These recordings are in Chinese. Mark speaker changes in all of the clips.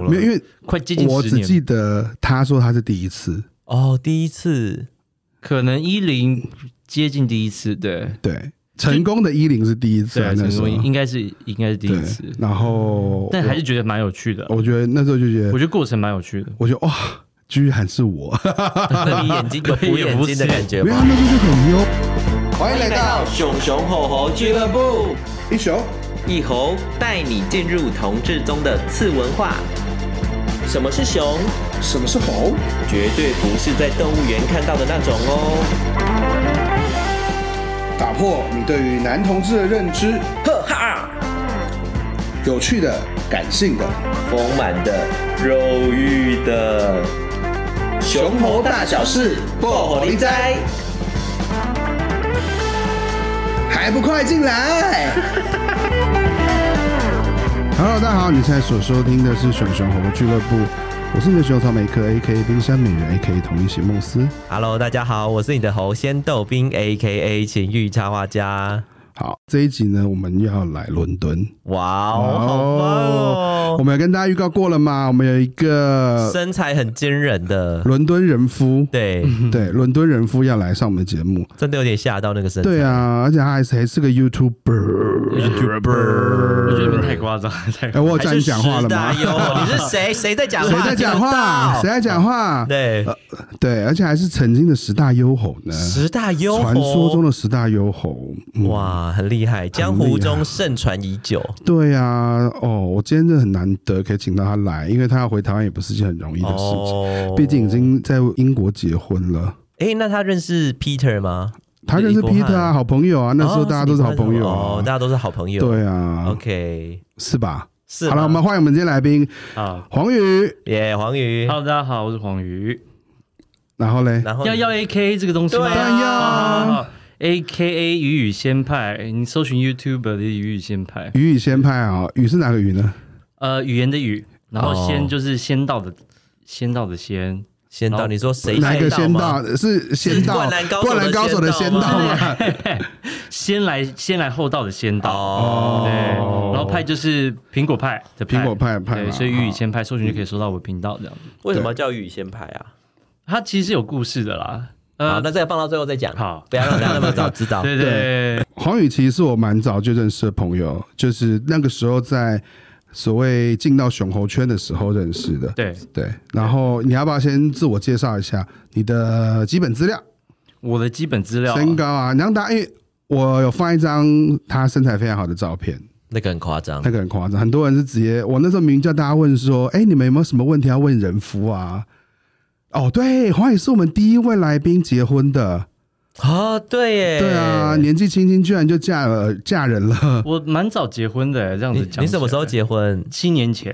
Speaker 1: 服了，
Speaker 2: 没有，因为
Speaker 1: 快接近
Speaker 2: 我
Speaker 1: 十
Speaker 2: 只
Speaker 1: 年
Speaker 2: 记得他说他是第一次，
Speaker 3: 哦，第一次
Speaker 1: 可能一零接近第一次，对
Speaker 2: 对，成功的一零是第一次
Speaker 1: 对
Speaker 2: 啊
Speaker 1: 啊，，
Speaker 2: 那
Speaker 1: 成
Speaker 2: 时候
Speaker 1: 功应该是应该是第一次，
Speaker 2: 对然后
Speaker 1: 但还
Speaker 2: 是
Speaker 1: 是觉得蛮有趣的。
Speaker 2: 我觉得那时候就觉得
Speaker 1: 我，觉得过程蛮有趣的，
Speaker 2: 我觉得哇，哦居然是 我，
Speaker 3: 那你眼睛有补眼睛的感 觉
Speaker 2: 没有
Speaker 3: 吗？
Speaker 2: 那时候就很优，
Speaker 4: 欢迎来到熊熊吼吼俱乐部，
Speaker 2: 一宿
Speaker 4: 一猴带你进入同志中的次文化。什么是熊？
Speaker 2: 什么是猴？
Speaker 4: 绝对不是在动物园看到的那种哦。
Speaker 2: 打破你对于男同志的认知，
Speaker 4: 呵哈，
Speaker 2: 有趣的、感性的，
Speaker 4: 丰满的，肉欲的，熊猴大小事，爆火力哉！
Speaker 2: 还不快进来 ！Hello，大家好，你现在所收听的是熊熊猴俱乐部，我是你的熊草莓克 A.K. 冰山美人 A.K. 同一席梦思。
Speaker 3: Hello，大家好，我是你的猴仙豆冰 A K A 情欲插画家。
Speaker 2: 好，这一集呢，我们要来伦敦。
Speaker 3: 哇哦，好棒
Speaker 2: 我
Speaker 3: 哦！
Speaker 2: 们有跟大家预告过了吗？我们有一个
Speaker 3: 身材很坚韧的，
Speaker 2: 伦敦人夫，
Speaker 3: 对，
Speaker 2: 对，伦敦人夫要来上我们的节目。
Speaker 3: 真的有点吓到那个身材。
Speaker 2: 对啊，而且他还是还是个 YouTuber。
Speaker 1: 我觉得你们太夸张， 了，太
Speaker 2: 哎，
Speaker 1: 夸张
Speaker 2: 我有
Speaker 3: 还
Speaker 2: 叫你
Speaker 3: 是
Speaker 2: 讲话了
Speaker 3: 十大
Speaker 2: 吗？
Speaker 3: 优你是谁？谁在讲话？
Speaker 2: 谁在讲话？
Speaker 3: 听不到
Speaker 2: 谁在讲话？
Speaker 3: 对，
Speaker 2: 对，而且还是曾经的十大优吼呢，
Speaker 3: 十大优
Speaker 2: 传说中
Speaker 3: 的
Speaker 2: 的十大优吼。嗯，
Speaker 3: 哇，很厉害，江湖中盛传已久。
Speaker 2: 对呀、哦，我今天真的很难得可以请到他来，因为他要回台湾也不是件很容易的事情，
Speaker 3: 哦
Speaker 2: 毕竟已经在英国结婚了。
Speaker 3: 哎，那他认识 Peter 吗？
Speaker 2: 他认识
Speaker 3: 李伯翰
Speaker 2: Peter 啊，好朋友啊，那时候
Speaker 3: 哦
Speaker 2: 大家都是好朋友
Speaker 3: 哦，大
Speaker 2: 啊，
Speaker 3: 家都是好朋友。
Speaker 2: 对啊，
Speaker 3: ，OK，
Speaker 2: 是吧？
Speaker 3: 是
Speaker 2: 好了，我们
Speaker 3: 吗？
Speaker 2: 欢迎我们今天来宾
Speaker 1: 好
Speaker 2: 黄宇，
Speaker 3: 耶，黄宇，
Speaker 1: ，Hello，大家好，我是黄瑜。
Speaker 2: 然后嘞，
Speaker 3: 然后
Speaker 1: 要要 A K 这个东西吗？
Speaker 3: 对啊
Speaker 2: 当然要
Speaker 1: A K A 鱼与仙派，你搜寻 YouTube 的鱼与仙派，
Speaker 2: 宇宇先派啊，宇是哪个宇呢？
Speaker 1: 呃，语言的语，然后
Speaker 3: 哦
Speaker 1: 仙就是仙道的，仙道的仙，
Speaker 3: 先到，
Speaker 1: 然后
Speaker 3: 你说谁
Speaker 2: 哪一个先
Speaker 3: 先
Speaker 2: 到？是先到
Speaker 3: 灌篮高手的
Speaker 2: 灌篮高手的先到吗？
Speaker 1: 先来先来后到的仙道，对，
Speaker 3: 哦，
Speaker 1: 然后派就是苹果派的
Speaker 2: 苹果派派
Speaker 1: 对，
Speaker 2: 嘛
Speaker 1: 所以鱼与仙派搜寻就可以搜到我频道这样子。
Speaker 3: 为什么要叫宇先排啊？
Speaker 1: 它其实是有故事的啦，
Speaker 3: 好，
Speaker 1: 呃，
Speaker 3: 那这个放到最后再讲，
Speaker 1: 好
Speaker 3: 不要让大家那么早知道。
Speaker 1: 对对对，
Speaker 2: 黄宇其实是我蛮早就认识的朋友，就是那个时候在所谓进到熊猴圈的时候认识的。
Speaker 1: 对，
Speaker 2: 对，然后你要不要先自我介绍一下你的基本资料、
Speaker 1: 我的基本资料啊，
Speaker 2: 身高啊？你让大家，因为我有放一张他身材非常好的照片，
Speaker 3: 那个很夸张
Speaker 2: 那，个很夸张，很多人是直接，我那时候明明叫大家问说，哎、你们有没有什么问题要问人夫啊？哦，对，黄宇是我们第一位来宾结婚的，
Speaker 3: 哦，对耶，
Speaker 2: 对啊，年纪轻轻居然就嫁了嫁人了，
Speaker 1: 我蛮早结婚的，这样
Speaker 3: 你
Speaker 1: 子讲起来。
Speaker 3: 你什么时候结婚？
Speaker 1: 七年前，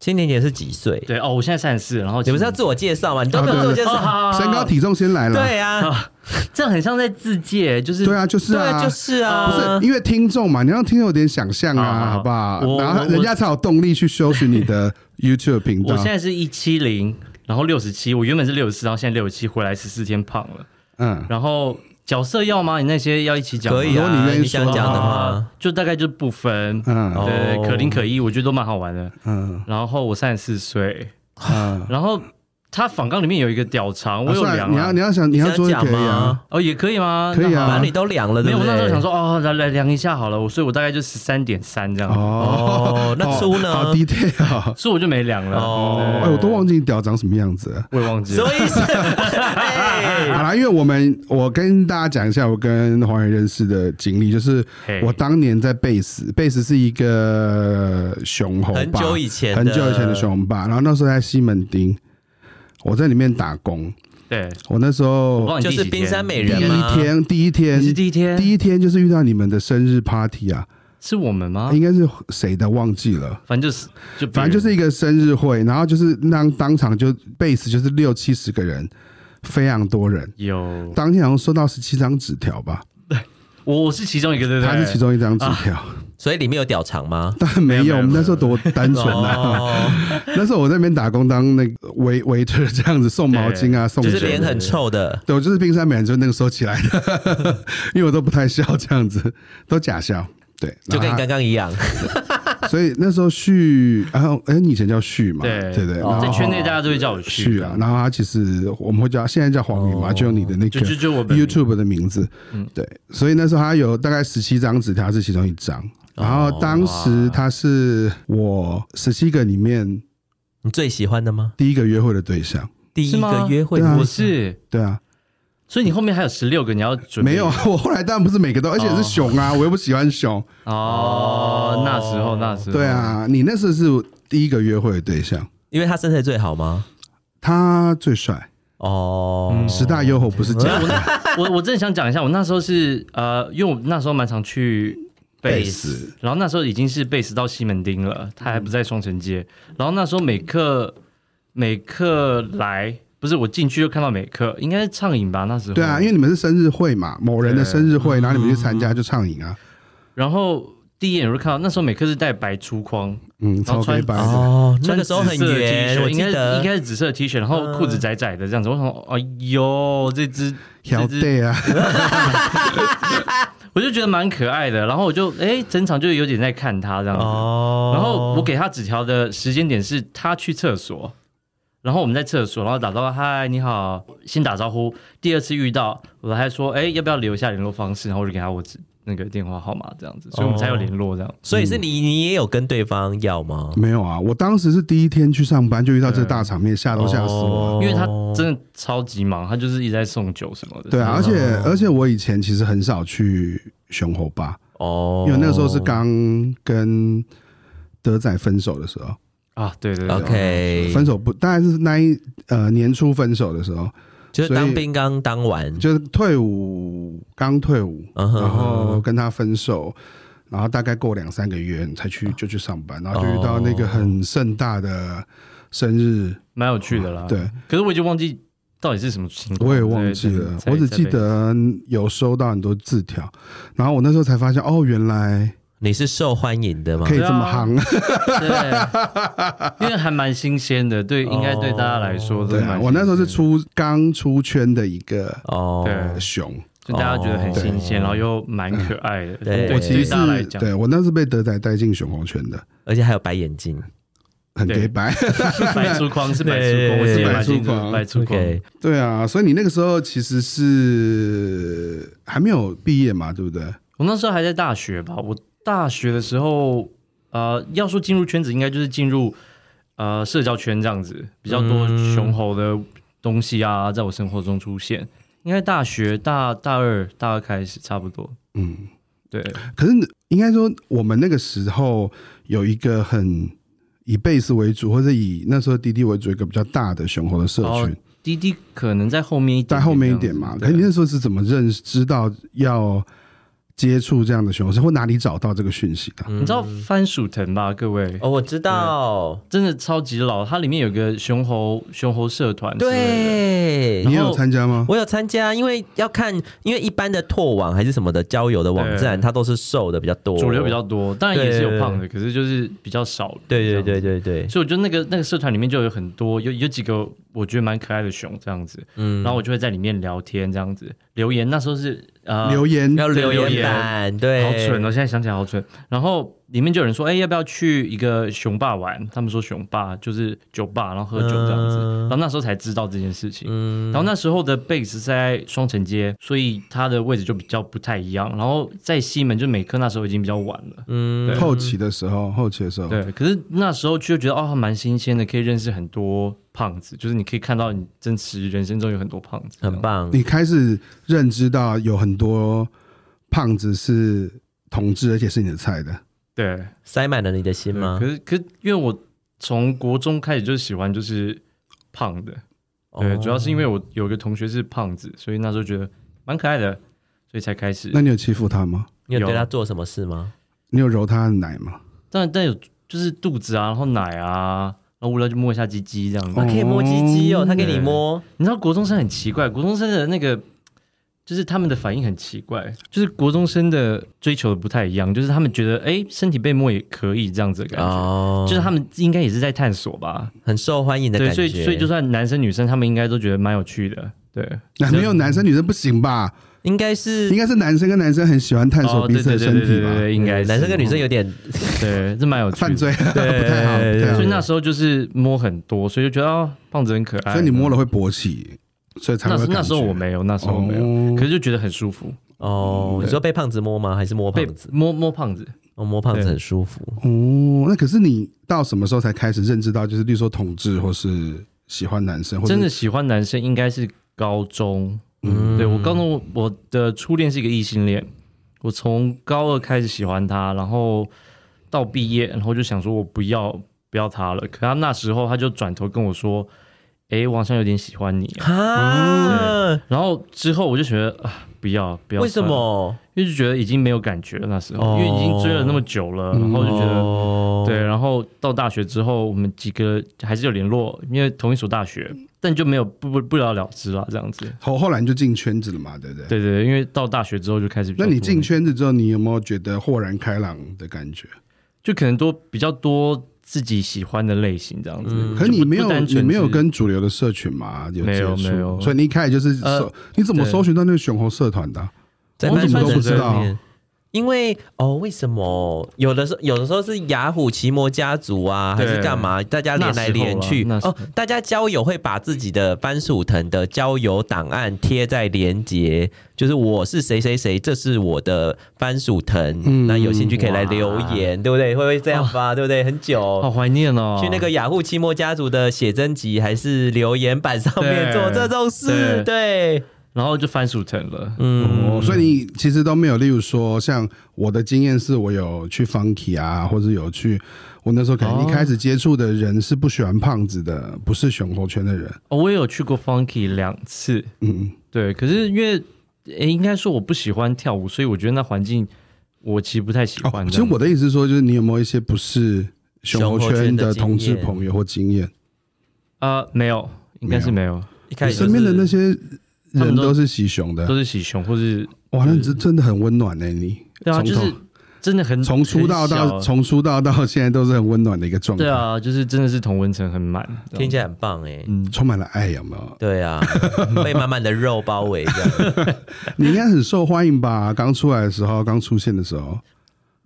Speaker 3: 青年节是几岁？
Speaker 1: 对哦，我现在三十四，然后
Speaker 3: 你不是要
Speaker 1: 七
Speaker 3: 自我介绍吗？你都没有自我介
Speaker 1: 年哦
Speaker 3: 绍。
Speaker 1: 好好好
Speaker 2: 身高体重先来了，
Speaker 3: 对啊，
Speaker 1: 这样很像在自介，就是
Speaker 2: 对啊，就是
Speaker 3: 对啊，
Speaker 2: 啊
Speaker 3: 就。是啊，
Speaker 2: 不是因为听众嘛，你让听众有点想象
Speaker 1: 好
Speaker 2: 啊，
Speaker 1: 好
Speaker 2: 好不好？
Speaker 1: 我
Speaker 2: 然后
Speaker 1: 我
Speaker 2: 人家才有动力去搜寻你的 YouTube 频道
Speaker 1: 我。现在是一七零，然后六十七，我原本是六十四，然后现在六十七，回来十四天胖了。
Speaker 2: 嗯，
Speaker 1: 然后角色要吗？你那些要一起讲吗？
Speaker 3: 可以
Speaker 2: 如果你
Speaker 3: 啊，
Speaker 2: 愿意
Speaker 3: 你想
Speaker 2: 说
Speaker 3: 讲的话
Speaker 1: 啊，，就大概就不分，
Speaker 2: 嗯
Speaker 3: 哦
Speaker 1: 对，可零可一，我觉得都蛮好玩的。
Speaker 2: 嗯
Speaker 1: 然后我三十四岁，
Speaker 2: 嗯，
Speaker 1: 然后他访纲里面有一个屌长， 我有
Speaker 2: 算了
Speaker 1: 量
Speaker 2: 你要你
Speaker 1: 啊，
Speaker 2: 要想你要
Speaker 3: 想
Speaker 2: 做就
Speaker 3: 讲
Speaker 2: 可以啊
Speaker 3: 吗，
Speaker 1: 哦也可以吗？
Speaker 2: 可以
Speaker 1: 那
Speaker 2: 啊
Speaker 1: 好
Speaker 3: 反正你都凉了，
Speaker 1: 没有，
Speaker 3: 对不
Speaker 1: 我
Speaker 3: 对？
Speaker 1: 那时候想说，哦，来来量一下好了，我所以我大概就十三点三这样，
Speaker 3: 哦那猪呢
Speaker 2: 好 detail 啊
Speaker 1: 所以我就没量了。
Speaker 3: 哦
Speaker 1: 哦，
Speaker 2: 哎，我都忘记你屌长什么样子了。
Speaker 1: 我也忘记
Speaker 3: 什
Speaker 1: 了。
Speaker 3: 么意思？哎
Speaker 2: 好啦，因为我们我跟大家讲一下我跟黄宇认识的经历，就是
Speaker 1: 嘿
Speaker 2: 我当年在贝斯，贝斯是一个熊猴吧，
Speaker 3: 很久以前的
Speaker 2: 很久以前的熊猴吧，然后那时候在西门町，我在里面打工，
Speaker 1: 对，
Speaker 2: 我那时
Speaker 1: 我
Speaker 2: 候
Speaker 1: 忘记
Speaker 3: 就是
Speaker 1: 几
Speaker 3: 冰
Speaker 1: 天
Speaker 3: 山美
Speaker 2: 第
Speaker 3: 人
Speaker 2: 一
Speaker 3: 吗？
Speaker 2: 天第一天
Speaker 1: 你是第一天，
Speaker 2: 第一天就是遇到你们的生日 party 啊，
Speaker 1: 是我们吗？
Speaker 2: 应该是谁的忘记了。
Speaker 1: 反正就是就别人
Speaker 2: 哎反正就是一个生日会，然后就是当当场就 base 就是六七十个人，非常多人。
Speaker 1: 有
Speaker 2: 当天好像收到十七张纸条吧，
Speaker 1: 我我是其中一个，对不对？
Speaker 2: 他是其中一张纸条，
Speaker 3: 所以里面有屌长吗？
Speaker 2: 但没有。
Speaker 1: 没有没有
Speaker 2: 我们那时候多单纯啊！
Speaker 3: 哦，
Speaker 2: 那时候我在那边打工当那个 wait waiter 这样子送毛巾啊，送
Speaker 3: 就是
Speaker 2: 酒
Speaker 3: 脸很臭的。
Speaker 2: 对，我就是冰山美人，就是那个时候起来 的，因为我都不太笑这样子，都假笑。对，
Speaker 3: 就跟你
Speaker 2: 然后
Speaker 3: 刚刚一样，
Speaker 2: 所以那时候旭，然后哎，你以前叫旭嘛，
Speaker 1: 对
Speaker 2: 对对，然
Speaker 1: 在
Speaker 2: 后
Speaker 1: 圈内大家都会叫我
Speaker 2: 旭
Speaker 1: 旭
Speaker 2: 啊，，然后他其实我们会叫现在叫黄宇嘛，
Speaker 3: 哦
Speaker 2: 就用你的那个
Speaker 1: 就就就我本名嗯
Speaker 2: YouTube 的名字，对，所以那时候他有大概十七张纸条是其中一
Speaker 1: 哦
Speaker 2: 张，然后当时他是我十七个里面
Speaker 3: 你最喜欢的吗？
Speaker 2: 第一个约会的对象，
Speaker 3: 第一
Speaker 1: 是吗
Speaker 3: 个约会
Speaker 2: 对啊
Speaker 1: 我
Speaker 3: 我
Speaker 1: 是，
Speaker 2: 对啊，
Speaker 1: 所以你后面还有十六个，你要准备
Speaker 2: 没有，啊，我后来当然不是每个都，而且是熊啊，我又不喜欢熊，
Speaker 1: 哦，那时候那时候
Speaker 2: 对，啊，你那时候是第一个约会的对象，
Speaker 3: 因为他身材最好吗？
Speaker 2: 他最帅，
Speaker 3: 哦，
Speaker 2: 十大优厚不是假的。
Speaker 1: 我我真的想讲一下，我那时候是呃，因为我那时候蛮常去贝斯，然后那时候已经是贝斯到西门町了，他还不在双城街。然后那时候美克美克来，不是我进去就看到美克，应该是畅饮吧那时候。
Speaker 2: 对啊，因为你们是生日会嘛，某人的生日会，然后你们去参加就畅饮啊，
Speaker 1: 然后第一眼我就看到那时候美克是戴白粗框，
Speaker 2: 嗯，
Speaker 1: 然
Speaker 2: 超
Speaker 1: 后
Speaker 2: 黑
Speaker 1: 穿
Speaker 2: 白的。
Speaker 3: 哦，那
Speaker 1: 嗯穿
Speaker 3: 个时候很
Speaker 1: 紫色的 T
Speaker 3: 圆，
Speaker 1: 恤嗯
Speaker 3: 我
Speaker 1: 应
Speaker 3: 记
Speaker 1: 该是
Speaker 3: 得
Speaker 1: 应该是紫色的 T 恤，然后裤子窄窄的这样子。我想说，哎呦，这只
Speaker 2: 小
Speaker 1: 这只
Speaker 2: 对啊，
Speaker 1: 我就觉得蛮可爱的，然后我就哎，整场就有点在看他这样子。
Speaker 3: 哦，
Speaker 1: 然后我给他纸条的时间点是他去厕所，然后我们在厕所，然后打招呼，嗨，你好，先打招呼。第二次遇到，我还说，哎，要不要留下联络方式？然后我就给他我纸那个电话号码这样子，所以我们才有联络这样。
Speaker 3: 所以
Speaker 2: 嗯
Speaker 3: 是你，你也有跟对方要吗？
Speaker 2: 没有啊，我当时是第一天去上班就遇到这大场面，吓都吓死我了。
Speaker 1: 因为他真的超级忙，他就是一直在送酒什么的。
Speaker 2: 对啊，而且而且我以前其实很少去熊猴吧，
Speaker 3: 哦，
Speaker 2: 因为那时候是刚跟德仔分手的时候，
Speaker 1: 啊，对对对
Speaker 3: OK，
Speaker 2: 分手不大概是那一呃年初分手的时候，
Speaker 3: 就是
Speaker 2: 所以
Speaker 3: 当兵刚当完，
Speaker 2: 就是退伍刚退伍，
Speaker 3: 嗯哼
Speaker 2: 然后跟他分手，然后大概过两三个月才去就去上班，然后就遇到那个很盛大的生日，
Speaker 1: 蛮有趣的啦。，
Speaker 2: 对
Speaker 1: 可是我已经忘记到底是什么情况，
Speaker 2: 我也忘记
Speaker 1: 对
Speaker 2: 了，
Speaker 1: 对
Speaker 2: 我只记得有收到很多字条，然后我那时候才发现哦，原来
Speaker 3: 你是受欢迎的吗
Speaker 2: 可？以这么夯，
Speaker 1: 对，因为还蛮新鲜的，对，应该对大家来说，
Speaker 2: 对啊，我那时候是出刚出圈的一个
Speaker 3: 哦，
Speaker 1: 对
Speaker 2: 熊，
Speaker 1: 就大家觉得很新鲜，
Speaker 3: 哦
Speaker 1: 然后又蛮可爱的。
Speaker 3: 对
Speaker 1: 对
Speaker 2: 我其实
Speaker 1: 对大家来
Speaker 2: 是
Speaker 1: 讲，
Speaker 2: 对我那是被德仔带进熊猴圈的，
Speaker 3: 而且还有白眼镜。
Speaker 2: 很
Speaker 1: 对
Speaker 2: gay 白。
Speaker 1: 白粗框是白粗
Speaker 3: 对
Speaker 1: 框，我记得蛮清
Speaker 2: 白
Speaker 1: 楚
Speaker 2: 粗框
Speaker 1: 的白粗框。
Speaker 3: OK，
Speaker 2: 对啊，所以你那个时候其实是还没有毕业嘛，对不对？
Speaker 1: 我那时候还在大学吧，我大学的时候，呃，要说进入圈子，应该就是进入呃社交圈这样子，比较多
Speaker 3: 嗯
Speaker 1: 雄猴的东西啊，在我生活中出现。应该大学大大二大二开始差不多，
Speaker 2: 嗯，
Speaker 1: 对，
Speaker 2: 可是应该说我们那个时候有一个很以贝斯为主，或者以那时候滴滴为主一个比较大的雄猴的社
Speaker 1: 哦
Speaker 2: 群，
Speaker 1: 滴滴可能在后面一点
Speaker 2: 在
Speaker 1: 点
Speaker 2: 后面一点嘛。
Speaker 1: 这
Speaker 2: 可是
Speaker 1: 样子
Speaker 2: 你那时候是怎么认识、知道要接触这样的雄猴社，或哪里找到这个讯息的？
Speaker 1: 对你知道番薯藤吧，各位？
Speaker 3: 哦，我知道，
Speaker 1: 真的超级老，它里面有个熊猴熊猴社团之类的，
Speaker 3: 对，
Speaker 2: 你也
Speaker 3: 嗯然
Speaker 2: 有
Speaker 3: 后
Speaker 2: 参加吗？
Speaker 3: 我有参加，因为要看，因为一般的拓网还是什么的交友的网站，
Speaker 1: 对
Speaker 3: 它都是瘦的比较多，
Speaker 1: 主流比较多，当然也是有
Speaker 3: 对
Speaker 1: 胖的，可是就是比较少。
Speaker 3: 对对
Speaker 1: 这样子。
Speaker 3: 对对对，
Speaker 1: 所以我觉得那个那个社团里面就有很多有有几个我觉得蛮可爱的熊这样子，
Speaker 3: 嗯，
Speaker 1: 然后我就会在里面聊天这样子留言。那时候是呃
Speaker 2: 留言
Speaker 3: 要留
Speaker 1: 留
Speaker 3: 言
Speaker 1: 言
Speaker 3: 板，对，
Speaker 1: 好蠢哦！现在想起来好蠢。然后里面就有人说，哎、要不要去一个熊爸玩？他们说熊爸就是酒吧，然后喝酒这样子。
Speaker 3: 嗯
Speaker 1: 然后那时候才知道这件事情。
Speaker 3: 嗯，
Speaker 1: 然后那时候的 base 在双城街，所以它的位置就比较不太一样。然后在西门，就美科那时候已经比较晚了。
Speaker 3: 嗯，
Speaker 1: 对
Speaker 2: 后期的时候，后期的时候，
Speaker 1: 对，可是那时候就觉得哦，蛮新鲜的，可以认识很多胖子，就是你可以看到你真实人生中有很多胖子，
Speaker 3: 很。棒，
Speaker 2: 你开始认知到有很多胖子是同志，而且是你的菜的。
Speaker 1: 对，
Speaker 3: 塞满了你的心
Speaker 1: 对
Speaker 3: 吗
Speaker 1: 可？是可是因为我从国中开始就喜欢就是胖的，对，
Speaker 3: 哦
Speaker 1: 主要是因为我有个同学是胖子，所以那时候觉得蛮可爱的，所以才开始
Speaker 2: 那。你有欺负他吗？
Speaker 3: 你有对
Speaker 1: 有
Speaker 3: 他做什么事吗？
Speaker 2: 你有揉他的奶吗？
Speaker 1: 但但有就是肚子啊，然后奶啊，然后无聊就摸一下鸡鸡这样子。
Speaker 2: 哦
Speaker 3: 啊，可以摸鸡鸡哦，他给你
Speaker 1: 对
Speaker 3: 摸，
Speaker 1: 你知道国中生很奇怪，国中生的那个就是他们的反应很奇怪，就是国中生的追求的不太一样，就是他们觉得哎、诶身体被摸也可以这样子的感觉，
Speaker 3: 哦，
Speaker 1: 就是他们应该也是在探索吧。
Speaker 3: 很受欢迎的
Speaker 1: 对，
Speaker 3: 感觉，
Speaker 1: 所以所以就算男生女生，他们应该都觉得蛮有趣的。对，
Speaker 2: 那没有男生女生不行吧？
Speaker 3: 应该
Speaker 1: 嗯
Speaker 3: 是
Speaker 2: 应该是男生跟男生很喜欢探索
Speaker 1: 哦，
Speaker 2: 彼
Speaker 1: 对
Speaker 2: 此
Speaker 1: 对
Speaker 2: 的
Speaker 1: 对
Speaker 2: 身
Speaker 1: 对
Speaker 2: 体
Speaker 1: 对
Speaker 2: 吧，
Speaker 1: 对，应该是
Speaker 3: 男生跟女生有点
Speaker 1: 哦对，这蛮有趣的
Speaker 2: 犯罪啊不太好，
Speaker 3: 对
Speaker 2: 不太好
Speaker 1: 所以那时候就是摸很多，所以就觉得哦，胖子很可爱。
Speaker 2: 所以你摸了会勃起，所以才
Speaker 1: 那
Speaker 2: 会
Speaker 1: 时
Speaker 2: 有
Speaker 1: 那时候
Speaker 2: 感觉
Speaker 1: 我没有，那时候我没有，
Speaker 2: 哦
Speaker 1: 可是就觉得很舒服，
Speaker 3: 哦。你说被胖子摸吗？还是摸
Speaker 1: 被
Speaker 3: 胖子？
Speaker 1: 摸摸胖子。
Speaker 3: 哦，摸胖子
Speaker 1: 对
Speaker 3: 很舒服。
Speaker 2: 哦，那可是你到什么时候才开始认知到，就是例如说同志或是喜欢男生，或者
Speaker 1: 真的喜欢男生应该是高中，
Speaker 3: 嗯，
Speaker 1: 对我高中我的初恋是一个异性恋，我从高二开始喜欢他，然后到毕业，然后就想说我不要不要他了。可他那时候他就转头跟我说：“诶，我好像有点喜欢你。
Speaker 3: 啊，
Speaker 1: 然后之后我就觉得啊，不要不要，
Speaker 3: 为什？么？
Speaker 1: 因为就觉得已经没有感觉了，那时候、
Speaker 3: 哦
Speaker 1: 因为已经追了那么久了，
Speaker 2: 嗯
Speaker 1: 然后就觉得、
Speaker 3: 哦
Speaker 1: 对。然后到大学之后，我们几个还是有联络，因为同一所大学，但就没有不不不了了之了，这样子。
Speaker 2: 后后来你就进圈子了嘛，对不对？
Speaker 1: 对对，对因为到大学之后就开始比较
Speaker 2: 那
Speaker 1: 多，
Speaker 2: 你进圈子之后，你有没有觉得豁然开朗的感觉？
Speaker 1: 就可能多比较多自己喜欢的类型这样子。
Speaker 3: 嗯
Speaker 2: 可是你没
Speaker 1: 就
Speaker 2: 有，
Speaker 1: 不单
Speaker 2: 你
Speaker 1: 纯
Speaker 2: 没有
Speaker 1: 是
Speaker 2: 跟主流的社群嘛有接
Speaker 1: 没有
Speaker 2: 触，
Speaker 1: 没有
Speaker 2: 所以你一开始就是
Speaker 1: 呃
Speaker 2: 搜，你怎么
Speaker 1: 对
Speaker 2: 搜寻到那个熊猴社团的啊？
Speaker 3: 在
Speaker 1: 我
Speaker 3: 那
Speaker 1: 怎么都
Speaker 2: 不知道
Speaker 3: 上面。因为哦，为什么有的时候有的时候是雅虎奇摩家族啊，还
Speaker 1: 对
Speaker 3: 是干嘛？大家连来连去
Speaker 1: 那时候啊
Speaker 3: 哦
Speaker 1: 那时，
Speaker 3: 大家交友会把自己的番薯藤的交友档案贴在连接，就是我是谁谁谁，这是我的番薯藤，
Speaker 2: 嗯
Speaker 3: 那有兴趣可以来
Speaker 1: 哇
Speaker 3: 留言，对不对？会不会这样 发？对不对？很久，
Speaker 1: 好怀念哦，
Speaker 3: 去那个雅虎奇摩家族的写真集还是留言板上面
Speaker 1: 对
Speaker 3: 做这种事，对，
Speaker 1: 然后就番薯藤了。
Speaker 3: 嗯
Speaker 2: 哦，所以你其实都没有，例如说，像我的经验是我有去 Funky 啊，或者有去，我那时候可能
Speaker 1: 哦
Speaker 2: 一开始接触的人是不喜欢胖子的，不是熊猴圈的人。
Speaker 1: 哦，我也有去过 Funky 两次，
Speaker 2: 嗯，
Speaker 1: 对，可是因为诶应该说我不喜欢跳舞，所以我觉得那环境我其实不太喜
Speaker 2: 哦
Speaker 1: 欢，
Speaker 2: 其
Speaker 1: 这
Speaker 2: 实
Speaker 1: 样。
Speaker 2: 我的意思是说，就是你有没有一些不是熊猴圈的同志朋友或经验？
Speaker 1: 啊、没有，应该是没有，
Speaker 3: 一
Speaker 2: 你
Speaker 3: 开始
Speaker 2: 身边的那些
Speaker 1: 他
Speaker 2: 人
Speaker 1: 们都
Speaker 2: 都是喜熊的
Speaker 1: 都，是喜熊或是
Speaker 2: 哇，那你这真的很温暖呢、欸你
Speaker 1: 对啊，
Speaker 2: 从
Speaker 1: 就是
Speaker 2: 头
Speaker 1: 真的很
Speaker 2: 从出道
Speaker 1: 嗯很
Speaker 2: 到
Speaker 1: 小啊
Speaker 2: 从出道到现在都是很温暖的一个状态，
Speaker 1: 对啊，就是真的是同温层很满，
Speaker 3: 听起
Speaker 1: 来
Speaker 3: 来很棒哎、
Speaker 2: 充满了爱，有没有？
Speaker 3: 对啊， 被满满的肉包围这 样。
Speaker 2: 你应该很受欢迎吧？刚出来的时候，刚出现的时候，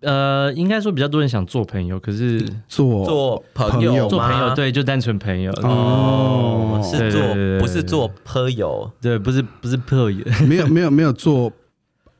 Speaker 1: 呃，应该说比较多人想做朋友，可是
Speaker 2: 做
Speaker 3: 做朋
Speaker 2: 朋友
Speaker 3: 友
Speaker 1: 做
Speaker 3: 吗
Speaker 1: 朋友对就单纯朋友，
Speaker 3: 哦，
Speaker 1: 对
Speaker 3: 是
Speaker 1: 对对对
Speaker 3: 做
Speaker 1: 对
Speaker 3: 不是做朋友？
Speaker 1: 对，不是不是朋友，
Speaker 2: 没有没有没有做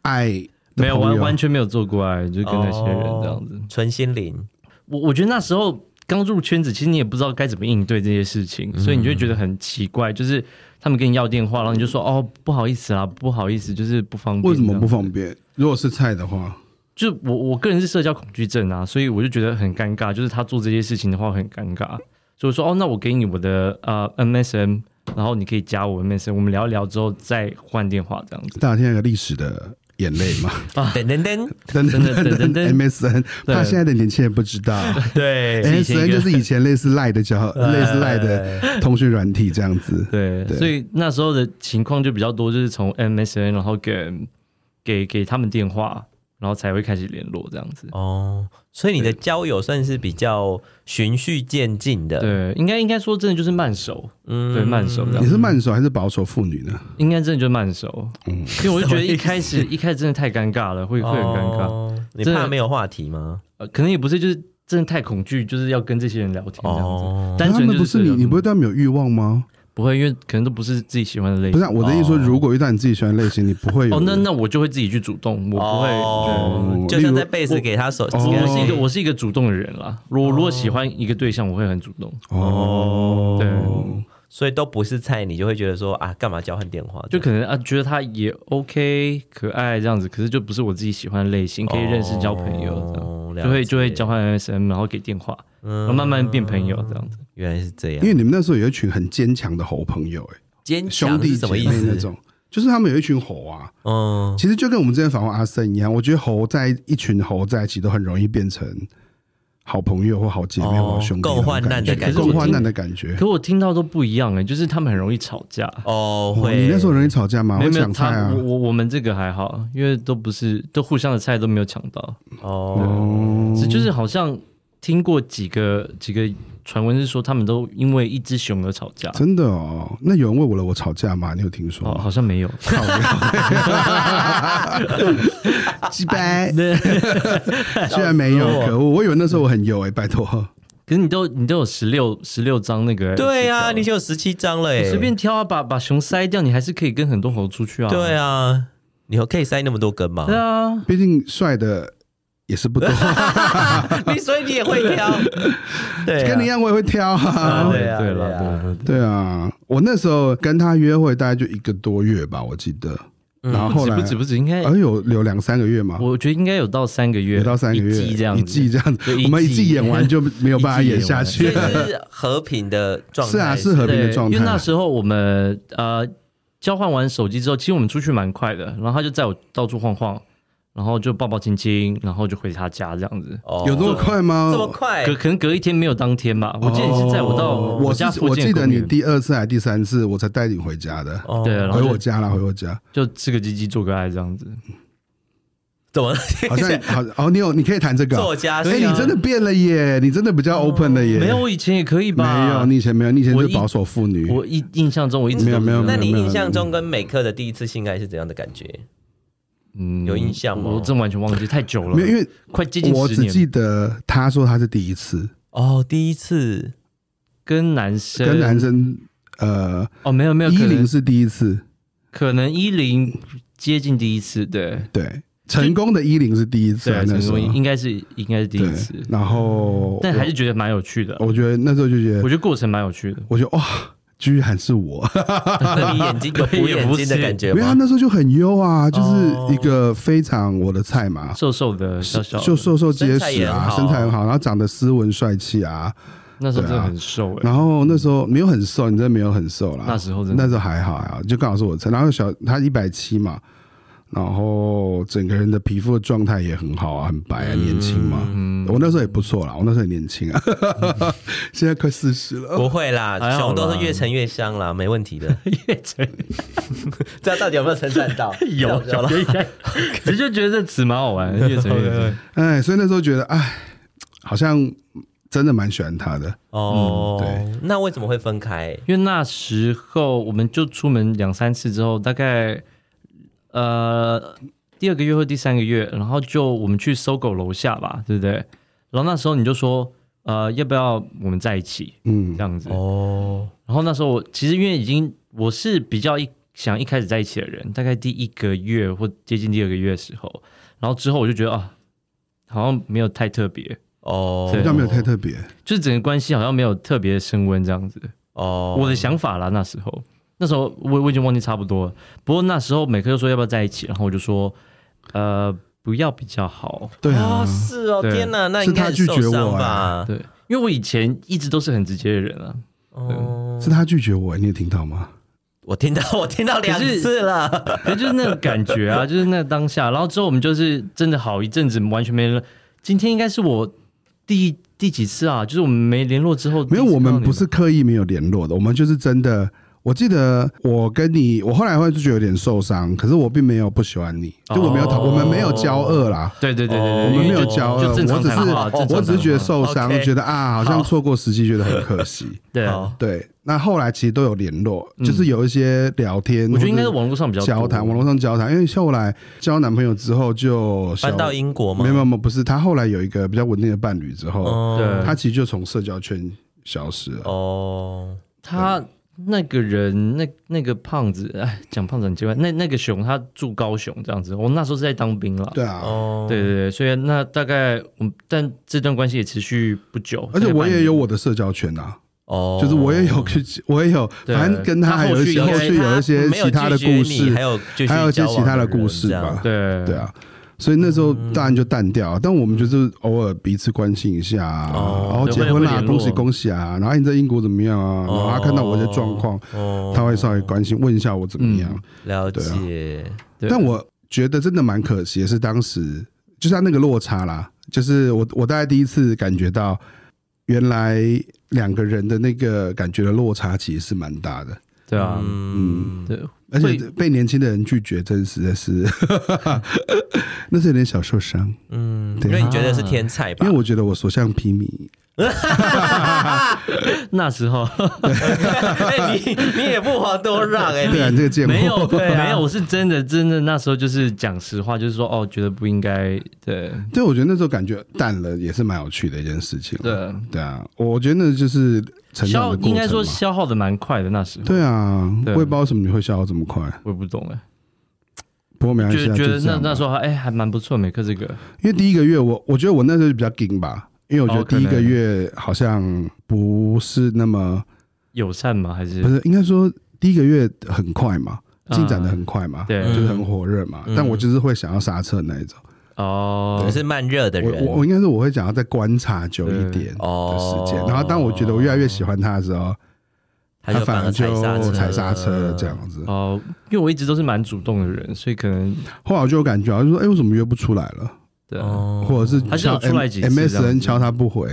Speaker 2: 爱的
Speaker 1: 没有
Speaker 2: 朋
Speaker 1: 完
Speaker 2: 友
Speaker 1: 完全没有做过爱，就跟那些人这样子。
Speaker 3: 哦纯心灵
Speaker 1: 我我觉得那时候刚入圈子，其实你也不知道该怎么应对这些事情，所以你就会
Speaker 2: 嗯
Speaker 1: 觉得很奇怪，就是他们跟你要电话，然后你就说哦不好意思啦，不好意思，就是不方便。
Speaker 2: 为什么不
Speaker 1: 这样？
Speaker 2: 方便？如果是菜的话，
Speaker 1: 就我我个人是社交恐惧症啊，所以我就觉得很尴尬，就是他做这些事情的话很尴尬，所以我说哦那我给你我的呃 MSN，然后你可以加我 MSN，我们聊一聊之后再换电话这样子。
Speaker 2: 大家听那个历史的眼泪嘛，
Speaker 1: 啊
Speaker 3: 噔噔 噔，
Speaker 2: 真
Speaker 1: 真的真的
Speaker 2: MSN，
Speaker 1: 对哎
Speaker 2: 怕现在的年轻人不知道
Speaker 3: 对
Speaker 1: 是以
Speaker 2: ，MSN
Speaker 1: 前一个哎
Speaker 2: 就是以前类似赖的 叫类似赖
Speaker 3: 哎
Speaker 2: 的通讯软体这样子。
Speaker 1: 对，
Speaker 2: 对
Speaker 1: 所以那时候的情况就比较多，就是从 MSN，然后给给给他们电话，然后才会开始联络这样子。
Speaker 3: 哦，所以你的交友算是比较循序渐进的，
Speaker 1: 对，应该应该说真的就是慢熟，
Speaker 3: 嗯
Speaker 1: 对慢熟这
Speaker 2: 你
Speaker 1: 样，
Speaker 2: 是慢手还是保守妇女呢？
Speaker 1: 应该真的就是慢熟，
Speaker 2: 嗯
Speaker 1: 因为我就觉得一开始一开始真的太尴尬了，会会很尴尬，
Speaker 3: 哦你
Speaker 1: 真的
Speaker 3: 怕没有话题吗？
Speaker 1: 呃可能也不是就是真的太恐惧，就是要跟这些人聊天这样子，
Speaker 3: 哦，
Speaker 1: 单
Speaker 2: 他
Speaker 1: 纯
Speaker 2: 们
Speaker 1: 就
Speaker 2: 不是你，
Speaker 1: 这样嗯
Speaker 2: 你不会对他们有欲望吗？
Speaker 1: 不会，因为可能都不是自己喜欢的类
Speaker 2: 不是
Speaker 1: 型
Speaker 2: 啊，。我的意思说，
Speaker 3: 哦
Speaker 2: 如果遇到你自己喜欢的类型，你不 会有
Speaker 1: 哦，那那我就会自己去主动，我不会。对
Speaker 3: 哦
Speaker 2: 对
Speaker 3: 就像在
Speaker 2: 例如
Speaker 3: 贝斯给他手，
Speaker 2: 哦
Speaker 1: 我是一个我是一个主动的人啦。我如果喜欢一个对象，我会很主动。
Speaker 2: 哦，
Speaker 1: 对，
Speaker 3: 所以都不是菜，你就会觉得说啊，干嘛交换电话？
Speaker 1: 就可能啊，觉得他也 OK 可爱这样子，可是就不是我自己喜欢的类型，可以认识交朋友这样，
Speaker 3: 哦
Speaker 1: 就会就会，
Speaker 3: 了解嗯
Speaker 1: 交换 SM，然后给电话，然后慢慢变朋友这样
Speaker 2: 嗯
Speaker 1: 子。
Speaker 3: 原来是这样
Speaker 2: 因。为你们那时候有一群很坚强的猴朋友、欸，
Speaker 3: 坚
Speaker 2: 兄
Speaker 3: 强
Speaker 2: 弟
Speaker 3: 是
Speaker 2: 姐
Speaker 3: 什么意
Speaker 2: 妹那
Speaker 3: 思？
Speaker 2: 种，就是他们有一群猴啊。
Speaker 3: 嗯，
Speaker 2: 其实就跟我们之前访问阿森一样，我觉得猴在一群猴在一起都很容易变成好朋友或好姐妹
Speaker 3: 哦
Speaker 2: 或兄弟那种
Speaker 3: 共患难的
Speaker 2: 感
Speaker 3: 感
Speaker 2: 觉，
Speaker 3: 觉
Speaker 2: 共患难的感觉。
Speaker 1: 可我听到都不一样哎、就是他们很容易吵架。
Speaker 3: 哦，
Speaker 2: 哦
Speaker 3: 会。
Speaker 2: 你那时候容易吵架吗？
Speaker 1: 没
Speaker 2: 会
Speaker 1: 有没有
Speaker 2: 抢菜
Speaker 1: 他，
Speaker 2: 啊
Speaker 1: 我？我我们这个还好，因为都不是都互相的菜都没有抢到，
Speaker 2: 嗯
Speaker 3: 哦，
Speaker 1: 只就是好像听过几个几个传闻是说，他们都因为一只熊而吵架。
Speaker 2: 真的哦，那有人为我了我吵架吗？你有听说
Speaker 1: 哦，
Speaker 2: 吗？
Speaker 1: 好像没有。
Speaker 2: 鸡掰， 居然没有，可恶！我以为那时候我很油哎、拜托。
Speaker 1: 可是你都你都有十六十六张那个，
Speaker 3: 对啊，你就有十七张了哎、
Speaker 1: 随便挑啊，把把熊筛掉，你还是可以跟很多猴出去啊。
Speaker 3: 对，啊，你可以塞那么多 根吗
Speaker 1: 对？啊，
Speaker 2: 毕竟帅的也是不多，
Speaker 3: 你所以你也会 挑，对、啊，
Speaker 2: 跟你一样我也会挑啊。
Speaker 3: 对啊
Speaker 1: 对了
Speaker 3: 对啊
Speaker 1: 对了，
Speaker 2: 对啊，我那时候跟他约会大概就一个多月吧，我记得。
Speaker 3: 嗯
Speaker 2: 然后
Speaker 1: 不
Speaker 2: 后
Speaker 1: 止
Speaker 2: 来，
Speaker 1: 不止不止，应该
Speaker 2: 哎有有两三个月嘛，
Speaker 1: 我觉得应该有到三个月，
Speaker 2: 有到三个月，
Speaker 1: 一季这样子，
Speaker 2: 一季这样子
Speaker 1: 对，一
Speaker 2: 我们一
Speaker 1: 季
Speaker 2: 季演完就没有办法
Speaker 1: 一季演
Speaker 2: 演下
Speaker 1: 完
Speaker 3: 所
Speaker 2: 去
Speaker 3: 以
Speaker 2: 了。
Speaker 3: 是和平的状态，
Speaker 2: 是啊，是和平的
Speaker 1: 对
Speaker 2: 状
Speaker 1: 因为那
Speaker 2: 态。
Speaker 1: 时候我们呃交换完手机之后，其实我们出去蛮快的，然后他就载我到处晃晃，然后就抱抱亲亲，然后就回他家这样子。
Speaker 3: 哦
Speaker 2: 有这么快哦吗？
Speaker 3: 这么快
Speaker 1: 隔可能隔一天没有当天吧，我记得你是载我到
Speaker 2: 哦我
Speaker 1: 家
Speaker 2: 是
Speaker 1: 附
Speaker 2: 我
Speaker 1: 近
Speaker 2: 记
Speaker 1: 的
Speaker 2: 得
Speaker 1: 公
Speaker 2: 你
Speaker 1: 园
Speaker 2: 第二次还第三次，我才带你回家的，
Speaker 3: 哦
Speaker 1: 对，啊然后
Speaker 2: 回
Speaker 1: 就
Speaker 2: 我家啦，回我 家。
Speaker 1: 就吃个鸡鸡做个爱这样子。
Speaker 3: 怎么
Speaker 2: 好像好哦，你有你可以谈这个哦。
Speaker 3: 作家？
Speaker 2: 哎，你真的变了耶，你真的比较 open 了耶。
Speaker 1: 啊哦没有，我以前也可以吧？
Speaker 2: 没有，你以前没有，你以前
Speaker 1: 我
Speaker 2: 是
Speaker 1: 一
Speaker 2: 保守妇女。
Speaker 1: 我印印象中我一直
Speaker 2: 没有
Speaker 1: 都是
Speaker 2: 没有没
Speaker 3: 那
Speaker 2: 有
Speaker 3: 你
Speaker 2: 没有
Speaker 3: 印象中跟美克的第一次性爱是怎样的感觉？
Speaker 1: 嗯
Speaker 3: 有印象吗
Speaker 1: 我真完全忘记，太久了，
Speaker 2: 没有，因为
Speaker 1: 快接近
Speaker 2: 我
Speaker 1: 十
Speaker 2: 只
Speaker 1: 年
Speaker 2: 记。得他说他是第一次
Speaker 3: 哦，第一次
Speaker 1: 跟男生
Speaker 2: 跟男生，呃，
Speaker 1: 哦，没有没有，
Speaker 2: 依
Speaker 1: 可能
Speaker 2: 林是第一次，
Speaker 1: 可能一零接近第一次，对
Speaker 2: 对，成功的依林是第一次
Speaker 1: 对
Speaker 2: 啊
Speaker 1: 啊，，
Speaker 2: 那时
Speaker 1: 成
Speaker 2: 候
Speaker 1: 功应该是应该是第一
Speaker 2: 对
Speaker 1: 次，，
Speaker 2: 然后
Speaker 1: 但还是觉得蛮有趣的。
Speaker 2: 我我觉得那时候就觉
Speaker 1: 我
Speaker 2: 得，
Speaker 1: 觉得过程蛮有趣的，
Speaker 2: 我觉得哇，居然是我，
Speaker 3: 那你眼睛有补眼睛的感觉
Speaker 2: 因为他
Speaker 3: 吗？
Speaker 2: 那时候就很优啊，就是一个非常我的菜嘛，
Speaker 1: 瘦瘦的哦小小的，
Speaker 2: 就啊瘦瘦结
Speaker 3: 身材
Speaker 2: 实
Speaker 3: 也很
Speaker 2: 啊，
Speaker 3: 好
Speaker 2: 身材很好，然后长得斯文帅气啊，
Speaker 1: 那时候真
Speaker 2: 对
Speaker 1: 的
Speaker 2: 啊
Speaker 1: 很瘦哎、
Speaker 2: 然后那时候没有很瘦，你真的没有很瘦啦。
Speaker 1: 那时候真的
Speaker 2: 那时候还好啊，就刚好是我称。然后小他一百七嘛，然后整个人的皮肤的状态也很好啊，很白
Speaker 1: 嗯
Speaker 2: 啊，年轻嘛。我那时候也不错啦，我那时候也年轻啊， 现在快四十了。
Speaker 3: 不会啦
Speaker 1: 还，好啦
Speaker 3: 熊都是越沉越香啦，没问题的。
Speaker 1: 越整
Speaker 3: 这样到底有没有称赞到？
Speaker 1: 有
Speaker 3: 有
Speaker 1: 小
Speaker 3: 了。
Speaker 1: 应该，只是就觉得这词蛮好玩，越整 越整。
Speaker 2: 哎，所以那时候觉得，哎，好像真的蛮喜欢他的。
Speaker 3: 哦，
Speaker 2: 嗯
Speaker 3: 那为什么会分开？
Speaker 1: 因为那时候我们就出门两三次之后，大概呃第二个月或第三个月，然后就我们去搜狗楼下吧，对不对？然后那时候你就说，呃，要不要我们在一起
Speaker 2: 嗯
Speaker 1: 这，样子？
Speaker 3: 哦，
Speaker 1: 然后那时候我其实因为已经我是比较一想一开始在一起的人，大概第一个月或接近第二个月的时候，然后之后我就觉得啊，好像没有太特别，
Speaker 3: 哦，
Speaker 1: 对
Speaker 2: 比较没有太特别。
Speaker 1: 就是整个关系好像没有特别升温这样子。
Speaker 3: 哦，
Speaker 1: 我的想法啦，那时候，那时候我我已经忘记差不多了。不过那时候每科就说要不要在一起，然后我就说，呃，不要比较好。
Speaker 2: 对啊
Speaker 3: 哦，，是哦，
Speaker 1: 对
Speaker 3: 天哪，那
Speaker 2: 是
Speaker 3: 应该
Speaker 2: 他
Speaker 3: 很
Speaker 2: 拒绝
Speaker 3: 受伤
Speaker 2: 我啊
Speaker 3: 吧？
Speaker 1: 对，因为我以前一直都是很直接的人啊，
Speaker 3: 哦，
Speaker 2: 是他拒绝我，你有听到吗？
Speaker 3: 我听到，我听到两次了。
Speaker 1: 可是就是那个感觉啊， 就是那个当下。然后之后我们就是真的好一阵子完全没了。今天应该是我第第几次啊？就是我们没联络之后，
Speaker 2: 没有，
Speaker 1: 第一次
Speaker 2: 我
Speaker 1: 看到
Speaker 2: 们
Speaker 1: 你
Speaker 2: 不是刻意没有联络的，我们就是真的。我记得我跟你，我后来会就觉得有点受伤，可是我并没有不喜欢你，就我没有讨，我
Speaker 1: 哦
Speaker 2: 们没有交恶啦，
Speaker 1: 对对对对
Speaker 3: 哦
Speaker 1: 对，
Speaker 2: 我们没
Speaker 1: 因
Speaker 2: 有
Speaker 1: 为就
Speaker 2: 交恶，
Speaker 1: 就正
Speaker 2: 我
Speaker 1: 常
Speaker 2: 只
Speaker 1: 谈话，正常
Speaker 2: 是我
Speaker 1: 谈
Speaker 2: 只是觉得
Speaker 1: 话
Speaker 2: 受伤，
Speaker 3: OK
Speaker 2: 觉得啊，好像
Speaker 3: 好
Speaker 2: 错过时机，觉得很可惜。
Speaker 1: 对。啊
Speaker 3: 好
Speaker 2: 对，那后来其实都有联络，就是有一些聊天，
Speaker 1: 嗯我觉得应该是
Speaker 2: 或
Speaker 1: 网络上比
Speaker 2: 者
Speaker 1: 较
Speaker 2: 交
Speaker 1: 多
Speaker 2: 谈，网络上交谈，因为后来交男朋友之后就小
Speaker 3: 搬到英国吗？
Speaker 2: 没有没有没有不是，他后来有一个比较稳定的伴侣之后，
Speaker 3: 哦
Speaker 1: 对
Speaker 2: 他其实就从社交圈消失了。
Speaker 3: 哦，
Speaker 1: 他那个人，那那个胖子，哎，讲胖子很奇怪。那那个熊，他住高雄这样子。我那时候是在当兵了，
Speaker 2: 对啊，
Speaker 3: 哦，
Speaker 1: 对对对，所以那大概我们，但这段关系也持续不久。
Speaker 2: 而且
Speaker 1: 大概
Speaker 2: 我
Speaker 1: 半
Speaker 2: 也
Speaker 1: 年
Speaker 2: 有我的社交圈啊，
Speaker 3: 哦，
Speaker 2: 就是我也有去， 我也有，
Speaker 1: 对
Speaker 2: 反正跟
Speaker 1: 他
Speaker 2: 还有
Speaker 1: 后
Speaker 2: 一
Speaker 1: 续
Speaker 2: 些
Speaker 1: 应
Speaker 2: 后
Speaker 1: 该
Speaker 2: 续有一些其他的
Speaker 3: 没有
Speaker 2: 故
Speaker 3: 拒绝你还
Speaker 2: 事，
Speaker 3: 有继续
Speaker 2: 还有一些
Speaker 3: 交往
Speaker 2: 其他的
Speaker 3: 人
Speaker 2: 故事
Speaker 3: 这样嗯
Speaker 2: 吧。
Speaker 1: 对
Speaker 2: 对，啊。所以那时候当然就淡掉，啊但我们就是偶尔彼此关心一下啊，
Speaker 3: 哦
Speaker 2: 然后
Speaker 1: 对
Speaker 2: 结
Speaker 1: 会
Speaker 2: 婚
Speaker 1: 会
Speaker 2: 啦，
Speaker 1: 联络
Speaker 2: 恭喜恭喜啊，然后哎你在英国怎么样啊？然后他看到我的状况，
Speaker 3: 哦，
Speaker 2: 他会啊稍微关心问一下我怎么样。
Speaker 3: 了解，
Speaker 1: 对
Speaker 2: 但我觉得真的蛮可惜的是，当时就是他那个落差啦，就是我我大概第一次感觉到，原来两个人的那个感觉的落差其实是蛮大的。
Speaker 1: 对啊，
Speaker 3: 嗯，
Speaker 1: 对，
Speaker 2: 而
Speaker 1: 会
Speaker 2: 且被年轻的人拒绝，真实的是， 那是有点小受伤，
Speaker 3: 嗯，因
Speaker 2: 对
Speaker 3: 为你觉得是天才
Speaker 1: 啊
Speaker 3: 吧？
Speaker 2: 因为我觉得我所向披靡，
Speaker 1: 那时候
Speaker 3: 哎你你也不遑多让哎，
Speaker 2: 对啊，你这个贱货
Speaker 1: 没有
Speaker 3: 对啊
Speaker 1: 没有，我是真的真的那时候就是讲实话，就是说哦，觉得不应该，对
Speaker 2: 对，我觉得那时候感觉淡了，也是蛮有趣的一件事情。
Speaker 1: 对，
Speaker 2: 对啊，我觉得那就是成长
Speaker 1: 消
Speaker 2: 的过程嘛
Speaker 1: 应该说消耗的蛮快的那时候，
Speaker 2: 对啊，
Speaker 1: 对
Speaker 2: 我也不知道为什么你会消耗这么快。
Speaker 1: 我也不懂哎，
Speaker 2: 不过没关
Speaker 1: 觉
Speaker 2: 系啊，
Speaker 1: 得觉得
Speaker 2: 就这
Speaker 1: 那
Speaker 2: 样吧
Speaker 1: 那时候还哎还蛮不错，每课这个
Speaker 2: 因为第一个月我我觉得我那时候就比较紧吧，因为我觉得
Speaker 1: 哦可
Speaker 2: 第
Speaker 1: 能
Speaker 2: 一个月好像不是那么，
Speaker 1: 友善吗？还是嗯
Speaker 2: 不是应该说第一个月很快嘛，进展的很快嘛，
Speaker 1: 对
Speaker 2: 就是很火热嘛。
Speaker 3: 嗯
Speaker 2: 但我就是会想要刹车那一种，
Speaker 1: 哦
Speaker 3: 我，是慢热的
Speaker 2: 我
Speaker 3: 人
Speaker 2: 啊我我应该是我会想要再观察久一点的
Speaker 3: 哦
Speaker 2: 时间，然后当我觉得我越来越喜欢他的时候，
Speaker 3: 他就
Speaker 2: 反
Speaker 3: 而
Speaker 2: 而
Speaker 3: 踩
Speaker 2: 就
Speaker 3: 刹车，
Speaker 2: 踩刹车了这。样子。
Speaker 1: 哦，因为我一直都是蛮主动的人，所以可能
Speaker 2: 后来我就有感觉，我就说，哎，为什么约不出来了？
Speaker 1: 对
Speaker 3: 哦
Speaker 2: 或者是
Speaker 1: 还是有
Speaker 2: 敲
Speaker 1: 出来
Speaker 2: M-
Speaker 1: 几次这样子
Speaker 2: MSN 敲他不回，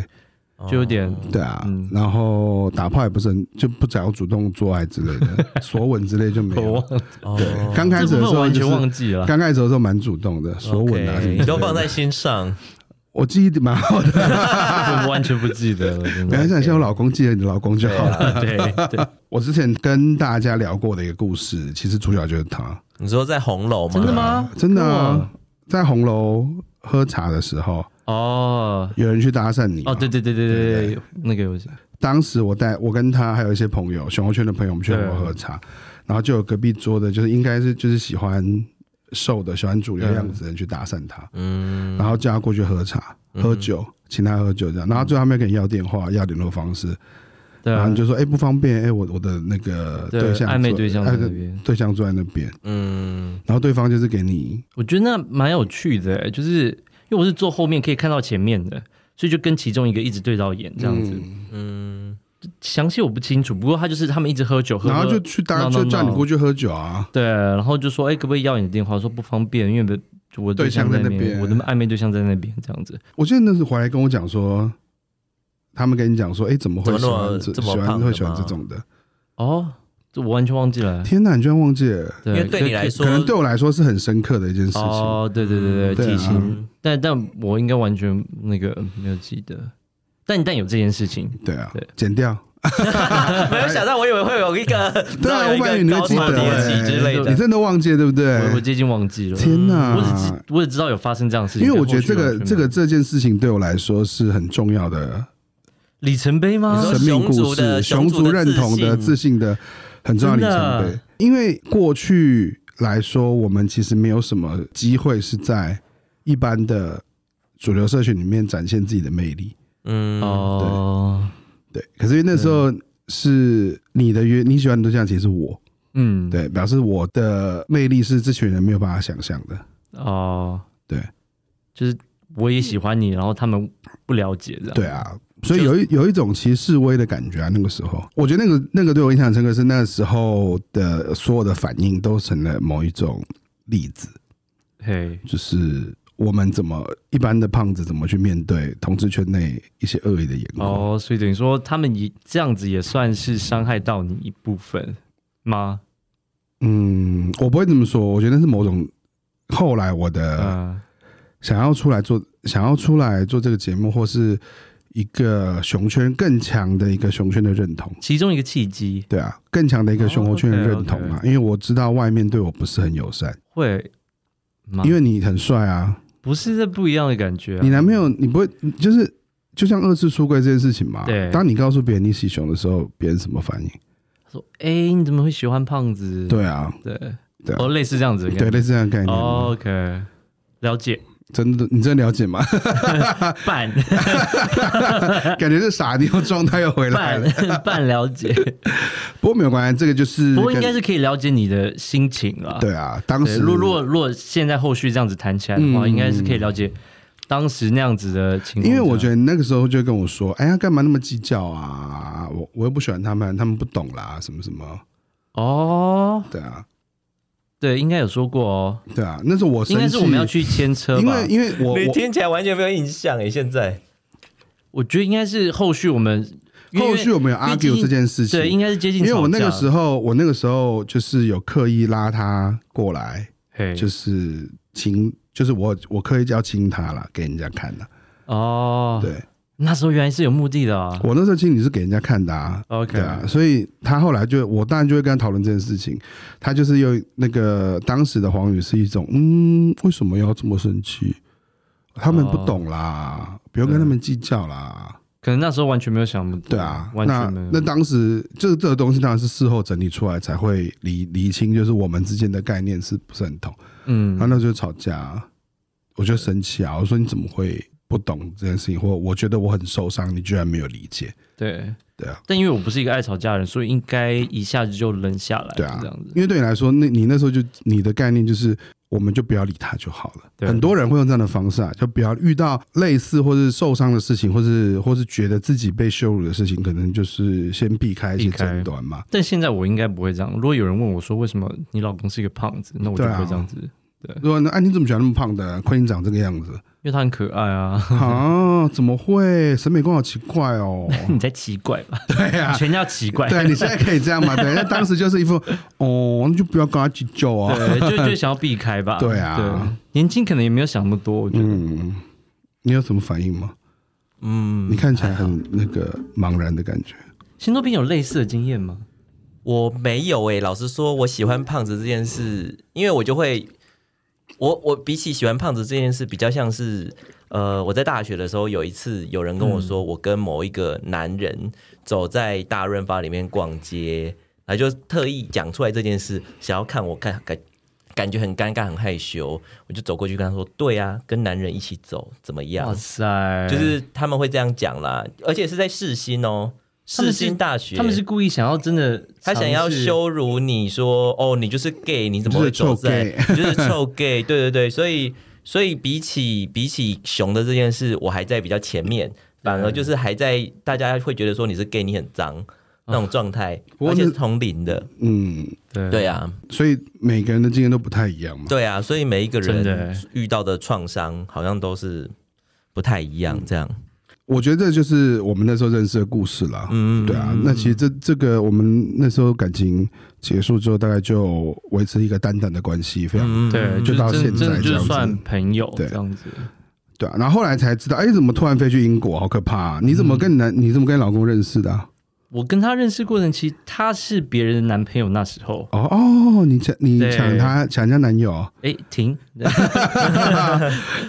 Speaker 1: 就有点
Speaker 2: 对啊
Speaker 1: 嗯，
Speaker 2: 然后打炮也不是很就不想要主动做爱之类 的，索吻之类就没有
Speaker 1: 我。
Speaker 3: 哦
Speaker 2: 对，刚开始
Speaker 1: 这
Speaker 2: 的
Speaker 1: 部
Speaker 2: 时
Speaker 1: 分
Speaker 2: 候
Speaker 1: 完
Speaker 2: 就
Speaker 1: 全
Speaker 2: 是
Speaker 1: 忘记 了。
Speaker 2: 刚开始的时候蛮主动的，索吻啊
Speaker 3: OK，
Speaker 2: 什么，
Speaker 3: 你都放在，心上，
Speaker 2: 我记忆力蛮好 的，
Speaker 1: 我完全不记得了，真
Speaker 2: 没
Speaker 1: 的
Speaker 2: 关系，像我老公记得你的老公就好了。
Speaker 1: 对啊
Speaker 3: 啊
Speaker 1: 对，
Speaker 2: 我之前跟大家聊过的一个故事，其实主角就是他，
Speaker 3: 你说在红楼吗？
Speaker 1: 真的？吗？
Speaker 2: 真的啊，在红楼喝茶的时候，
Speaker 1: 哦
Speaker 2: 有人去搭讪你嘛
Speaker 1: 哦，对对对对对对，那个游戏
Speaker 2: 当时我带我跟他还有一些朋友，熊猫圈的朋友，我们去
Speaker 1: 对
Speaker 2: 红楼喝茶，然后就有隔壁桌的，就是应该是就是喜欢瘦的、喜欢主流样子的人去搭讪他，
Speaker 3: 嗯，
Speaker 2: 然后叫他过去喝茶、
Speaker 1: 嗯
Speaker 2: 喝酒，请他喝酒这样，然后最后他们跟你要电话、要联络方式，
Speaker 1: 对
Speaker 2: 然
Speaker 1: 啊
Speaker 2: 后你，就说：“哎、不方便，哎、我我的那个
Speaker 1: 对
Speaker 2: 象坐
Speaker 1: 暧昧对象在
Speaker 2: 哎
Speaker 1: 那边
Speaker 2: 对象坐在那边。
Speaker 3: 嗯”
Speaker 2: 然后对方就是给你，
Speaker 1: 我觉得那蛮有趣的、欸就是因为我是坐后面可以看到前面的，所以就跟其中一个一直对到眼这样子。
Speaker 3: 嗯，
Speaker 1: 详细我不清楚，不过他就是他们一直喝酒，喝
Speaker 2: 然后
Speaker 1: 喝
Speaker 2: 就去搭，
Speaker 1: 闹
Speaker 2: 就
Speaker 1: 闹
Speaker 2: 叫你
Speaker 1: 闹
Speaker 2: 过去喝酒啊。
Speaker 1: 对，然后就说哎、可不可以要你的电话？说不方便，因为我的
Speaker 2: 对象在
Speaker 1: 在
Speaker 2: 那边
Speaker 1: 我的暧昧对象在那边这样子。
Speaker 2: 我记得那时回来跟我讲说，他们跟你讲说：“哎、怎么会
Speaker 3: 怎
Speaker 2: 喜
Speaker 3: 么那
Speaker 2: 欢
Speaker 3: 么
Speaker 2: 这
Speaker 3: 这么
Speaker 2: 喜
Speaker 3: 胖
Speaker 2: 欢
Speaker 3: 的
Speaker 2: 会喜欢
Speaker 3: 吗
Speaker 2: 这种的？”
Speaker 1: 哦，这我完全忘记 了。
Speaker 2: 天哪，你居然忘记了？
Speaker 1: 对，
Speaker 3: 因为对你来说
Speaker 2: 可能对我来说是很深刻的一件事情。
Speaker 1: 哦，对对对对，
Speaker 2: 对啊
Speaker 1: 提醒、但但我应该完全那个嗯没有记得，但但有这件事情，
Speaker 2: 对啊
Speaker 1: 对，
Speaker 2: 剪掉。
Speaker 3: 没有想到，我以为会有一个，
Speaker 2: 对啊，
Speaker 3: 有
Speaker 2: 我
Speaker 3: 一
Speaker 2: 本来以为
Speaker 3: 个
Speaker 2: 你
Speaker 3: 高
Speaker 2: 会记
Speaker 3: 潮
Speaker 2: 得哎
Speaker 3: 迭起之类
Speaker 2: 你
Speaker 3: 的。
Speaker 2: 真的忘记了对不对？
Speaker 1: 我我接近忘记了。
Speaker 2: 天哪！
Speaker 1: 我只知我只知道有发生这样的事情，
Speaker 2: 因为我
Speaker 1: 但
Speaker 2: 觉得这
Speaker 1: 后
Speaker 2: 个
Speaker 1: 续完全没有
Speaker 2: 这个这件事情对我来说是很重要的
Speaker 1: 里程碑吗
Speaker 3: 你？说
Speaker 2: 生命
Speaker 3: 熊
Speaker 2: 故
Speaker 3: 族的
Speaker 2: 事，熊
Speaker 3: 熊族的
Speaker 2: 族认同的自
Speaker 3: 自信
Speaker 2: 信的很重要的里程
Speaker 1: 真的
Speaker 2: 碑。因为过去来说，我们其实没有什么机会是在一般的主流社群里面展现自己的魅力。
Speaker 3: 嗯，
Speaker 1: 哦，
Speaker 2: 对，可是因为那时候是你的约你喜欢的对象，其实是我。
Speaker 1: 嗯，
Speaker 2: 对，表示我的魅力是这群人没有办法想象的。
Speaker 1: 哦，
Speaker 2: 对，
Speaker 1: 就是我也喜欢你，然后他们不了解这样。
Speaker 2: 对啊，所以有一有一种其实示威的感觉啊。那个时候，我觉得那个那个对我印象深刻是那时候的所有的反应都成了某一种例子，
Speaker 1: 嘿，
Speaker 2: 就是我们怎么一般的胖子怎么去面对同志圈内一些恶意的眼光。
Speaker 1: 哦，所以等于说他们也这样子也算是伤害到你一部分吗？
Speaker 2: 嗯，我不会这么说，我觉得那是某种后来我的。
Speaker 1: 嗯，
Speaker 2: 想要出来做，想要出来做这个节目，或是一个熊圈更强的一个熊圈的认同，
Speaker 1: 其中一个契机
Speaker 2: 对啊，更强的一个熊猴圈的认同
Speaker 1: 哦
Speaker 2: 啊，因为我知道外面对我不是很友善，
Speaker 1: 会吗？
Speaker 2: 因为你很帅啊，
Speaker 1: 不是这不一样的感觉、嗯啊。
Speaker 2: 你男朋友你不会就是就像二次出柜这件事情嘛，
Speaker 1: 对
Speaker 2: 当你告诉别人你喜熊的时候，别人什么反应？
Speaker 1: 他说：“哎、你怎么会喜欢胖子？”
Speaker 2: 对啊，
Speaker 1: 对
Speaker 2: 对啊
Speaker 1: 哦，类似这样子的
Speaker 2: 对，
Speaker 1: 感觉。
Speaker 2: 类似这样的概念嘛，
Speaker 1: 哦 OK，了 解。
Speaker 2: 真的你真的了解 吗？
Speaker 1: 半
Speaker 2: 感觉这傻妞状态又 回来了，
Speaker 1: 半半了 解，
Speaker 2: 不过没有关系，这个就是
Speaker 1: 不过应该
Speaker 2: 跟
Speaker 1: 是可以了解你的心情了。
Speaker 2: 对啊，当
Speaker 1: 对，
Speaker 2: 时
Speaker 1: 若若若现在后续这样子谈起来的话，
Speaker 2: 嗯
Speaker 1: 应该是可以了解当时那样子的情况。
Speaker 2: 因为我觉
Speaker 1: 得
Speaker 2: 得你那个时候就跟我说：“哎呀，干嘛那么计较啊？我我又不喜欢他们，他们不懂啦，什么什么。
Speaker 1: 哦”，
Speaker 2: 对啊，
Speaker 1: 对，应该有说过哦，
Speaker 2: 对啊，那是我生
Speaker 1: 应
Speaker 2: 气，
Speaker 1: 该是我们要去牵车
Speaker 2: 因
Speaker 1: 吧
Speaker 2: 为？因为我
Speaker 3: 你
Speaker 2: 我
Speaker 3: 哎听起来完全没有印象诶，现在
Speaker 1: 我觉得应该是后续我们因为
Speaker 2: 后续我们有 argue 这件事情，
Speaker 1: 对，应该是接近
Speaker 2: 因
Speaker 1: 吵架。
Speaker 2: 为我那个时候，我那个时候就是有刻意拉他过来，
Speaker 1: 嘿
Speaker 2: 就是亲，就是我我刻意要亲他啦，给人家看的。
Speaker 1: 哦，
Speaker 2: 对
Speaker 1: 那时候原来是有目的的啊。
Speaker 2: 我那时候亲你是给人家看的啊。
Speaker 1: OK
Speaker 2: 对啊，所以他后来就我当然就会跟他讨论这件事情。他就是有那个当时的黄宇是一种，嗯，为什么要这么生气？他们不懂
Speaker 1: 哦
Speaker 2: 啦，不用跟他们计较啦。
Speaker 1: 可能那时候完全没有想不到，
Speaker 2: 对啊，
Speaker 1: 完
Speaker 2: 那
Speaker 1: 全没有。
Speaker 2: 那当时这这个东西当然是事后整理出来才会理理清，就是我们之间的概念是不是很同？然后
Speaker 1: 嗯，
Speaker 2: 那时候吵架，我就生气啊，我说你怎么会不懂这件事情，或我觉得我很受伤，你居然没有理解，
Speaker 1: 对。
Speaker 2: 对啊，
Speaker 1: 但因为我不是一个爱吵架的人，所以应该一下子就扔下来，
Speaker 2: 对啊
Speaker 1: 这样子。
Speaker 2: 因为对你来说，那你那时候就你的概念就是。我们就不要理他就好了。
Speaker 1: 对
Speaker 2: 很多人会用这样的方式啊，就不要遇到类似或是受伤的事情，或是或是觉得自己被羞辱的事情，可能就是先避开一些
Speaker 1: 避开
Speaker 2: 争端嘛。
Speaker 1: 但现在我应该不会这样。如果有人问我说为什么你老公是一个胖子，那我就
Speaker 2: 对啊
Speaker 1: 不会这样子，
Speaker 2: 如果那哎、你怎么喜欢那么胖的？昆凌长这个样 子
Speaker 1: 因为他很可爱啊。
Speaker 2: 啊？怎么会？审美观好奇怪哦。
Speaker 1: 你才奇怪吧？
Speaker 2: 对呀、
Speaker 1: 全叫奇怪。
Speaker 2: 对，你啊现在可以这样嘛？对，那当时就是一副哦，那就不要跟他计较啊。
Speaker 1: 对，就就想要避开 吧。
Speaker 2: 对啊
Speaker 1: 对，年轻可能也没有想那么多，我觉得。
Speaker 2: 嗯，你有什么反应吗？
Speaker 3: 嗯
Speaker 2: 你，看起来很那个茫然的感觉。
Speaker 1: 星座兵有类似的经验吗？
Speaker 3: 我没有诶、老实说，我喜欢胖子这件事，因为我就会，我我比起喜欢胖子这件事，比较像是，呃，我在大学的时候有一次，有人跟
Speaker 1: 嗯
Speaker 3: 我说，我跟某一个男人走在大润发里面逛街，然后就特意讲出来这件事，想要看我看感感觉很尴尬很害羞，我就走过去跟他说，对啊，跟男人一起走怎么样
Speaker 1: 哇？塞，
Speaker 3: 就是他们会这样讲啦，而且是在世新哦，
Speaker 1: 他们
Speaker 3: 世
Speaker 1: 是
Speaker 3: 新大学，
Speaker 1: 他们是故意想要真的，
Speaker 3: 他想要。羞辱你说哦，你就是 gay，你怎么会走在？ 你就是臭 gay，对对对，所以所以比起比起熊的这件事，我还在比较前
Speaker 1: 嗯
Speaker 3: 面，反而就是还在大家会觉得说你是 gay，你很脏
Speaker 1: 啊
Speaker 3: 那种状态，
Speaker 2: 不过
Speaker 3: 而且
Speaker 2: 那
Speaker 3: 是同龄的，
Speaker 2: 嗯，
Speaker 1: 对
Speaker 3: 对啊，
Speaker 2: 所以每个人的经验都不太一样嘛。
Speaker 3: 对啊，所以每一个
Speaker 1: 真的
Speaker 3: 人遇到的创伤好像都是不太一
Speaker 1: 嗯
Speaker 3: 样，这样，
Speaker 2: 我觉得这就是我们那时候认识的故事啦。
Speaker 3: 嗯，
Speaker 2: 对啊，那其实这这个我们那时候感情结束之后，大概就维持一个淡淡的关系，非常、
Speaker 3: 嗯
Speaker 1: 对，
Speaker 2: 就到
Speaker 1: 是
Speaker 2: 现
Speaker 1: 真
Speaker 2: 在
Speaker 1: 真的
Speaker 2: 这
Speaker 1: 就
Speaker 2: 样
Speaker 1: 是
Speaker 2: 子
Speaker 1: 算朋友
Speaker 2: 对
Speaker 1: 这样子。
Speaker 2: 对啊。然后后来才知道，哎、怎么突然飞去英国？好可怕、啊！你怎么跟你男？你怎么跟你老公认识的、啊？
Speaker 1: 我跟他认识过程，其实他是别人的男朋友，那时候，
Speaker 2: 哦哦，你抢你
Speaker 1: 对
Speaker 2: 抢他抢人家男友？啊
Speaker 1: 哎， 停，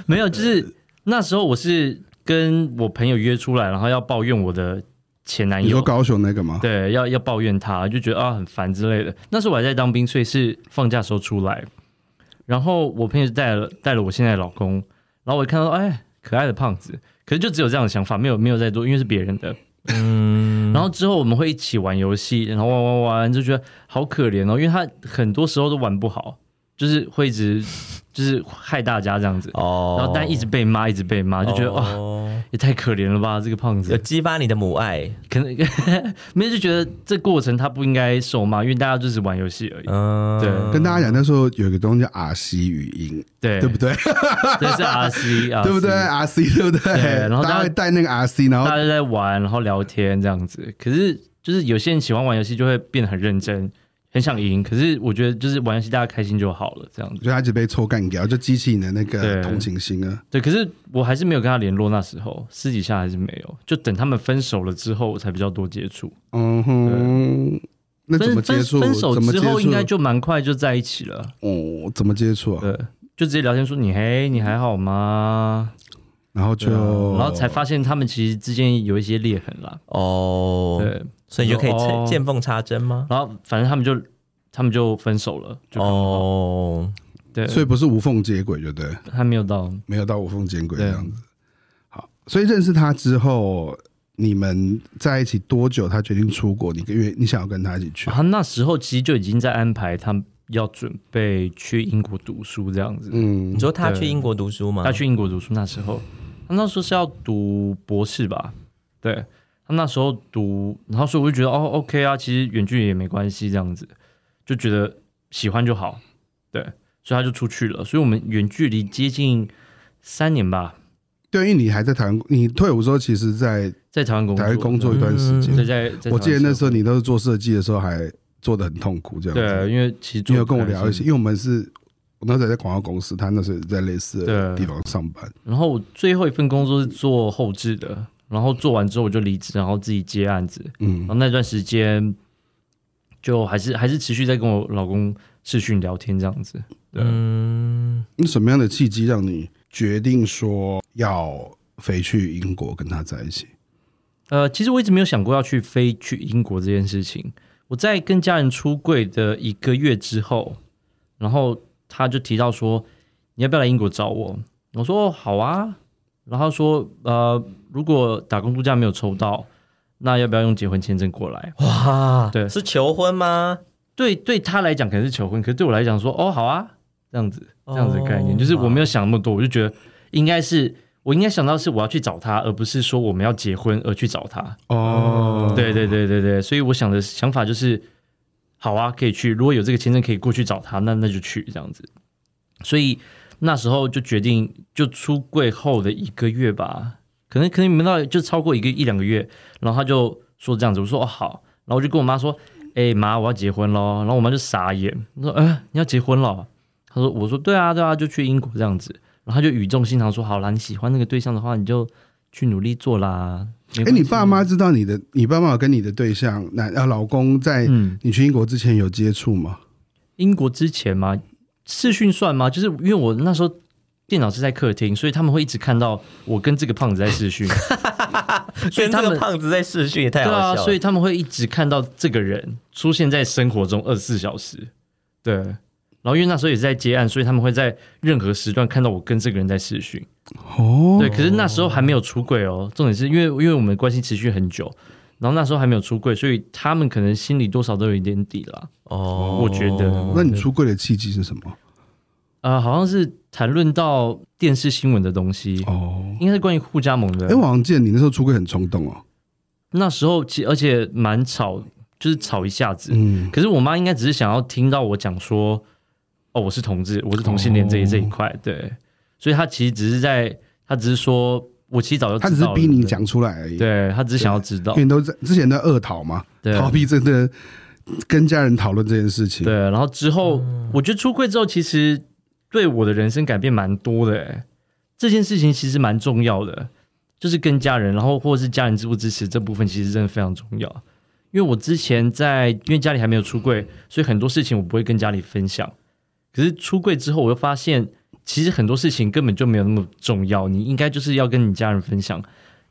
Speaker 1: 没有，就是那时候我是跟我朋友约出来，然后要抱怨我的前男
Speaker 2: 你
Speaker 1: 友
Speaker 2: 说，高雄那个吗？
Speaker 1: 对，要要抱怨他，就觉得啊很烦之类的。那时候我还在当兵，所以是放假时候出来。然后我朋友就带了带了我现在的老公，然后我一看到哎可爱的胖子，可是就只有这样的想法，没有没有再多，因为是别人的。嗯，然后之后我们会一起玩游戏，然后玩玩玩，就觉得好可怜哦，因为他很多时候都玩不好，就是会一直就是害大家这样子，
Speaker 3: 哦，
Speaker 1: 然后但一直被骂，一直被骂，就觉得哇、
Speaker 3: 哦
Speaker 1: 也太可怜了吧，这个胖子
Speaker 3: 有。激发你的母爱，
Speaker 1: 可能 没有就觉得这过程他不应该受骂，因为大家就是玩游戏而已。
Speaker 3: 嗯，
Speaker 1: 对
Speaker 2: 跟大家讲，那时候有一个东西叫 RC 语音，
Speaker 1: 对
Speaker 2: 对不对？
Speaker 1: 这 是 RC 啊，
Speaker 2: 对不对？RC 对不对？
Speaker 1: 对然后大家
Speaker 2: 大家会带那个 RC，然
Speaker 1: 大
Speaker 2: 后
Speaker 1: 家在玩，然后聊天这样子。可是就是有些人喜欢玩游戏，就会变得很认真，很想赢。可是我觉得就是玩游戏大家开心就好了，这样子。
Speaker 2: 就他一直被抽干掉，就激起你的那个
Speaker 1: 对
Speaker 2: 同情心啊。
Speaker 1: 对，可是我还是没有跟他联络，那时候私底下还是没有，就等他们分手了之后，我才比较多接触。
Speaker 2: 嗯哼，那怎么
Speaker 1: 分
Speaker 2: 接
Speaker 1: 分
Speaker 2: 触？
Speaker 1: 分手
Speaker 2: 怎么
Speaker 1: 之
Speaker 2: 接
Speaker 1: 后
Speaker 2: 触
Speaker 1: 应该就蛮快就在一起了，
Speaker 2: 哦，怎么接触啊？
Speaker 1: 对，就直接聊天说你嘿，你还好吗？
Speaker 2: 然后就
Speaker 1: 对啊然后才发现他们其实之间有一些裂痕啦。
Speaker 3: 哦，
Speaker 1: 对，
Speaker 3: 所以你就可以趁
Speaker 1: 哦
Speaker 3: 见缝插针吗？
Speaker 1: 然后反正他们就他们就分手了，就哦，
Speaker 3: 哦，
Speaker 1: 对，
Speaker 2: 所以不是无缝接轨，对不对？
Speaker 1: 还没有到，
Speaker 2: 没有到无缝接轨这
Speaker 1: 对
Speaker 2: 样子。好，所以认识他之后，你们在一起多久？他决定出国，你约你想要跟他一起去？
Speaker 1: 他啊那时候其实就已经在安排他们要准备去英国读书这样子。
Speaker 2: 嗯
Speaker 3: 你，说他去
Speaker 1: 对
Speaker 3: 英国读书吗？
Speaker 1: 他去英国读书那时候，他那时候是要读博士吧？对，他那时候读，然后所以我就觉得哦，OK 啊，其实远距离也没关系，这样子就觉得喜欢就好，对，所以他就出去了。所以我们远距离接近三年吧，
Speaker 2: 对，因为你还在台湾，你退伍之后，其实在
Speaker 1: 在台湾工作，
Speaker 2: 台湾工作一段时间
Speaker 1: 对，。在在
Speaker 2: 我记得那时
Speaker 1: 候
Speaker 2: 候你都是做设计的时候还做的很痛苦，这样子。
Speaker 1: 对，因为其实
Speaker 2: 你
Speaker 1: 做
Speaker 2: 有跟我聊一
Speaker 1: 是
Speaker 2: 些，因为我们是我那时候在广告公司，他那时候也在类似的
Speaker 1: 对啊
Speaker 2: 地方上班。
Speaker 1: 然后我最后一份工作是做后置的，然后做完之后我就离职，然后自己接案子。
Speaker 2: 嗯
Speaker 1: 然后，那段时间就还是还是持续在跟我老公视讯聊天这样子。对，
Speaker 3: 嗯，
Speaker 2: 那什么样的契机让你决定说要飞去英国跟他在一起？
Speaker 1: 呃，其实我一直没有想过要去飞去英国这件事情。我在跟家人出柜的一个月之后，然后他就提到说：“你要不要来英国找我？”我说：“哦好啊。”然后他说：“呃，如果打工度假没有抽到，那要不要用结婚签证过来？”
Speaker 3: 哇，
Speaker 1: 对
Speaker 3: 是求婚吗？
Speaker 1: 对对他来讲可能是求婚，可是对我来讲说哦好啊，这样子
Speaker 3: 哦
Speaker 1: 这样子的概念，就是我没有想那么多，我就觉得应该是我应该想到是我要去找他，而不是说我们要结婚而去找他。
Speaker 2: 哦，
Speaker 1: 对对对对对，所以我想的想法就是好啊，可以去，如果有这个签证可以过去找他，那那就去这样子。所以那时候就决定，就出柜后的一个月吧，可能可能没到就超过一个一两个月，然后他就说这样子，我说哦好，然后我就跟我妈说，哎、妈，我要结婚咯。然后我妈就傻眼，她说，呃，你要结婚了？她说，我说对啊对啊，就去英国这样子。然后她就语重心长说，好啦，你喜欢那个对象的话，你就去努力做啦。哎
Speaker 2: 哎，你爸妈知道你的，你爸妈有跟你的对象男啊老公在
Speaker 1: 嗯
Speaker 2: 你去英国之前有接触吗？
Speaker 1: 英国之前嘛，视讯算吗？就是因为我那时候电脑是在客厅，所以他们会一直看到我跟这个胖子在视 讯，所以
Speaker 3: 跟这
Speaker 1: 他们
Speaker 3: 个胖子在试训也太
Speaker 1: 对
Speaker 3: 好笑
Speaker 1: 啊，
Speaker 3: 了。
Speaker 1: 所以他们会一直看到这个人出现在生活中二十四小时，对。然后因为那时候也是在接案，所以他们会在任何时段看到我跟这个人在视讯。
Speaker 2: 哦，
Speaker 1: 对，可是那时候还没有出柜哦。重点是因为因为我们关系持续很久，然后那时候还没有出柜，所以他们可能心里多少都有一点底啦。
Speaker 3: 哦
Speaker 1: 我觉得
Speaker 2: 那你出柜的契机是什么？
Speaker 1: 呃，好像是谈论到电视新闻的东西，
Speaker 2: 哦，
Speaker 1: 应该是关于互加盟的。
Speaker 2: 哎，我好像记得你那时候出柜很冲动哦。
Speaker 1: 那时候其而且蛮吵，就是吵一下子。
Speaker 2: 嗯，
Speaker 1: 可是我妈应该只是想要听到我讲说，哦，我是同志，我是同性恋这一、
Speaker 2: 哦
Speaker 1: 这一块，对。所以她其实只是在，她只是说我其实早就知
Speaker 2: 他
Speaker 1: 道
Speaker 2: 只是
Speaker 1: 了
Speaker 2: 逼你，讲出来而已。
Speaker 1: 对不对对，她只是想要知道
Speaker 2: 因，为都在之前都在恶讨嘛，
Speaker 1: 对
Speaker 2: 逃避这个跟家人讨论这件事情。
Speaker 1: 对。然后之后，
Speaker 2: 嗯
Speaker 1: 我觉得出柜之后，其实对我的人生改变蛮多的、欸。这件事情其实蛮重要的，就是跟家人，然后或者是家人支不支持这部分，其实真的非常重要。因为我之前在，因为家里还没有出柜，所以很多事情我不会跟家里分享。可是出柜之后，我又发现，其实很多事情根本就没有那么重要，你应该就是要跟你家人分享，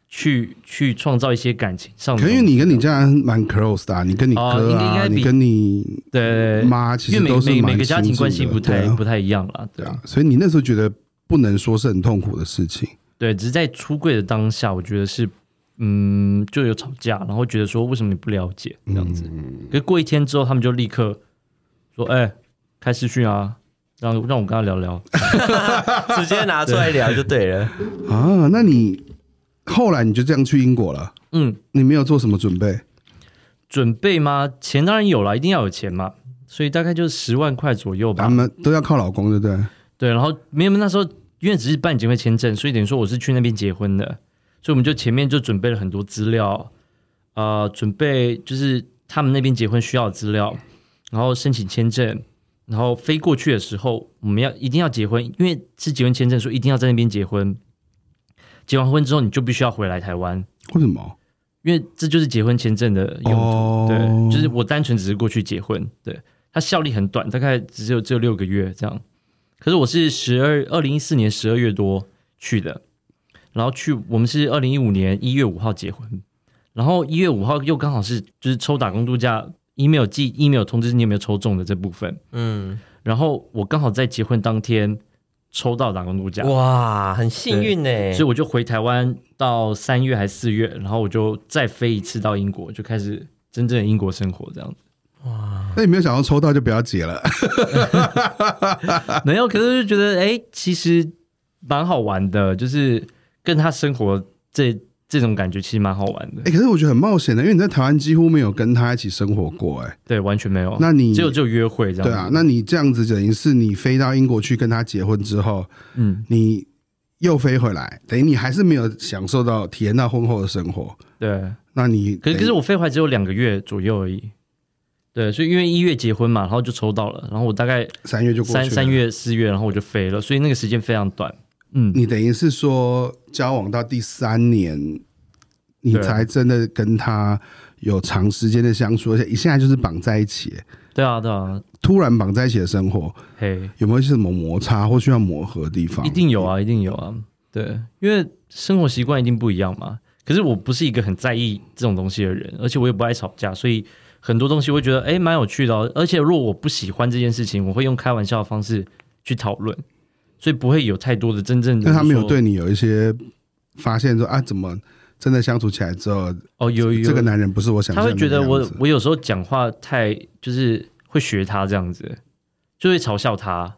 Speaker 1: 去去创造一些感情上的
Speaker 2: 可
Speaker 1: 东
Speaker 2: 是
Speaker 1: 西。
Speaker 2: 因为你跟你家人蛮 close 的、啊，你跟你
Speaker 1: 哦
Speaker 2: 哥
Speaker 1: 应该应
Speaker 2: 啊，
Speaker 1: 该比
Speaker 2: 你跟你
Speaker 1: 对
Speaker 2: 妈其
Speaker 1: 因
Speaker 2: 实
Speaker 1: 为
Speaker 2: 都
Speaker 1: 每
Speaker 2: 是
Speaker 1: 每
Speaker 2: 蛮
Speaker 1: 每个家庭关系
Speaker 2: 亲近的
Speaker 1: 不太、
Speaker 2: 对啊
Speaker 1: 不太一样啦，
Speaker 2: 对
Speaker 1: 对
Speaker 2: 啊，所以你那时候觉得不能说是很痛苦的事情。
Speaker 1: 对，只是在出柜的当下，我觉得是嗯，就有吵架，然后觉得说为什么你不了解这样子，
Speaker 2: 嗯
Speaker 1: 可是过一天之后，他们就立刻说，哎、开视讯啊，让让我跟他聊聊，
Speaker 3: 直接拿出来聊就 对了。
Speaker 2: 啊，那你后来你就这样去英国了？
Speaker 1: 嗯，
Speaker 2: 你没有做什么准备？
Speaker 1: 准备吗？钱当然有啦，一定要有钱嘛，所以大概就十万块左右吧
Speaker 2: 咱，们都要靠老公，对不对？
Speaker 1: 对，然后没有那时候因为只是办结婚签证，所以等于说我是去那边结婚的，所以我们就前面就准备了很多资料，呃，准备就是他们那边结婚需要的资料，然后申请签证，然后飞过去的时候我们要一定要结婚，因为是结婚签证，所以一定要在那边结婚。结完婚之后你就必须要回来台湾，
Speaker 2: 为什么？
Speaker 1: 因为这就是结婚签证的用途。
Speaker 2: 哦
Speaker 1: 对，就是我单纯只是过去结婚，对，它效力很短，大概只有只有六个月这样。可是我是十二二零一四年十二月多去的，然后去我们是二零一五年一月五号结婚，然后一月五号又刚好是就是抽打工度假，email 寄 email 通知你有没有抽中的这部分，
Speaker 3: 嗯，
Speaker 1: 然后我刚好在结婚当天抽到打工度假，
Speaker 3: 哇，很幸运呢、
Speaker 1: 所以我就回台湾到三月还是四月，然后我就再飞一次到英国，就开始真正的英国生活这样子。
Speaker 2: 那你没有想要抽到就不要结了。 哎
Speaker 1: 没有，可是就觉得哎、诶其实蛮好玩的，就是跟他生活这这种感觉其实蛮好玩的
Speaker 2: 哎、。可是我觉得很冒险的，因为你在台湾几乎没有跟他一起生活过、哎，
Speaker 1: 对，完全没有。
Speaker 2: 那你
Speaker 1: 哦
Speaker 2: 啊
Speaker 1: 只有只有约会这样子。
Speaker 2: 对啊，那你这样子等于是你飞到英国去跟他结婚之后，
Speaker 1: 嗯，
Speaker 2: 你又飞回来，等于你还是没有享受到体验到婚后的生活。
Speaker 1: 对，
Speaker 2: 那你
Speaker 1: 可是可是
Speaker 2: 等于
Speaker 1: 我废话只有两个月左右而已。对，所以因为一月结婚嘛，然后就抽到了，然后我大概
Speaker 2: 三月就过去了
Speaker 1: 三三，月四月，然后我就飞了，所以那个时间非常短。嗯，
Speaker 2: 你等于是说交往到第三年，你
Speaker 1: 对
Speaker 2: 才真的跟他有长时间的相处，而且一下就是绑在一起，
Speaker 1: 对啊，对啊，
Speaker 2: 突然绑在一起的生活，
Speaker 1: 嘿，
Speaker 2: 有没有一些什么摩擦或需要磨合的地方？
Speaker 1: 一定有啊，一定有啊。对，因为生活习惯一定不一样嘛。可是我不是一个很在意这种东西的人，而且我也不爱吵架，所以很多东西我会觉得哎蛮有趣的哦、而且如果我不喜欢这件事情，我会用开玩笑的方式去讨论，所以不会有太多的真正的。
Speaker 2: 但他没有对你有一些发现说啊，怎么真的相处起来之后，
Speaker 1: 哦有有
Speaker 2: 这个男人不是我想
Speaker 1: 他
Speaker 2: 象的
Speaker 1: 会觉得
Speaker 2: 那
Speaker 1: 我
Speaker 2: 个样子
Speaker 1: 我有时候讲话太就是会学他这样子，就会嘲笑他，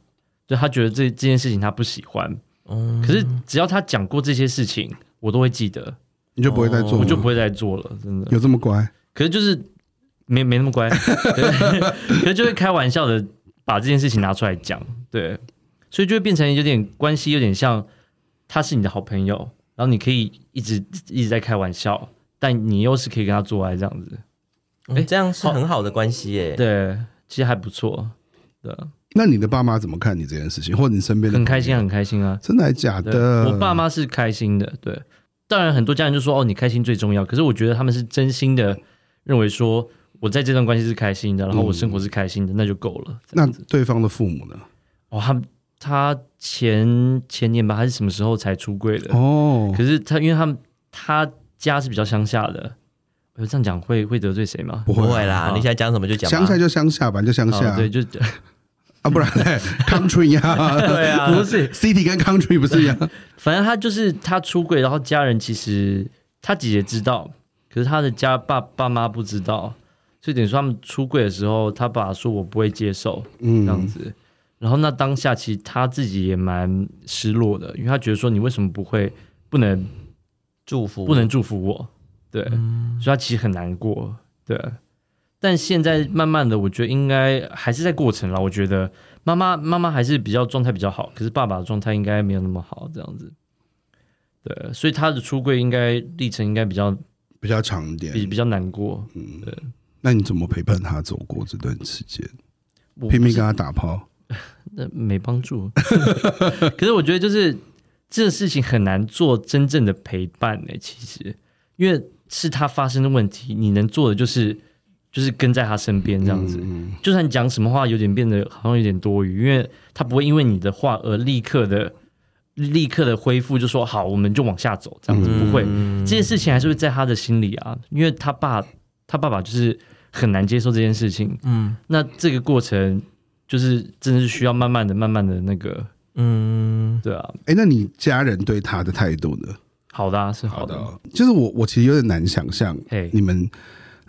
Speaker 1: 就他觉得这这件事情他不喜欢。
Speaker 3: 嗯
Speaker 1: 可是只要他讲过这些事情，我都会记得，
Speaker 2: 你就不会再做吗，
Speaker 1: 我就不会再做了，真的。
Speaker 2: 有这么乖。
Speaker 1: 可是就是没没那么乖， 可是可是就会开玩笑的把这件事情拿出来讲，对，所以就会变成有点关系，有点像他是你的好朋友，然后你可以一直一直在开玩笑，但你又是可以跟他做爱这样子，
Speaker 3: 哎，这样是很好的关系耶。
Speaker 1: 对，其实还不错，对，
Speaker 2: 那你的爸妈怎么看你这件事情，或者你身边的
Speaker 1: 很
Speaker 2: 朋
Speaker 1: 开
Speaker 2: 友
Speaker 1: 心啊，很开心啊。
Speaker 2: 真的还假
Speaker 1: 对
Speaker 2: 的？
Speaker 1: 我爸妈是开心的，对。当然，很多家人就说：“哦，你开心最重要。”可是我觉得他们是真心的认为说，我在这段关系是开心的，然后我生活是开心的，那就够了。
Speaker 2: 嗯
Speaker 1: 这
Speaker 2: 那
Speaker 1: 样子
Speaker 2: 对方的父母呢？
Speaker 1: 哦，他们他前前年吧，还是什么时候才出柜的？
Speaker 2: 哦，
Speaker 1: 可是他因为他们他家是比较乡下的，我这样讲会会得罪谁吗？
Speaker 2: 不
Speaker 3: 不
Speaker 2: 会
Speaker 3: 会
Speaker 2: 啊，
Speaker 3: 啦，你现在讲什么就讲吧。
Speaker 2: 乡下就乡下吧，就乡
Speaker 1: 哦
Speaker 2: 下
Speaker 1: 对，就
Speaker 2: 啊，不然嘞 country 呀
Speaker 3: 对啊，
Speaker 1: 不是，
Speaker 2: ，city 跟 country 不是一样？
Speaker 1: 反正他就是他出柜，然后家人其实他姐姐知道，可是他的家爸爸妈不知道，所以等于说他们出柜的时候，他爸说我不会接受 这样
Speaker 2: 嗯，
Speaker 1: 子。然后那当下其实他自己也蛮失落的，因为他觉得说你为什么不会不能
Speaker 3: 祝福
Speaker 1: 不能祝福我，对，
Speaker 2: 嗯
Speaker 1: 所以他其实很难过，对。但现在慢慢的，我觉得应该还是在过程啦。我觉得妈妈妈妈还是比较状态比较好，可是爸爸的状态应该没有那么好，这样子。对，所以他的出柜应该历程应该比较
Speaker 2: 比较长一点
Speaker 1: 比。比较难过，
Speaker 2: 那你怎么陪伴他走过这段时间？
Speaker 1: 我
Speaker 2: 拼
Speaker 1: 不
Speaker 2: 命
Speaker 1: 知
Speaker 2: 跟他打炮？
Speaker 1: 那没帮助。 可是我觉得就是这事情很难做真正的陪伴呢、其实因为是他发生的问题，你能做的就是就是跟在他身边这样子。就算你讲什么话，有点变得好像有点多余，因为他不会因为你的话而立刻的。立刻的恢复，就说好，我们就往下走，这样子、不会，
Speaker 3: 嗯
Speaker 1: 这件事情还是会在他的心里啊，因为他爸，他爸爸就是很难接受这件事情，
Speaker 3: 嗯
Speaker 1: 那这个过程就是真的是需要慢慢的、慢慢的那个，
Speaker 3: 嗯
Speaker 1: 对啊，
Speaker 2: 哎，那你家人对他的态度呢？
Speaker 1: 好的、啊、是好的，
Speaker 2: 哦，就是我我其实有点难想象
Speaker 1: 嘿
Speaker 2: 你们，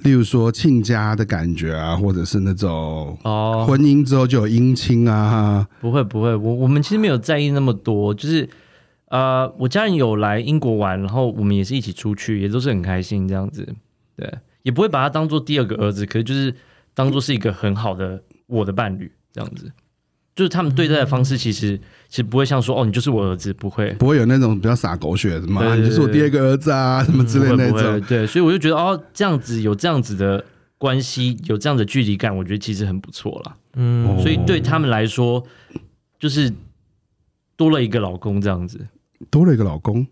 Speaker 2: 例如说亲家的感觉啊，或者是那种
Speaker 1: 哦，
Speaker 2: 婚姻之后就有姻亲啊，
Speaker 1: 不会不会，我我们其实没有在意那么多，就是呃，我家人有来英国玩，然后我们也是一起出去，也都是很开心这样子，对，也不会把他当做第二个儿子，可是就是当做是一个很好的我的伴侣这样子。就是他们对待的方
Speaker 2: 嗯
Speaker 1: 式，其实其实不会像说哦，你就是我儿子，不会，
Speaker 2: 不会有那种比较撒狗血的嘛，啊
Speaker 1: 对对对
Speaker 2: 你就是我第二个儿子啊，什么之类
Speaker 1: 不
Speaker 2: 的
Speaker 1: 会
Speaker 2: 那
Speaker 1: 不会，
Speaker 2: 种。
Speaker 1: 对，所以我就觉得哦，这样子有这样子的关系，有这样的距离感，我觉得其实很不错啦。
Speaker 3: 嗯，
Speaker 1: 所以对他们来说，就是多了一个老公这样子，
Speaker 2: 多了一个老公，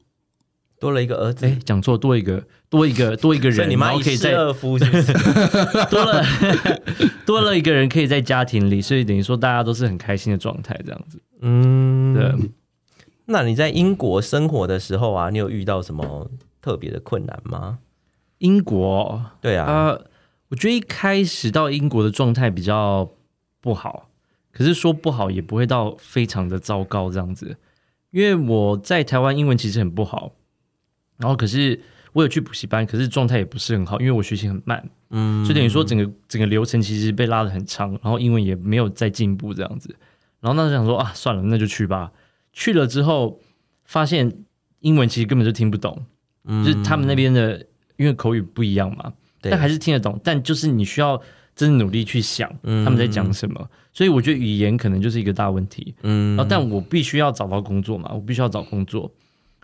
Speaker 3: 多了一个儿子
Speaker 1: 哎，，讲错，多一个多一 个多一个
Speaker 3: 所
Speaker 1: 人，
Speaker 3: 以
Speaker 1: 然
Speaker 3: 你妈
Speaker 1: 后
Speaker 3: 一
Speaker 1: 可以
Speaker 3: 世
Speaker 1: 在
Speaker 3: 二夫是不是，
Speaker 1: 多 了多了一个人可以在家庭里，所以等于说大家都是很开心的状态这样子。
Speaker 3: 嗯，
Speaker 1: 对，
Speaker 3: 那你在英国生活的时候啊，你有遇到什么特别的困难吗？
Speaker 1: 英国
Speaker 3: 对啊，
Speaker 1: 啊、我觉得一开始到英国的状态比较不好，可是说不好也不会到非常的糟糕这样子，因为我在台湾英文其实很不好，然后可是我有去补习班，可是状态也不是很好，因为我学习很慢，
Speaker 3: 嗯，
Speaker 1: 所以等于说整个整个流程其实被拉得很长，然后英文也没有再进步这样子，然后那时候想说啊，算了，那就去吧。去了之后发现英文其实根本就听不懂，
Speaker 3: 嗯
Speaker 1: 就是他们那边的因为口语不一样嘛，
Speaker 3: 对啊
Speaker 1: 但还是听得懂。但就是你需要真的努力去想
Speaker 3: 嗯
Speaker 1: 他们在讲什么。所以我觉得语言可能就是一个大问题。
Speaker 3: 嗯
Speaker 1: 然后，但我必须要找到工作嘛，我必须要找工作。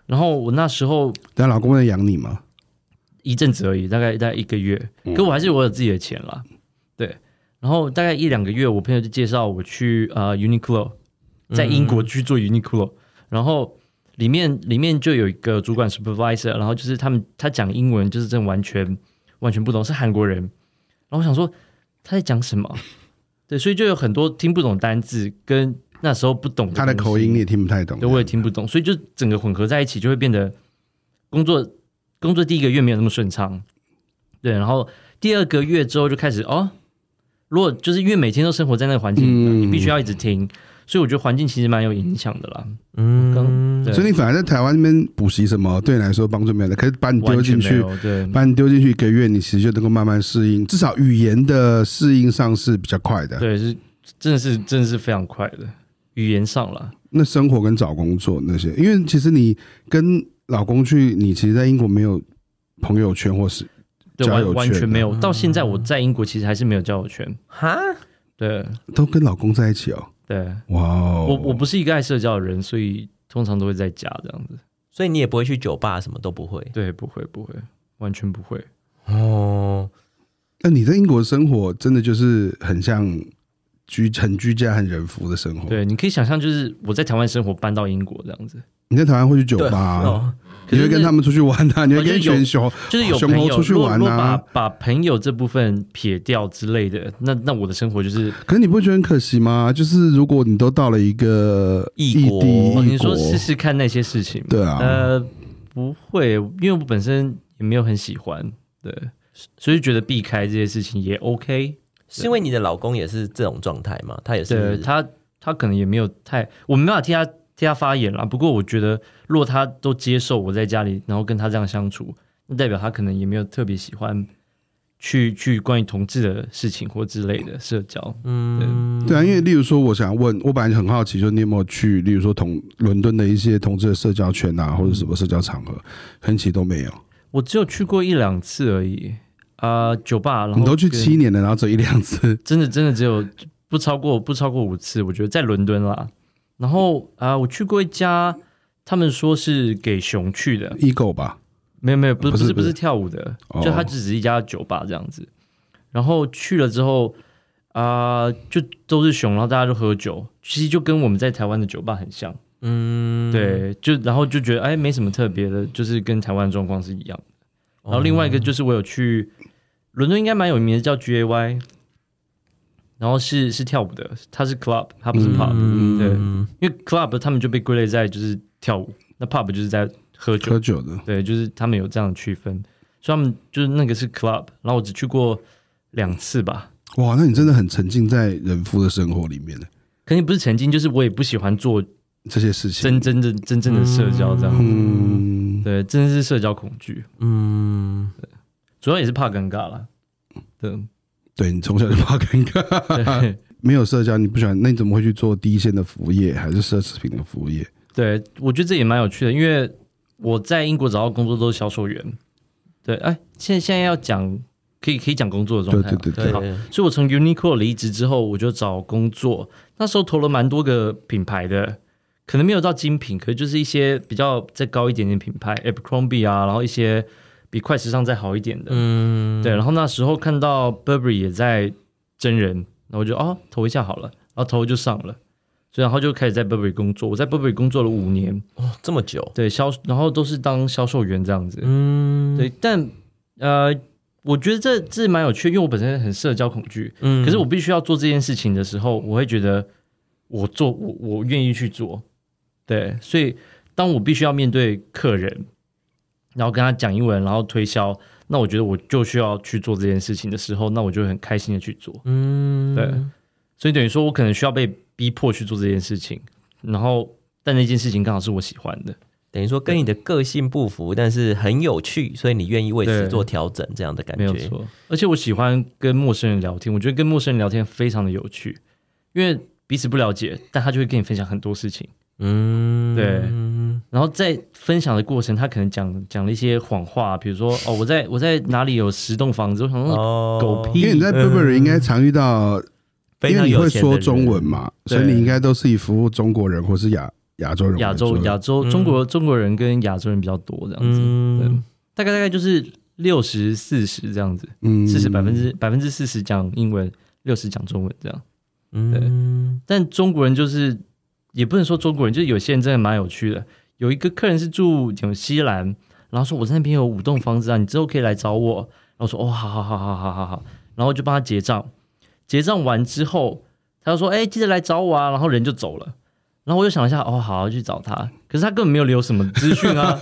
Speaker 1: 然后我那时候
Speaker 2: 但老公在养你嘛，
Speaker 1: 一阵子而已，大概大概一个月，
Speaker 2: 嗯
Speaker 1: 可我还是我有自己的钱啦，对。然后大概一两个月，我朋友就介绍我去呃 Uniqlo，在
Speaker 2: 嗯
Speaker 1: 英国去做 Uniqlo，、然后里面里面就有一个主管 supervisor，然后就是他们他讲英文就是真的完全完全不懂，是韩国人。然后我想说他在讲什么，对，所以就有很多听不懂单字跟那时候不懂
Speaker 2: 他的
Speaker 1: 东
Speaker 2: 口
Speaker 1: 西
Speaker 2: 音你也听不太懂。
Speaker 1: 对，我也听不懂，所以就整个混合在一起，就会变得工作工作第一个月没有那么顺畅，对，然后第二个月之后就开始哦，如果就是因为每天都生活在那个环境里
Speaker 2: 嗯
Speaker 1: 面，你必须要一直听，所以我觉得环境其实蛮有影响的啦。
Speaker 3: 嗯
Speaker 1: 刚对
Speaker 2: 所以你反而在台湾那边补习什么，对你来说帮助没有的，可是把你丢
Speaker 1: 完全
Speaker 2: 进
Speaker 1: 没
Speaker 2: 去，
Speaker 1: 有对，
Speaker 2: 把你丢进去一个月，你其实就能够慢慢适应，至少语言的适应上是比较快的。
Speaker 1: 对，是真的是真的是非常快的语言上了，
Speaker 2: 那生活跟找工作那些，因为其实你跟老公去，你其实，在英国没有朋友圈或是
Speaker 1: 对，
Speaker 2: 交
Speaker 1: 完
Speaker 2: 友
Speaker 1: 完全
Speaker 2: 圈
Speaker 1: 没有。到现在我在英国其实还是没有交友圈，
Speaker 3: 哈，
Speaker 1: 对
Speaker 2: 都跟老公在一起哦。
Speaker 1: 对，
Speaker 2: 哇哦，
Speaker 1: 我我不是一个爱社交的人，所以通常都会在家这样子。
Speaker 3: 所以你也不会去酒吧，什么都不会
Speaker 1: 对，不会不会，完全不会。
Speaker 3: 哦。
Speaker 2: 那你在英国生活真的就是很像居很居家、很人夫的生活。
Speaker 1: 对，你可以想象，就是我在台湾生活搬到英国这样子，
Speaker 2: 你在台湾会去酒吧、
Speaker 3: 哦，
Speaker 2: 你会
Speaker 1: 可是
Speaker 2: 跟他们出去玩啊，你会跟哦全熊
Speaker 1: 就是有
Speaker 2: 熊
Speaker 1: 朋
Speaker 2: 猴
Speaker 1: 友
Speaker 2: 出去
Speaker 1: 如果
Speaker 2: 玩
Speaker 1: 如果把
Speaker 2: 啊。
Speaker 1: 把朋友这部分撇掉之类的，那那我的生活就是，
Speaker 2: 可是你不会觉得很可惜吗？就是如果你都到了一个
Speaker 3: 异
Speaker 2: 地，
Speaker 3: 国
Speaker 1: 哦，
Speaker 2: 异
Speaker 1: 你
Speaker 2: 国
Speaker 1: 说，试试看那些事情，
Speaker 2: 对啊
Speaker 1: 呃，不会，因为我本身也没有很喜欢，对，所以觉得避开这些事情也 OK。
Speaker 3: 是因为你的老公也是这种状态吗？他也
Speaker 1: 对
Speaker 3: 是，
Speaker 1: 他，他可能也没有太，我没办法替他替他发言啦。不过我觉得，如果他都接受我在家里，然后跟他这样相处，那代表他可能也没有特别喜欢去去关于同志的事情或之类的社交。
Speaker 3: 嗯，
Speaker 2: 对啊，因为例如说，我想问，我本来很好奇，说你有没有去，例如说同伦敦的一些同志的社交圈啊，或者什么社交场合，很奇都没有。
Speaker 1: 我只有去过一两次而已，啊、酒吧，然后
Speaker 2: 你都去
Speaker 1: 跟
Speaker 2: 七年了，然后只有一两 次，
Speaker 1: 真的真的只有不超过不超过五次，我觉得在伦敦啦。然后啊、我去过一家，他们说是给熊去的，
Speaker 2: e g o 吧？
Speaker 1: 没有没有，不
Speaker 2: 不
Speaker 1: 不
Speaker 2: 是
Speaker 1: 是不
Speaker 2: 不是
Speaker 1: 是跳舞的，
Speaker 2: 哦
Speaker 1: 就它只是一家酒吧这样子。然后去了之后啊、就都是熊，然后大家就喝酒，其实就跟我们在台湾的酒吧很像。
Speaker 3: 嗯，
Speaker 1: 对，就然后就觉得哎，没什么特别的，就是跟台湾的状况是一样的。然后另外一
Speaker 3: 哦
Speaker 1: 个就是我有去伦敦，应该蛮有名的，叫 GAY，然后是是跳舞的，它是 club，它不是 pub，、
Speaker 3: 嗯，
Speaker 1: 对，因为 club 他们就被归类在就是跳舞，那 pub 就是在喝酒
Speaker 2: 喝，酒的，
Speaker 1: 对，就是他们有这样的区分，所以他们就是那个是 club，然后我只去过两次吧，
Speaker 2: 哇，那你真的很沉浸在人夫的生活里面的
Speaker 1: 肯定不是曾经，就是我也不喜欢做
Speaker 2: 这些事情。
Speaker 1: 真真正真正的社交这样，
Speaker 2: 嗯，
Speaker 1: 对，真的是社交恐惧，
Speaker 3: 嗯，
Speaker 1: 主要也是怕尴尬啦。对，
Speaker 2: 对你从小就怕尴尬， 没有社交，你不喜欢，那你怎么会去做第一线的服务业，还是奢侈品的服务业？
Speaker 1: 对我觉得这也蛮有趣的，因为我在英国找到工作都是销售员，对，哎，现在现在要讲可以可以讲工作
Speaker 2: 对
Speaker 1: 的状态
Speaker 2: 对
Speaker 1: 吗，
Speaker 2: 对对
Speaker 3: 对，
Speaker 1: 好所以我从 Uniqlo 离职之后，我就找工作。那时候投了蛮多个品牌的，可能没有到精品，可是就是一些比较再高一点点品牌，Abercrombie 啊，然后一些比快时尚再好一点的。
Speaker 3: 嗯，
Speaker 1: 对，然后那时候看到 Burberry 也在真人，然后我就哦投一下好了，然后投就上了，所以然后就开始在 Burberry 工作。我在 Burberry 工作了五年，
Speaker 3: 哦，这么久，
Speaker 1: 对销，然后都是当销售员这样子。
Speaker 3: 嗯，
Speaker 1: 对，但呃，我觉得这这蛮有趣，因为我本身很社交恐惧，
Speaker 3: 嗯
Speaker 1: 可是我必须要做这件事情的时候，我会觉得我做我我愿意去做，对，所以当我必须要面对客人，然后跟他讲英文，然后推销，那我觉得我就需要去做这件事情的时候，那我就会很开心的去做，
Speaker 3: 嗯，
Speaker 1: 对，所以等于说我可能需要被逼迫去做这件事情，然后但那件事情刚好是我喜欢的，
Speaker 3: 等于说跟你的个性不符，但是很有趣，所以你愿意为此
Speaker 1: 对
Speaker 3: 做调整，这样的感
Speaker 1: 没有
Speaker 3: 觉。
Speaker 1: 错。而且我喜欢跟陌生人聊天，我觉得跟陌生人聊天非常的有趣，因为彼此不了解，但他就会跟你分享很多事情。
Speaker 3: 嗯，
Speaker 1: 对
Speaker 3: 嗯，
Speaker 1: 然后在分享的过程，他可能讲讲了一些谎话，比如说哦，我在我在哪里有十栋房子，我想说嗯
Speaker 3: 哦，
Speaker 1: 狗屁
Speaker 2: 因为你在 Burberry 应该常遇到，
Speaker 3: 非
Speaker 2: 因
Speaker 3: 常
Speaker 2: 为你
Speaker 3: 有
Speaker 2: 会
Speaker 3: 钱的
Speaker 2: 说中
Speaker 3: 人
Speaker 2: 文嘛，
Speaker 1: 对
Speaker 2: 所以你应该都是以服务中国人或是亚亚洲人为
Speaker 1: 亚洲
Speaker 2: 主
Speaker 1: 亚洲
Speaker 3: 嗯
Speaker 1: 中国中国人跟亚洲人比较多这样子，
Speaker 3: 嗯，
Speaker 1: 大概大概就是六十四十这样子，
Speaker 2: 嗯
Speaker 1: 四十百分之百分之四十讲英文，六十讲中文这样。
Speaker 3: 嗯，
Speaker 1: 但中国人就是也不能说中国人，就是有些人真的蛮有趣的。有一个客人是住纽西兰，然后说我在那边有五栋房子啊，你之后可以来找我。然后我说哦，好好好好好好好，然后我就帮他结账。结账完之后，他就说哎、记得来找我啊，然后人就走了。然后我就想一下，哦，好，去找他。可是他根本没有留什么资讯 啊，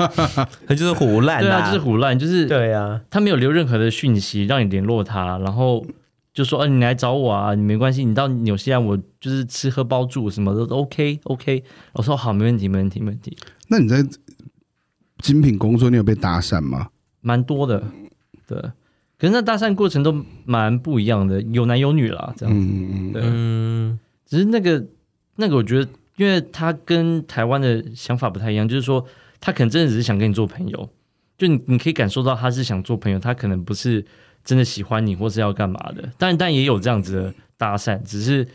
Speaker 3: 他就是胡乱
Speaker 1: 对啊，就是胡乱，就是
Speaker 3: 对啊，
Speaker 1: 他没有留任何的讯息让你联络他，然后就说：“呃，你来找我啊，你没关系，你到纽西兰我就是吃喝包住什么的都 OK OK。”我说：“好，没问题，没问题，没问题。
Speaker 2: 那你在精品工作，你有被搭讪吗？”
Speaker 1: 蛮多的，对。可是那搭讪过程都蛮不一样的，有男有女啦，这样。
Speaker 2: 嗯嗯嗯，
Speaker 1: 对，
Speaker 3: 嗯
Speaker 1: 只是那个那个，我觉得，因为他跟台湾的想法不太一样，就是说他可能真的只是想跟你做朋友，就你你可以感受到他是想做朋友，他可能不是真的喜欢你或是要干嘛的。但但也有这样子的搭讪，只是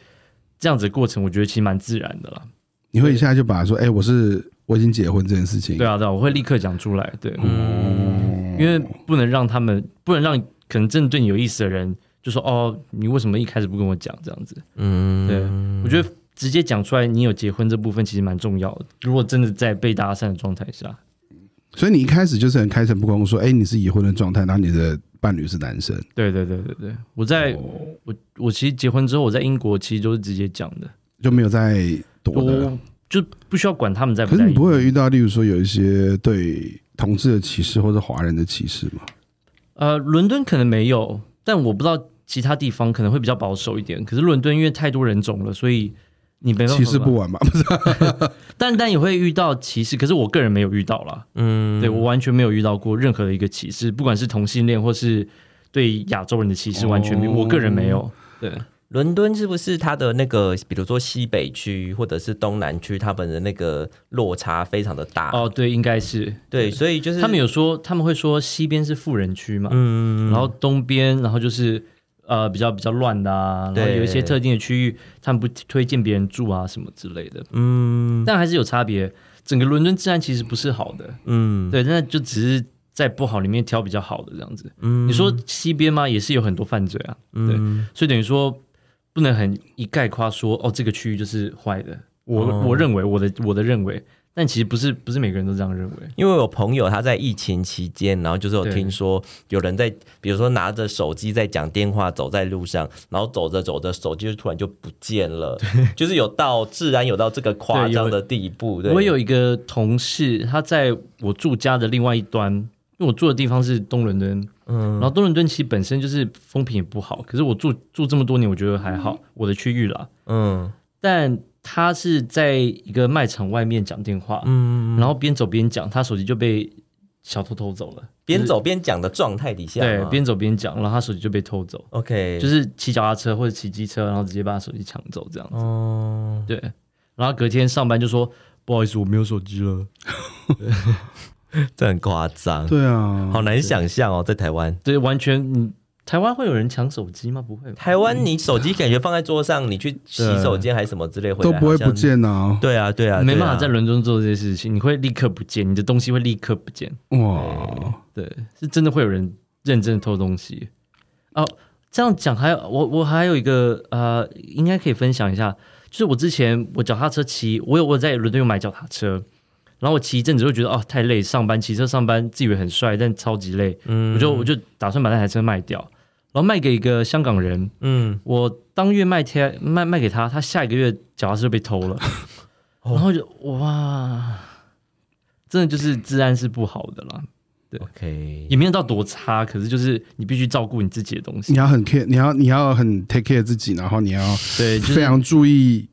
Speaker 1: 这样子的过程，我觉得其实蛮自然的啦。
Speaker 2: 你会一下就把说，哎、我是我已经结婚这件事情，
Speaker 1: 对啊，对啊，我会立刻讲出来，对，
Speaker 2: 嗯，
Speaker 1: 因为不能让他们，不能让可能真的对你有意思的人就说哦，你为什么一开始不跟我讲这样子？
Speaker 3: 嗯，
Speaker 1: 对，我觉得直接讲出来你有结婚这部分其实蛮重要的。如果真的在被搭讪的状态下，
Speaker 2: 所以你一开始就是很开诚布公说，哎、你是已婚的状态，然后你的伴侣是男生，
Speaker 1: 对对对对对，我在、
Speaker 2: 哦
Speaker 1: 我我其实结婚之后，我在英国其实都是直接讲的，
Speaker 2: 就没有在躲的。
Speaker 1: 我就不需要管他们在
Speaker 2: 可
Speaker 1: 不
Speaker 2: 是
Speaker 1: 在
Speaker 2: 你
Speaker 1: 意
Speaker 2: 不。会有遇到，例如说有一些对同志的歧视或者华人的歧视吗？
Speaker 1: 呃，伦敦可能没有，但我不知道其他地方可能会比较保守一点。可是伦敦因为太多人种了，所以你没办法
Speaker 2: 歧视不完吧？不是，
Speaker 1: 但但也会遇到歧视，可是我个人没有遇到啦。
Speaker 3: 嗯，
Speaker 1: 对我完全没有遇到过任何的一个歧视，不管是同性恋或是对亚洲人的歧视，完全没
Speaker 3: 哦
Speaker 1: 有。我个人没有。对，
Speaker 3: 伦敦是不是它的那个，比如说西北区或者是东南区，他们的那个落差非常的大？
Speaker 1: 哦，对，应该是
Speaker 3: 对，所以就是
Speaker 1: 他们有说，他们会说西边是富人区嘛，
Speaker 3: 嗯，
Speaker 1: 然后东边，然后就是呃比较比较乱的啊，然后
Speaker 3: 对
Speaker 1: 有一些特定的区域，他们不推荐别人住啊什么之类的，
Speaker 3: 嗯
Speaker 1: 但还是有差别。整个伦敦治安其实不是好的，
Speaker 3: 嗯
Speaker 1: 对，那就只是在不好里面挑比较好的这样子。
Speaker 3: 嗯
Speaker 1: 你说西边吗？也是有很多犯罪啊，对，
Speaker 3: 嗯
Speaker 1: 所以等于说不能很一概夸说哦，这个区域就是坏的。我、
Speaker 3: 哦
Speaker 1: 我认为我的我的认为，但其实不是不是每个人都这样认为。
Speaker 3: 因为我朋友他在疫情期间，然后就是有
Speaker 1: 对
Speaker 3: 听说有人在，比如说拿着手机在讲电话，走在路上，然后走着走着手机就突然就不见了，就是有到自然有到这个夸
Speaker 1: 对有
Speaker 3: 张的地步。对，
Speaker 1: 我有一个同事，他在我住家的另外一端，因为我住的地方是东伦敦，嗯，然后东伦敦其实本身就是风评也不好，可是我住住这么多年，我觉得还好，我的区域啦。
Speaker 3: 嗯
Speaker 1: 但他是在一个卖场外面讲电话，
Speaker 3: 嗯，
Speaker 1: 然后边走边讲，他手机就被小偷偷走了，
Speaker 3: 边走边讲的状态底下
Speaker 1: 对
Speaker 3: 嘛，，
Speaker 1: 边走边讲，然后他手机就被偷走，
Speaker 3: OK，
Speaker 1: 就是骑脚踏车或者骑机车，然后直接把他手机抢走这样子，
Speaker 3: 哦，
Speaker 1: 对，然后隔天上班就说不好意思，我没有手机了。
Speaker 3: 这很夸张，
Speaker 2: 对啊，
Speaker 3: 好难想象哦，在台湾。
Speaker 1: 对，完全，你台湾会有人抢手机吗？不会吧，
Speaker 3: 台湾，你手机感觉放在桌上，你去洗手间还是什么之类，回
Speaker 2: 都
Speaker 3: 来
Speaker 2: 不会不
Speaker 3: 好像。
Speaker 2: 见啊！
Speaker 3: 对啊，对啊，
Speaker 1: 没办法在
Speaker 3: 对啊
Speaker 1: 伦敦做这些事情，你会立刻不见，你的东西会立刻不见。
Speaker 2: 哇，
Speaker 1: 对，是真的会有人认真地偷东西。哦，这样讲还有我我还有一个呃，应该可以分享一下，就是我之前我脚踏车骑，我有我在伦敦有买脚踏车，然后我骑一阵子就觉得哦太累，上班骑车上班自以为很帅，但超级累，
Speaker 3: 嗯
Speaker 1: 我就我就打算把那台车卖掉，然后卖给一个香港人，
Speaker 3: 嗯，
Speaker 1: 我当月卖贴卖卖给他，他下一个月脚踏车就被偷了，然后就哇，真的就是治安是不好的啦，
Speaker 3: OK，
Speaker 1: 也没有到多差，可是就是你必须照顾你自己的东
Speaker 2: 你
Speaker 1: 西，
Speaker 2: 要很 care，你要你要很 take care 自己，然后你要
Speaker 1: 对，就
Speaker 2: 非
Speaker 1: 是
Speaker 2: 常注意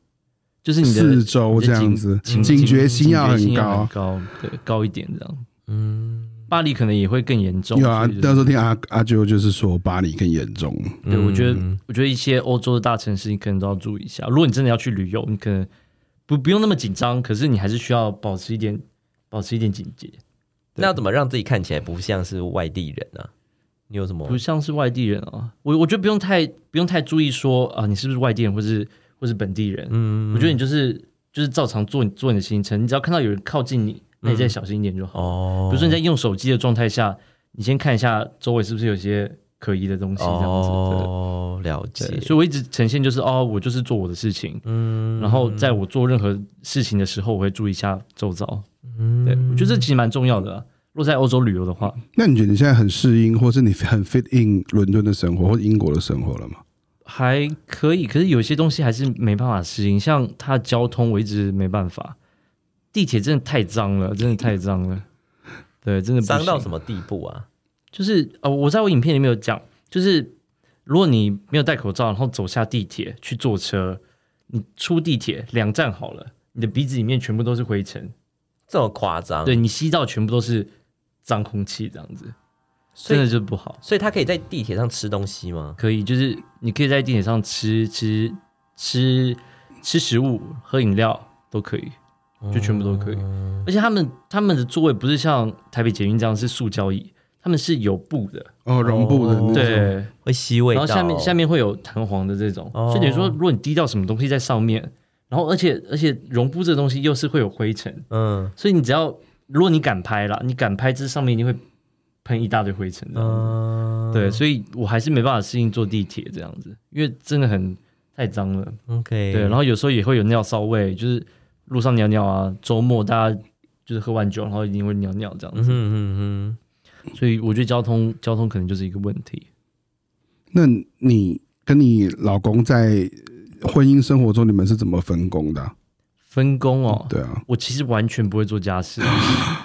Speaker 1: 就是你
Speaker 2: 四
Speaker 1: 的
Speaker 2: 周这样子，
Speaker 1: 警
Speaker 2: 警觉心
Speaker 1: 心
Speaker 2: 要很
Speaker 1: 要很
Speaker 2: 高。
Speaker 1: 高，对，高一点这样。
Speaker 3: 嗯，
Speaker 1: 巴黎可能也会更严重，
Speaker 2: 有啊
Speaker 1: 所以，就
Speaker 2: 那
Speaker 1: 是
Speaker 2: 时候听阿阿啾就是说巴黎更严重，
Speaker 1: 对我觉得
Speaker 3: 嗯
Speaker 1: 我觉得一些欧洲的大城市你可能都要注意一下。如果你真的要去旅游，你可能不不用那么紧张，可是你还是需要保持一点保持一点警戒，
Speaker 3: 那要怎么让自己看起来不像是外地人呢、你有什么
Speaker 1: 不？像是外地人啊。我我觉得不用太不用太注意说啊、你是不是外地人或是或是本地人。
Speaker 3: 嗯
Speaker 1: 我觉得你就是就是照常做你做你的行程，你只要看到有人靠近你，那你再小心一点就好。
Speaker 3: 嗯哦
Speaker 1: 比如说你在用手机的状态下，你先看一下周围是不是有些可疑的东西，这样子。
Speaker 3: 哦，了解
Speaker 1: 对，对所以我一直呈现就是哦，我就是做我的事情，
Speaker 3: 嗯
Speaker 1: 然后在我做任何事情的时候，我会注意一下周遭。
Speaker 3: 嗯
Speaker 1: 对，我觉得这其实蛮重要的啊。如果在欧洲旅游的话，
Speaker 2: 那你觉得你现在很适应，或是你很 fit in 伦敦的生活或者英国的生活了吗？
Speaker 1: 还可以，可是有些东西还是没办法适应，像它的交通我一直没办法，地铁真的太脏了，真的太脏 了，对，真的不
Speaker 3: 伤到
Speaker 1: 行
Speaker 3: 什么地步啊？
Speaker 1: 就是呃，我在我影片里面有讲，就是如果你没有戴口罩，然后走下地铁去坐车，你出地铁两站好了，你的鼻子里面全部都是灰尘，
Speaker 3: 这么夸张？
Speaker 1: 对，你吸到全部都是脏空气，这样子
Speaker 3: 所
Speaker 1: 真的
Speaker 3: 以
Speaker 1: 就不好。
Speaker 3: 所以他可以在地铁上吃东西吗？
Speaker 1: 可以，就是你可以在地铁上吃吃吃吃食物、喝饮料都可以，就全部都可以。而且他们他们的座位不是像台北捷运这样是塑胶椅，他们是有布的，
Speaker 2: 哦，绒布的那种，
Speaker 1: 对。
Speaker 3: 会吸味
Speaker 1: 然
Speaker 3: 道。
Speaker 1: 后下面下面会有弹簧的这种，
Speaker 3: 哦
Speaker 1: 所以等于说，如果你滴到什么东西在上面，然后而且而且绒布这个东西又是会有灰尘，
Speaker 3: 嗯
Speaker 1: 所以你只要如果你敢拍啦，你敢拍，这上面一定会喷一大堆灰尘的。
Speaker 3: 嗯，
Speaker 1: 对，所以我还是没办法适应坐地铁这样子，因为真的很太脏了。
Speaker 3: ，OK，
Speaker 1: 对，然后有时候也会有尿骚味，就是路上尿尿啊，周末大家就是喝完酒，然后一定会尿尿这样
Speaker 3: 嗯
Speaker 1: 子。
Speaker 3: 哼嗯
Speaker 1: 所以我觉得交通交通可能就是一个问题。
Speaker 2: 那你跟你老公在婚姻生活中，你们是怎么分工的啊、
Speaker 1: 分工哦，
Speaker 2: 对啊，
Speaker 1: 我其实完全不会做家事。
Speaker 2: 你
Speaker 3: 哼，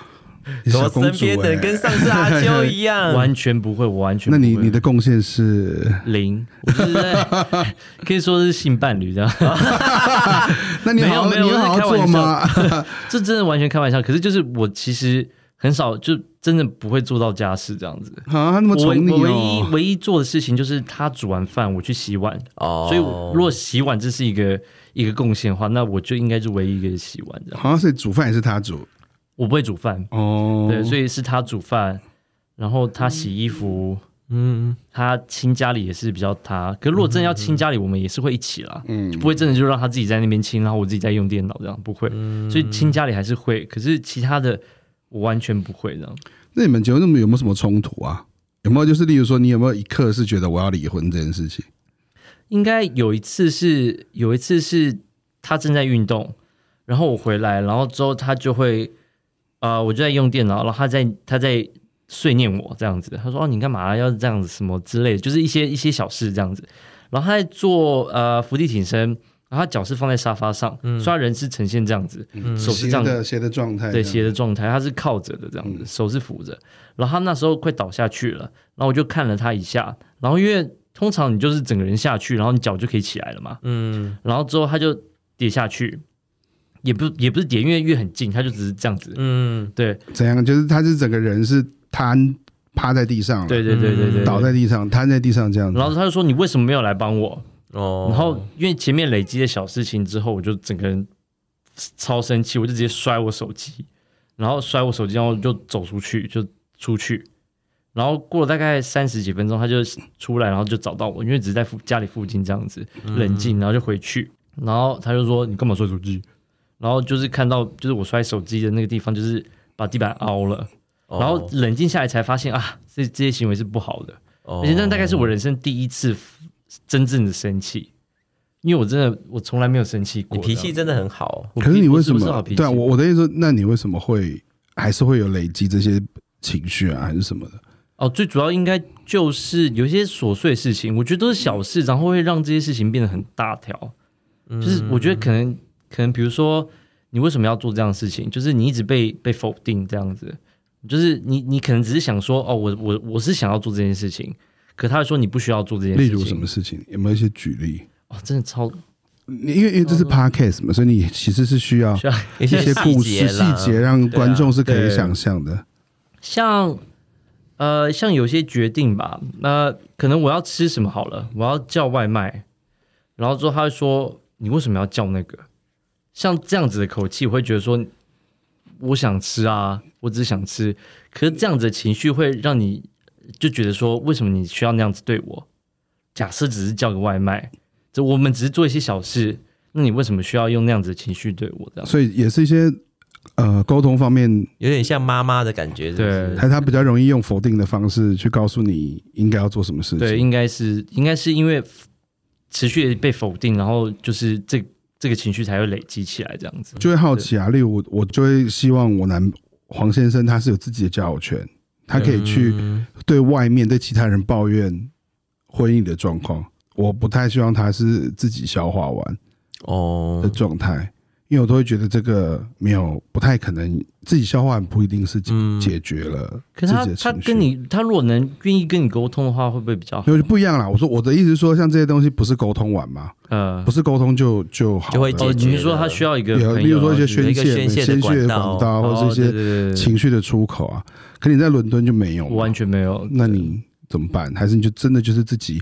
Speaker 2: 是
Speaker 3: 怎
Speaker 2: 小
Speaker 3: 么
Speaker 2: 公
Speaker 3: 身
Speaker 2: 主
Speaker 3: 边的
Speaker 2: 欸
Speaker 3: 人跟上次阿秋一样？
Speaker 1: 完全不会，我完全哎
Speaker 2: 嗯
Speaker 1: 不
Speaker 2: 那
Speaker 1: 会。
Speaker 2: 你你的贡献是？
Speaker 1: 零，我就是在可以说是性伴侣这样，
Speaker 2: 那你好好，
Speaker 1: 没有
Speaker 2: 你
Speaker 1: 没
Speaker 2: 有
Speaker 1: 有
Speaker 2: 好
Speaker 1: 我在开
Speaker 2: 好
Speaker 1: 玩
Speaker 2: 做
Speaker 1: 笑
Speaker 2: 吗？啊
Speaker 1: 这真的完全开玩笑。可是就是我其实很少，就真的不会做到家事这样子。
Speaker 2: 啊，那么
Speaker 1: 我唯
Speaker 2: 宠你
Speaker 1: 我唯
Speaker 2: 哦
Speaker 1: 一！唯一做的事情就是他煮完饭我去洗碗，
Speaker 3: 哦，
Speaker 1: 所以我如果洗碗这是一个一个贡献的话，那我就应该是唯一一个洗碗这样。
Speaker 2: 好像是煮饭也是他煮
Speaker 1: 我不会煮饭，
Speaker 2: 哦，
Speaker 1: 对，所以是他煮饭，然后他洗衣服，
Speaker 3: 嗯，
Speaker 1: 他清家里也是比较他。可是如果真的要清家里，我们也是会一起啦，
Speaker 2: 嗯
Speaker 1: 不会真的就让他自己在那边清，然后我自己在用电脑这样，不会。
Speaker 3: 嗯
Speaker 1: 所以清家里还是会，可是其他的我完全不会这样。
Speaker 2: 那你们结婚那么有没有什么冲突啊？有没有就是例如说，你有没有一刻是觉得我要离婚这件事情？
Speaker 1: 应该有一次是有一次是他正在运动，然后我回来，然后之后他就会，呃，我就在用电脑，然后他在他在碎念我这样子，他说哦你干嘛要这样子什么之类的，就是一些一些小事这样子。然后他在做呃伏地挺身，然后他脚是放在沙发上，所以他人是呈现这样子，手是这样
Speaker 2: 斜的斜的状态，
Speaker 1: 对斜的状态，他是靠着的这样子，手是扶着。然后他那时候快倒下去了，然后我就看了他一下，然后因为通常你就是整个人下去，然后你脚就可以起来了嘛，
Speaker 3: 嗯
Speaker 1: 然后之后他就跌下去，也不也不是跌，因为因为很近，他就只是这样子。
Speaker 3: 嗯，
Speaker 1: 对
Speaker 2: 怎样？就是他是整个人是瘫趴在地上了，
Speaker 1: 对对对对对，
Speaker 2: 嗯倒在地上，瘫在地上这样子。
Speaker 1: 然后他就说你为什么没有来帮我？
Speaker 3: 哦，
Speaker 1: 然后因为前面累积的小事情之后，我就整个人超生气，我就直接摔我手机，然后摔我手机，然后就走出去，就出去。然后过了大概三十几分钟，他就出来，然后就找到我，因为只是在附家里附近这样子冷
Speaker 3: 嗯
Speaker 1: 静，然后就回去。然后他就说：“你干嘛摔手机？”然后就是看到就是我摔手机的那个地方，就是把地板凹了。
Speaker 3: 哦
Speaker 1: 然后冷静下来才发现啊，这这些行为是不好的。
Speaker 3: 어.
Speaker 1: 而且那大概是我人生第一次真正的生气，因为我真的我从来没有生气过
Speaker 3: 你
Speaker 1: 的。
Speaker 3: 脾气真的很好，
Speaker 1: 我脾，
Speaker 2: 可是你为什
Speaker 1: 我是不是好
Speaker 2: 么？
Speaker 1: 脾气
Speaker 2: 对啊，我我的意思说，那你为什么会还是会有累积这些情绪啊，还是什么的？
Speaker 1: 哦，最主要应该就是有一些琐碎事情，我觉得都是小事，然后会让这些事情变得很大条。就是我觉得可能可能，比如说你为什么要做这样的事情？就是你一直被被否定这样子，就是你你可能只是想说哦，我我我是想要做这件事情，可他说你不需要做这件事
Speaker 2: 例
Speaker 1: 情。
Speaker 2: 如什么事情？有没有一些举例？
Speaker 1: 哦，真的超
Speaker 2: 你因为因为这是 podcast 嘛，所以你其实是哦需要
Speaker 1: 需要
Speaker 3: 一
Speaker 2: 一些故事细节，啊让观众是可以想象的。
Speaker 1: 像呃，像有些决定吧，那、可能我要吃什么好了，我要叫外卖，然后之后他会说你为什么要叫那个？像这样子的口气，我会觉得说，我想吃啊，我只是想吃。可是这样子的情绪会让你就觉得说，为什么你需要那样子对我？假设只是叫个外卖，这我们只是做一些小事，那你为什么需要用那样子的情绪对我？这样
Speaker 2: 所以也是一些呃沟通方面，
Speaker 3: 有点像妈妈的感觉，是不是？
Speaker 2: 他他比较容易用否定的方式去告诉你应该要做什么事
Speaker 1: 对，
Speaker 2: 情。
Speaker 1: 应该是应该是因为持续地被否定，然后就是这这个情绪才会累积起来，这样子。
Speaker 2: 就会好奇啊，例如我我就会希望我男黄先生他是有自己的交友圈，他可以去
Speaker 3: 嗯
Speaker 2: 对外面对其他人抱怨婚姻的状况。我不太希望他是自己消化完的
Speaker 3: 哦，
Speaker 2: 状态，因为我都会觉得这个没有不太可能自己消化完不一定是解
Speaker 3: 嗯
Speaker 2: 解决了
Speaker 1: 可
Speaker 2: 自
Speaker 1: 是
Speaker 2: 己
Speaker 1: 他
Speaker 2: 的
Speaker 1: 他
Speaker 2: 情绪。
Speaker 1: 跟你他如果能愿意跟你沟通的话，会不会比较好
Speaker 2: 没？有就不一样啦。我说我的意思是说，像这些东西不是沟通完吗？
Speaker 1: 呃
Speaker 2: 不，是沟通就就好了
Speaker 3: 就会解
Speaker 1: 哦，
Speaker 3: 决
Speaker 1: 你是说他需要一个
Speaker 2: 有
Speaker 1: 朋
Speaker 2: 例如
Speaker 1: 友，
Speaker 2: 说一些
Speaker 3: 有
Speaker 2: 宣
Speaker 3: 一个
Speaker 2: 泄、
Speaker 3: 宣泄的
Speaker 2: 宣泄
Speaker 3: 管
Speaker 2: 的
Speaker 3: 道
Speaker 2: 管道，或
Speaker 1: 哦
Speaker 2: 者是
Speaker 1: 对
Speaker 2: 一些
Speaker 1: 对对对
Speaker 2: 情绪的出口啊。可你在伦敦就没有嘛，
Speaker 1: 我完全没有。
Speaker 2: 那你怎么办？还是你就真的就是自己，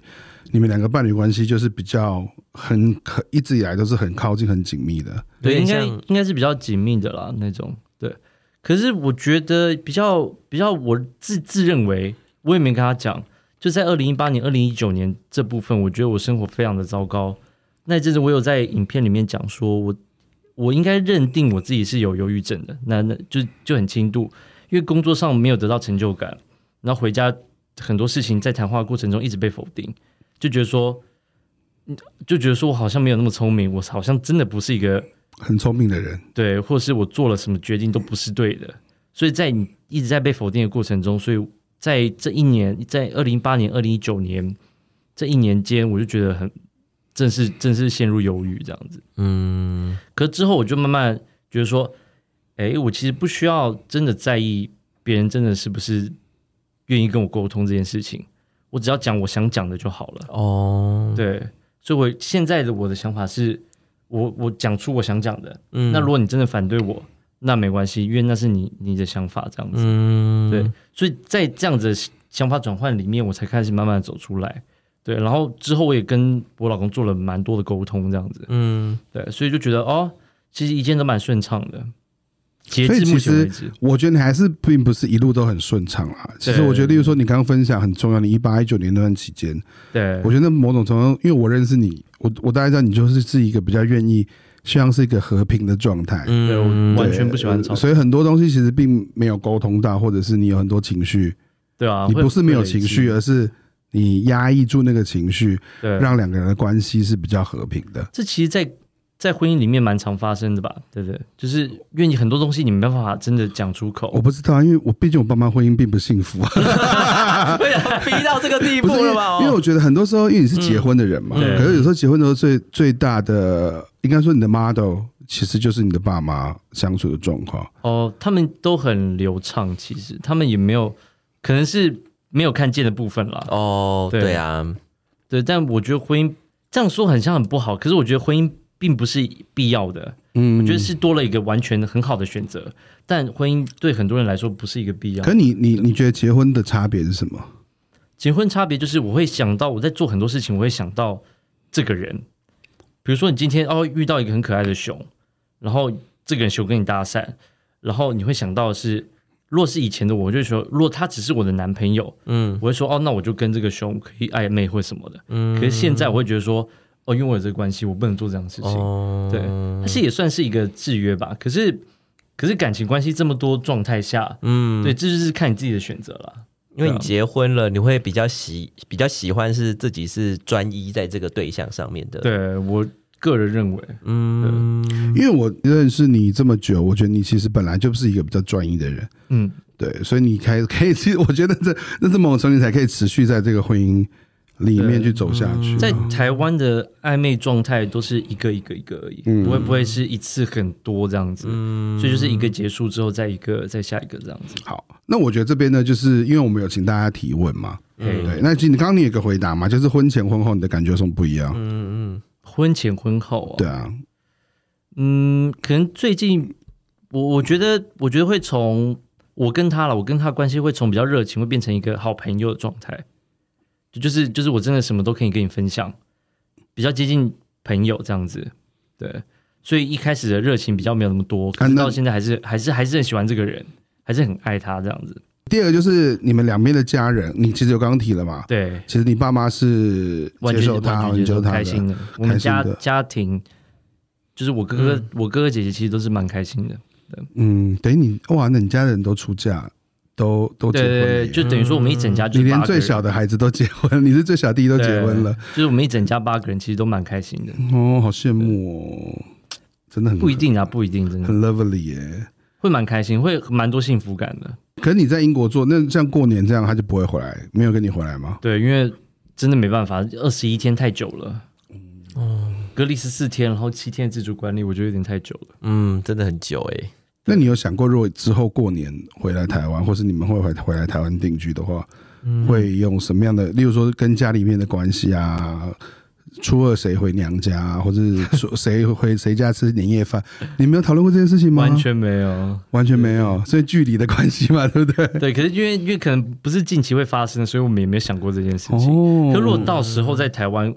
Speaker 2: 你们两个伴侣关系就是比较很很一直以来都是很靠近、很紧密的。
Speaker 1: 对，
Speaker 3: 有
Speaker 1: 应
Speaker 3: 点
Speaker 1: 该
Speaker 3: 像
Speaker 1: 应该是比较紧密的啦，那种对。可是我觉得比较比较，我自自认为我也没跟他讲，就在二零一八年、二零一九年这部分，我觉得我生活非常的糟糕。那一阵子我有在影片里面讲说，我我应该认定我自己是有忧郁症的，那那就就很轻度，因为工作上没有得到成就感，然后回家很多事情在谈话过程中一直被否定，就觉得说，嗯就觉得说我好像没有那么聪明，我好像真的不是一个
Speaker 2: 很聪明的人，
Speaker 1: 对，或是我做了什么决定都不是对的，所以在你一直在被否定的过程中，所以在这一年，在二零一八年、二零一九年这一年间，我就觉得很正式正式陷入忧郁这样子。
Speaker 3: 嗯，
Speaker 1: 可之后我就慢慢觉得说，哎，我其实不需要真的在意别人真的是不是愿意跟我沟通这件事情，我只要讲我想讲的就好了。
Speaker 3: 哦，
Speaker 1: 对，所以我现在的我的想法是，我我讲出我想讲的，
Speaker 3: 嗯
Speaker 1: 那如果你真的反对我，那没关系，因为那是你你的想法这样子。
Speaker 3: 嗯，
Speaker 1: 对，所以在这样子的想法转换里面，我才开始慢慢的走出来。对，然后之后我也跟我老公做了蛮多的沟通，这样子。
Speaker 3: 嗯，
Speaker 1: 对，所以就觉得哦，其实一切都蛮顺畅的。截
Speaker 2: 所以
Speaker 1: 至
Speaker 2: 其
Speaker 1: 目前为
Speaker 2: 实
Speaker 1: 止，
Speaker 2: 我觉得你还是并不是一路都很顺畅啦。其实
Speaker 1: 对
Speaker 2: 我觉得，例如说你刚刚分享很重要，你一八一九年那段期间，
Speaker 1: 对
Speaker 2: 我，觉得某种程度，因为我认识你，我我大概知道你就是是一个比较愿意，希望是一个和平的状态。
Speaker 1: 对
Speaker 3: 嗯，
Speaker 1: 我完
Speaker 2: 对
Speaker 1: 全不喜欢吵
Speaker 2: 呃，所以很多东西其实并没有沟通到，或者是你有很多情绪，
Speaker 1: 对啊，
Speaker 2: 你
Speaker 1: 会
Speaker 2: 不是没有
Speaker 1: 会累积
Speaker 2: 情绪，而是你压抑住那个情绪，
Speaker 1: 对，
Speaker 2: 让两个人的关系是比较和平的。
Speaker 1: 这其实在，在婚姻里面蛮常发生的吧？对不对？就是因为你很多东西你没办法真的讲出口，
Speaker 2: 我不知道，因为我毕竟我爸妈婚姻并不幸 福，啊
Speaker 3: 被逼到这个地
Speaker 2: 不
Speaker 3: 步
Speaker 2: 是因为
Speaker 3: 了吧？
Speaker 2: 因为我觉得很多时候，因为你是结婚的人嘛，
Speaker 1: 嗯对
Speaker 2: 可是有时候结婚的时候最最大的，应该说你的 model 其实就是你的爸妈相处的状况。
Speaker 1: 哦，他们都很流畅，其实他们也没有，可能是没有看见的部分啦。
Speaker 3: 哦，
Speaker 1: 对
Speaker 3: 对啊，
Speaker 1: 对，但我觉得婚姻这样说很像很不好，可是我觉得婚姻并不是必要的，
Speaker 2: 嗯
Speaker 1: 我觉得是多了一个完全很好的选择，但婚姻对很多人来说不是一个必要
Speaker 2: 可。你你你觉得结婚的差别是什么？
Speaker 1: 结婚差别就是我会想到我在做很多事情，我会想到这个人。比如说你今天哦遇到一个很可爱的熊，然后这个人熊跟你搭讪，然后你会想到的是，若是以前的我，我就会说，若他只是我的男朋友，
Speaker 3: 嗯
Speaker 1: 我会说哦，那我就跟这个熊可以暧昧或什么的。
Speaker 3: 嗯，
Speaker 1: 可是现在我会觉得说，哦，因为我有这个关系，我不能做这样的事情。
Speaker 3: 哦，
Speaker 1: 对，但是也算是一个制约吧。可是，可是感情关系这么多状态下，
Speaker 3: 嗯，
Speaker 1: 对，这就是看你自己的选择了。
Speaker 3: 因为你结婚了，你会比较喜比较喜欢是自己是专一在这个对象上面的。，
Speaker 1: 对我个人认为，
Speaker 3: 嗯，
Speaker 2: 因为我认识你这么久，我觉得你其实本来就不是一个比较专一的人，
Speaker 1: 嗯，
Speaker 2: 对，所以你开可以，其实我觉得这那这某种程度你才可以持续在这个婚姻里面
Speaker 1: 对嗯
Speaker 2: 去走下去。啊
Speaker 1: 在台湾的暧昧状态都是一个一个一个而已，不会不会是一次很多这样子，所以就是一个结束之后再一个再下一个这样子。
Speaker 2: 好，那我觉得这边呢，就是因为我们有请大家提问嘛，
Speaker 1: 嗯
Speaker 2: 对，那其实你刚刚你有一个回答嘛，就是婚前婚后你的感觉有什么不一样？
Speaker 1: 嗯婚前婚后、
Speaker 2: 对
Speaker 1: 啊，
Speaker 2: 啊，
Speaker 1: 嗯，可能最近我我觉得我觉得会从我跟他了，我跟他关系会从比较热情会变成一个好朋友的状态，就就是就是我真的什么都可以跟你分享，比较接近朋友这样子，对。所以一开始的热情比较没有那么多，可是
Speaker 2: 啊那
Speaker 1: 到现在还是还是还是很喜欢这个人，还是很爱他这样子。
Speaker 2: 第二个就是你们两边的家人，你其实有刚刚提了嘛，
Speaker 1: 对，
Speaker 2: 其实你爸妈是
Speaker 1: 完
Speaker 2: 接
Speaker 1: 全
Speaker 2: 受他，
Speaker 1: 完
Speaker 2: 接
Speaker 1: 全
Speaker 2: 受
Speaker 1: 是
Speaker 2: 他
Speaker 1: 开心
Speaker 2: 的，
Speaker 1: 的。我们家
Speaker 2: 开心的
Speaker 1: 家庭就是我哥哥、我哥哥姐姐其实都是蛮开心的。
Speaker 2: 嗯，等于你哇，那你家人都出嫁，都都结
Speaker 1: 对
Speaker 2: 婚
Speaker 1: 对
Speaker 2: 了
Speaker 1: 对，
Speaker 2: 耶，
Speaker 1: 就等于说我们一整家就
Speaker 2: 你
Speaker 1: 是八
Speaker 2: 连
Speaker 1: 个人
Speaker 2: 最小的孩子都结婚，你是最小弟都结婚了，，
Speaker 1: 对就是我们一整家八个人其实都蛮开心的。
Speaker 2: 哦，好羡慕哦，真的很
Speaker 1: 不一定啊，不一定，真的
Speaker 2: 很 lovely 耶。
Speaker 1: 会蛮开心，会蛮多幸福感的。
Speaker 2: 可你在英国做，那像过年这样，他就不会回来，没有跟你回来吗？
Speaker 1: 对，因为真的没办法，二十一天太久了。
Speaker 2: 嗯哦
Speaker 1: 隔离十四天，然后七天自主管理，我觉得有点太久了。
Speaker 3: 嗯，真的很久哎、
Speaker 2: 那你有想过，如果之后过年回来台湾，或是你们会回回来台湾定居的话，
Speaker 1: 嗯
Speaker 2: 会用什么样的？例如说跟家里面的关系啊，初二谁回娘家啊，或者是 初谁回谁家吃年夜饭，你没有讨论过这件事情吗？
Speaker 1: 完全没有，
Speaker 2: 完全没有，所以距离的关系嘛，对不 对？
Speaker 1: 对，可是因为因为可能不是近期会发生的，所以我们也没有想过这件事情。
Speaker 2: 哦
Speaker 1: 可如果到时候在台
Speaker 2: 嗯
Speaker 1: 湾，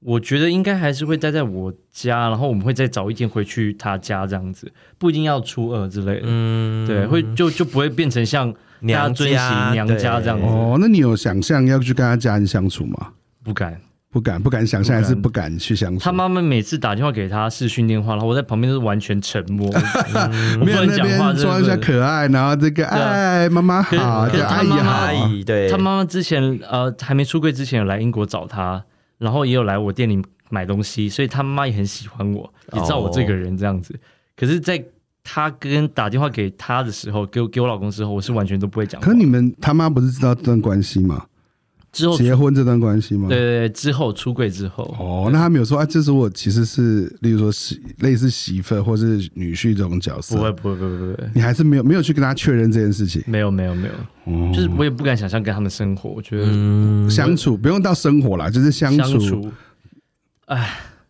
Speaker 1: 我觉得应该还是会待在我家，然后我们会再早一天回去他家这样子，不一定要初二之类的。
Speaker 3: 嗯，
Speaker 1: 对，会就就不会变成像大家
Speaker 3: 娘
Speaker 1: 遵
Speaker 3: 家
Speaker 1: 循娘家这样子，
Speaker 2: 哦，那你有想象要去跟他家人相处吗？
Speaker 1: 不敢。
Speaker 2: 不敢，不敢想象，还
Speaker 1: 不敢
Speaker 2: 是不敢去相处？
Speaker 1: 他妈妈每次打电话给他视讯电话，然后我在旁边都是完全沉 默，我不
Speaker 2: 没有
Speaker 1: 能
Speaker 2: 那
Speaker 1: 讲话，
Speaker 2: 边
Speaker 1: 真
Speaker 2: 装一下
Speaker 1: 的不能。
Speaker 2: 可爱，然后这个
Speaker 1: 对啊
Speaker 2: 哎，妈妈好，
Speaker 1: 可
Speaker 2: 这
Speaker 1: 是
Speaker 2: 个
Speaker 1: 他
Speaker 2: 阿姨
Speaker 1: 妈妈
Speaker 2: 好
Speaker 3: 阿，姨对，
Speaker 1: 他妈妈之前呃还没出柜之前有来英国找他，然后也有来我店里买东西，所以他妈妈也很喜欢我，
Speaker 2: 哦
Speaker 1: 也知道我这个人这样子。可是，在他跟打电话给他的时候，给我给我老公之后，我是完全都不会讲话。
Speaker 2: 可你们他妈不是知道这段关系吗？
Speaker 1: 之后，对
Speaker 2: 结婚这段关系吗？
Speaker 1: 对。对，之后出柜之后，
Speaker 2: 哦，那他没有说啊，这是我其实是，例如说媳类似媳妇或是女婿这种角
Speaker 1: 不会
Speaker 2: 色，
Speaker 1: 不会不会不会，
Speaker 2: 你还是没有没有去跟他确认这件事情，
Speaker 1: 没有没有没有，
Speaker 2: 哦
Speaker 1: 就是我也不敢想象跟他们生活，我觉得
Speaker 3: 嗯，
Speaker 2: 相处不用到生活啦，就是相
Speaker 1: 相
Speaker 2: 处
Speaker 1: 处。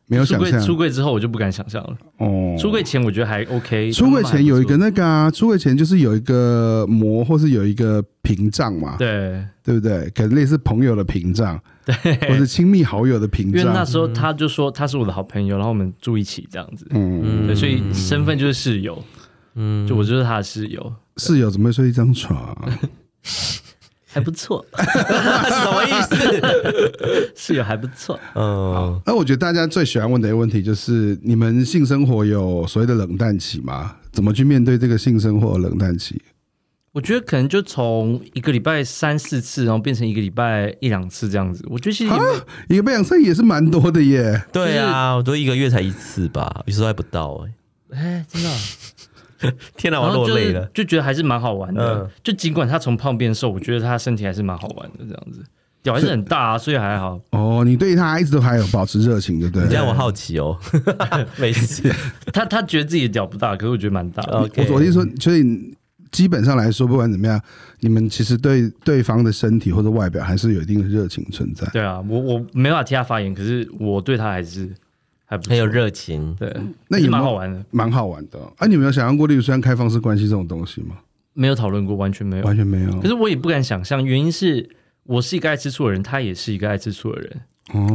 Speaker 2: 没有
Speaker 1: 出
Speaker 2: 想
Speaker 1: 柜
Speaker 2: 象
Speaker 1: 出柜之后我就不敢想象了。
Speaker 2: 哦。
Speaker 1: 出柜前我觉得还 OK，
Speaker 2: 出柜前有一个
Speaker 1: 他们还
Speaker 2: 那个啊，出柜前就是有一个膜或是有一个屏障嘛
Speaker 1: 不错，对，
Speaker 2: 对不对？可能类似朋友的屏障，对，或者亲密好友的屏
Speaker 1: 因为那
Speaker 2: 障，
Speaker 3: 嗯
Speaker 1: 时候他就说他是我的好朋友，然后我们住一起这样子，
Speaker 2: 嗯，
Speaker 1: 对，所以身份就是室友，
Speaker 3: 嗯
Speaker 1: 就我就是他的室友，
Speaker 2: 室友怎么会睡一张床？
Speaker 1: 还不错，
Speaker 3: 什么意思？
Speaker 1: 室友还不错，
Speaker 3: 嗯，
Speaker 2: 那我觉得大家最喜欢问的一个问题就是：你们性生活有所谓的冷淡期吗？怎么去面对这个性生活的冷淡期？
Speaker 1: 我觉得可能就从一个礼拜三四次，然后变成一个礼拜一两次这样子，我觉得其实也没
Speaker 2: 一个被养生也是蛮多的耶。
Speaker 3: 对啊，我都一个月才一次吧，有时候还不到哎、
Speaker 1: 哎真的啊，
Speaker 3: 天哪，
Speaker 1: 然
Speaker 3: 我
Speaker 1: 后
Speaker 3: 落
Speaker 1: 就
Speaker 3: 泪
Speaker 1: 是
Speaker 3: 了。
Speaker 1: 就觉得还是蛮好玩的
Speaker 3: 嗯，
Speaker 1: 就尽管他从胖变瘦，我觉得他身体还是蛮好玩的这样子，屌还是很大啊，所以还好。
Speaker 2: 哦，你对他一直都还有保持热情，对不
Speaker 3: 你
Speaker 2: 对？
Speaker 3: 让我好奇哦， 没事。
Speaker 1: 他他觉得自己的屌不大，可是我觉得蛮大的。
Speaker 2: 我
Speaker 3: OK，
Speaker 2: 我意思说，所以基本上来说，不管怎么样，你们其实对对方的身体或者外表还是有一定的热情存在。
Speaker 1: 对啊，我我没办法替他发言，可是我对他还是还不错
Speaker 3: 很有热情，
Speaker 1: 对，
Speaker 2: 那
Speaker 1: 还
Speaker 2: 有
Speaker 1: 是
Speaker 2: 没有
Speaker 1: 蛮好玩的。
Speaker 2: 蛮好玩的哦、啊！你们有想象过，例如像开放式关系这种东西吗？
Speaker 1: 没有讨论过，完全没有。
Speaker 2: 完全没有。
Speaker 1: 可是我也不敢想象，原因是我是一个爱吃醋的人，他也是一个爱吃醋的人，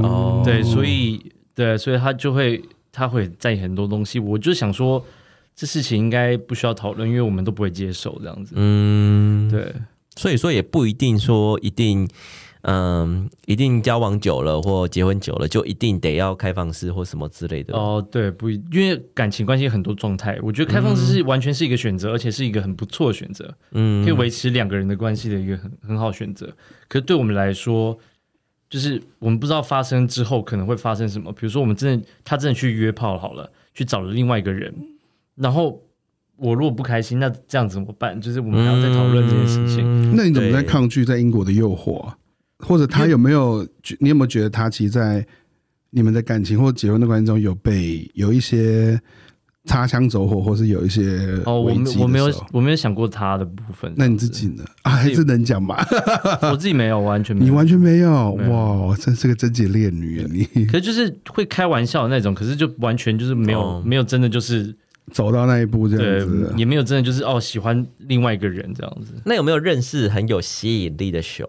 Speaker 2: 哦，
Speaker 1: 对，所以对，所以他就会他会在意很多东西。我就想说，这事情应该不需要讨论，因为我们都不会接受这样子。
Speaker 3: 嗯，
Speaker 1: 对，
Speaker 3: 所以说也不一定说一定，嗯，一定交往久了或结婚久了就一定得要开放式或什么之类的。
Speaker 1: 哦，对，不一，因为感情关系有很多状态，我觉得开
Speaker 2: 嗯
Speaker 1: 放式是完全是一个选择，而且是一个很不错的选择。
Speaker 3: 嗯
Speaker 1: 可以维持两个人的关系的一个很很好的选择。可是对我们来说，就是我们不知道发生之后可能会发生什么。比如说，我们真的他真的去约炮好了，去找了另外一个人，然后我如果不开心，那这样怎么办？就是我们还要再讨论这件事情。
Speaker 3: 情
Speaker 2: 那你怎么在？抗拒在英国的诱惑啊？或者他有没有？觉你有没有觉得他其实，在你们的感情或结婚的关系中有被有一些擦枪走火，或是有一些
Speaker 1: 哦，我
Speaker 2: 危
Speaker 1: 没
Speaker 2: 机
Speaker 1: 我没有
Speaker 2: 的时候
Speaker 1: 我没有想过他的部分。
Speaker 2: 那你自己呢？啊，还是能讲吧？
Speaker 1: 我自己没有，啊完全没
Speaker 2: 你
Speaker 1: 有。
Speaker 2: 完全没有
Speaker 1: 嗯没有
Speaker 2: 哇！真是个贞洁烈女，你
Speaker 1: 可是就是会开玩笑的那种，可是就完全就是没有、
Speaker 3: 哦
Speaker 1: 没有真的就是
Speaker 2: 走到那一步这
Speaker 1: 对
Speaker 2: 样子，，啊
Speaker 1: 也没有真的就是哦喜欢另外一个人这样子，
Speaker 3: 那有没有认识很有吸引力的熊？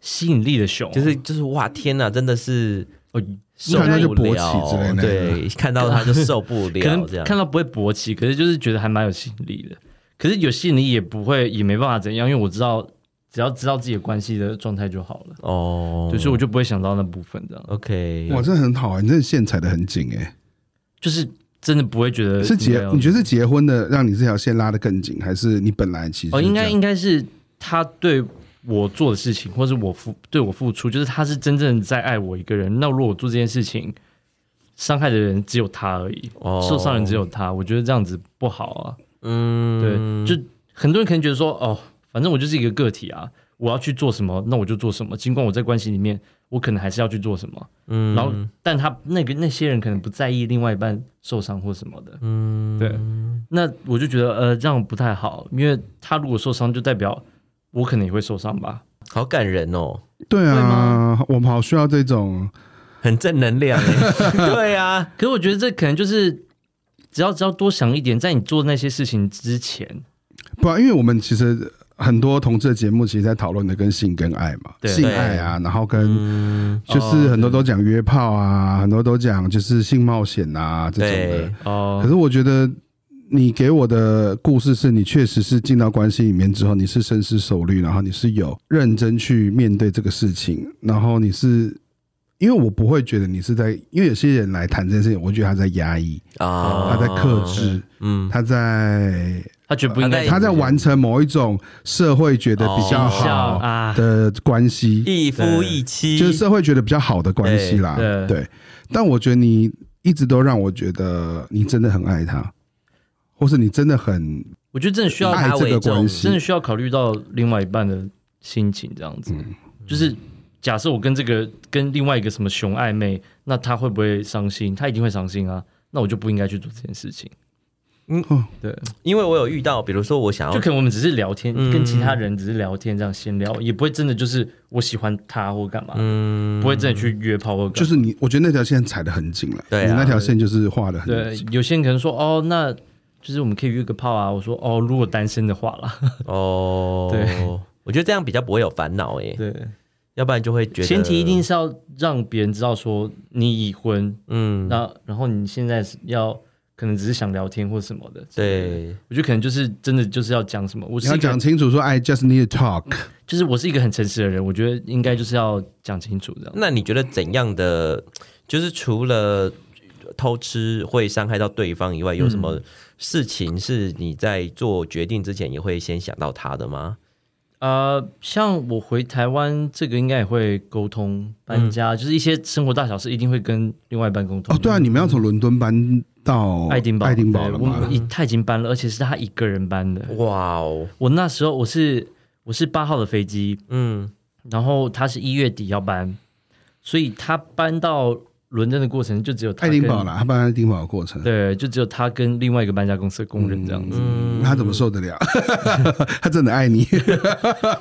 Speaker 1: 吸引力的熊
Speaker 3: 就是就是哇，天哪，真的是
Speaker 1: 哦，
Speaker 3: 受
Speaker 2: 看他就
Speaker 3: 不
Speaker 2: 勃
Speaker 3: 了，
Speaker 2: 起之类的
Speaker 3: 对，看到他就受 不
Speaker 1: 可
Speaker 3: 了，
Speaker 1: 能
Speaker 3: 这样
Speaker 1: 看到不会勃起，可是就是觉得还蛮有吸引力的。可是有吸引力也不会，也没办法怎样，因为我知道，只要知道自己的关系的状态就好了。
Speaker 3: 哦，
Speaker 1: 对，所以我就不会想到那部分这样，
Speaker 3: OK，
Speaker 2: 哇，这很好啊、你真的线踩的很紧哎、
Speaker 1: 就是真的不会觉得
Speaker 2: 是结
Speaker 1: 呃应该？要
Speaker 2: 你觉得是结婚的让你这条线拉得更紧，还是你本来其实
Speaker 1: 哦，应该应
Speaker 2: 该
Speaker 1: 该是他对我做的事情，或是我付对我付出，就是他是真正在爱我一个人。那如果我做这件事情，伤害的人只有他而已，
Speaker 3: 哦
Speaker 1: 受伤人只有他，我觉得这样子不好啊。
Speaker 3: 嗯，
Speaker 1: 对，就很多人可能觉得说，哦，反正我就是一个个体啊，我要去做什么，那我就做什么。尽管我在关系里面，我可能还是要去做什么。
Speaker 3: 嗯
Speaker 1: 然后，但他那个那些人可能不在意另外一半受伤或什么的。
Speaker 3: 嗯，
Speaker 1: 对，那我就觉得呃这样不太好，因为他如果受伤，就代表我可能也会受伤吧。
Speaker 3: 好感人哦，
Speaker 2: 对
Speaker 1: 会
Speaker 2: 啊
Speaker 1: 吗，
Speaker 2: 我们好需要这种
Speaker 3: 很正能量哎， 对啊，
Speaker 1: 可是我觉得这可能就是只要只要多想一点，在你做那些事情之前，
Speaker 2: 不啊，因为我们其实很多同志的节目，其实在讨论的跟性跟爱嘛，
Speaker 1: 对哦
Speaker 2: 性爱啊，然后跟
Speaker 3: 嗯，
Speaker 2: 就是很多都讲约炮啊，很多都讲就是性冒险啊这种的
Speaker 3: 对。，
Speaker 1: 哦、
Speaker 2: 可是我觉得你给我的故事是你确实是进到关系里面之后，你是深思熟虑，然后你是有认真去面对这个事情，然后你是。因为我不会觉得你是在，因为有些人来谈这件事情，我会觉得他在压抑，
Speaker 3: 啊，
Speaker 2: 他在克制，
Speaker 3: 嗯，
Speaker 2: 他在
Speaker 1: 他觉得不应该
Speaker 3: 啊
Speaker 2: 他在完成某一种社会觉得比较
Speaker 1: 像
Speaker 3: 哦
Speaker 2: 好
Speaker 1: 啊，
Speaker 2: 的关系，
Speaker 3: 一夫一妻，
Speaker 2: 就是社会觉得比较好的关系啦。
Speaker 1: 哎对对
Speaker 2: 对，但我觉得你一直都让我觉得你真的很爱他，或是你真的很
Speaker 1: 我觉得真的需要
Speaker 2: 爱这
Speaker 3: 为
Speaker 2: 个
Speaker 3: 重
Speaker 2: 关
Speaker 1: 真的
Speaker 2: 系。
Speaker 1: 需要考虑到另外一半的心情，这样子。
Speaker 2: 嗯
Speaker 1: 就是假设我跟这个跟另外一个什么熊暧昧，那他会不会伤心？他一定会伤心啊。那我就不应该去做这件事情。
Speaker 3: 嗯
Speaker 2: 哦
Speaker 1: 对。
Speaker 3: 因为我有遇到，比如说我想要
Speaker 1: 就可能我们只是聊天，
Speaker 3: 嗯
Speaker 1: 跟其他人只是聊天这样闲聊，也不会真的就是我喜欢他或干嘛，
Speaker 3: 嗯
Speaker 1: 不会真的去约炮或干嘛
Speaker 2: 就是你，我觉得那条线踩得很紧了。
Speaker 3: 对
Speaker 2: 你
Speaker 3: 啊
Speaker 2: 那条线就是画的很
Speaker 1: 对
Speaker 2: 紧。。
Speaker 1: 有些人可能说哦，那就是我们可以约个炮啊。我说哦，如果单身的话啦，
Speaker 3: 哦，
Speaker 1: 对，
Speaker 3: 我觉得这样比较不会有烦恼哎，
Speaker 1: 对，
Speaker 3: 要不然就会觉得
Speaker 1: 前提一定是要让别人知道说你已婚，
Speaker 3: 嗯，
Speaker 1: 那、然后你现在是要可能只是想聊天或什么的。，
Speaker 3: 对，
Speaker 1: 我觉得可能就是真的就是要讲什么，我
Speaker 2: 你
Speaker 1: 是
Speaker 2: 要
Speaker 1: 一个
Speaker 2: 讲清楚说，I just need to talk。
Speaker 1: 就是我是一个很诚实的人，我觉得应该就是要讲清楚这样。
Speaker 3: 那你觉得怎样的，就是除了偷吃会伤害到对方以外，有什么
Speaker 1: 嗯
Speaker 3: 事情是你在做决定之前也会先想到他的吗？
Speaker 1: 呃，像我回台湾，这个应该也会沟通
Speaker 3: 嗯
Speaker 1: 搬家，就是一些生活大小事一定会跟另外一半沟通。
Speaker 2: 哦，对啊，你们要从伦敦搬到
Speaker 1: 爱丁堡，
Speaker 2: 爱丁堡
Speaker 1: 对
Speaker 2: 了
Speaker 1: 我
Speaker 2: 吗
Speaker 1: 们？已他已经搬了，而且是他一个人搬的。
Speaker 3: 哇哦，
Speaker 1: 我那时候我是我是八号的飞机，
Speaker 3: 嗯，
Speaker 1: 然后他是一月底要搬，所以他搬到伦敦的过程就只有他
Speaker 2: 爱丁堡
Speaker 1: 了。
Speaker 2: 啦，他搬爱丁堡的过程，
Speaker 1: 对，就只有他跟另外一个搬家公司的工人这
Speaker 2: 嗯
Speaker 1: 样子，
Speaker 2: 他怎么受得 了？他真的爱你。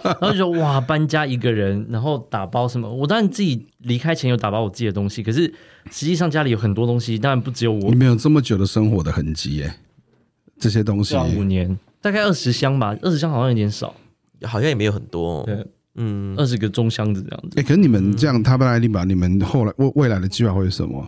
Speaker 1: 然后就说哇，搬家一个人，然后打包什么？我当然自己离开前有打包我自己的东西，可是实际上家里有很多东西，当然不只有我
Speaker 2: 你们有这么久的生活的痕迹耶，这些东西
Speaker 1: 对啊，五年，大概二十箱吧，二十箱好像有点少，
Speaker 3: 好像也没有很多、哦，
Speaker 1: 对，
Speaker 3: 嗯，
Speaker 1: 二十个中箱子这样子。
Speaker 2: 哎、可是你们这样，他搬来利堡，你们后来未未来的计划会是什么？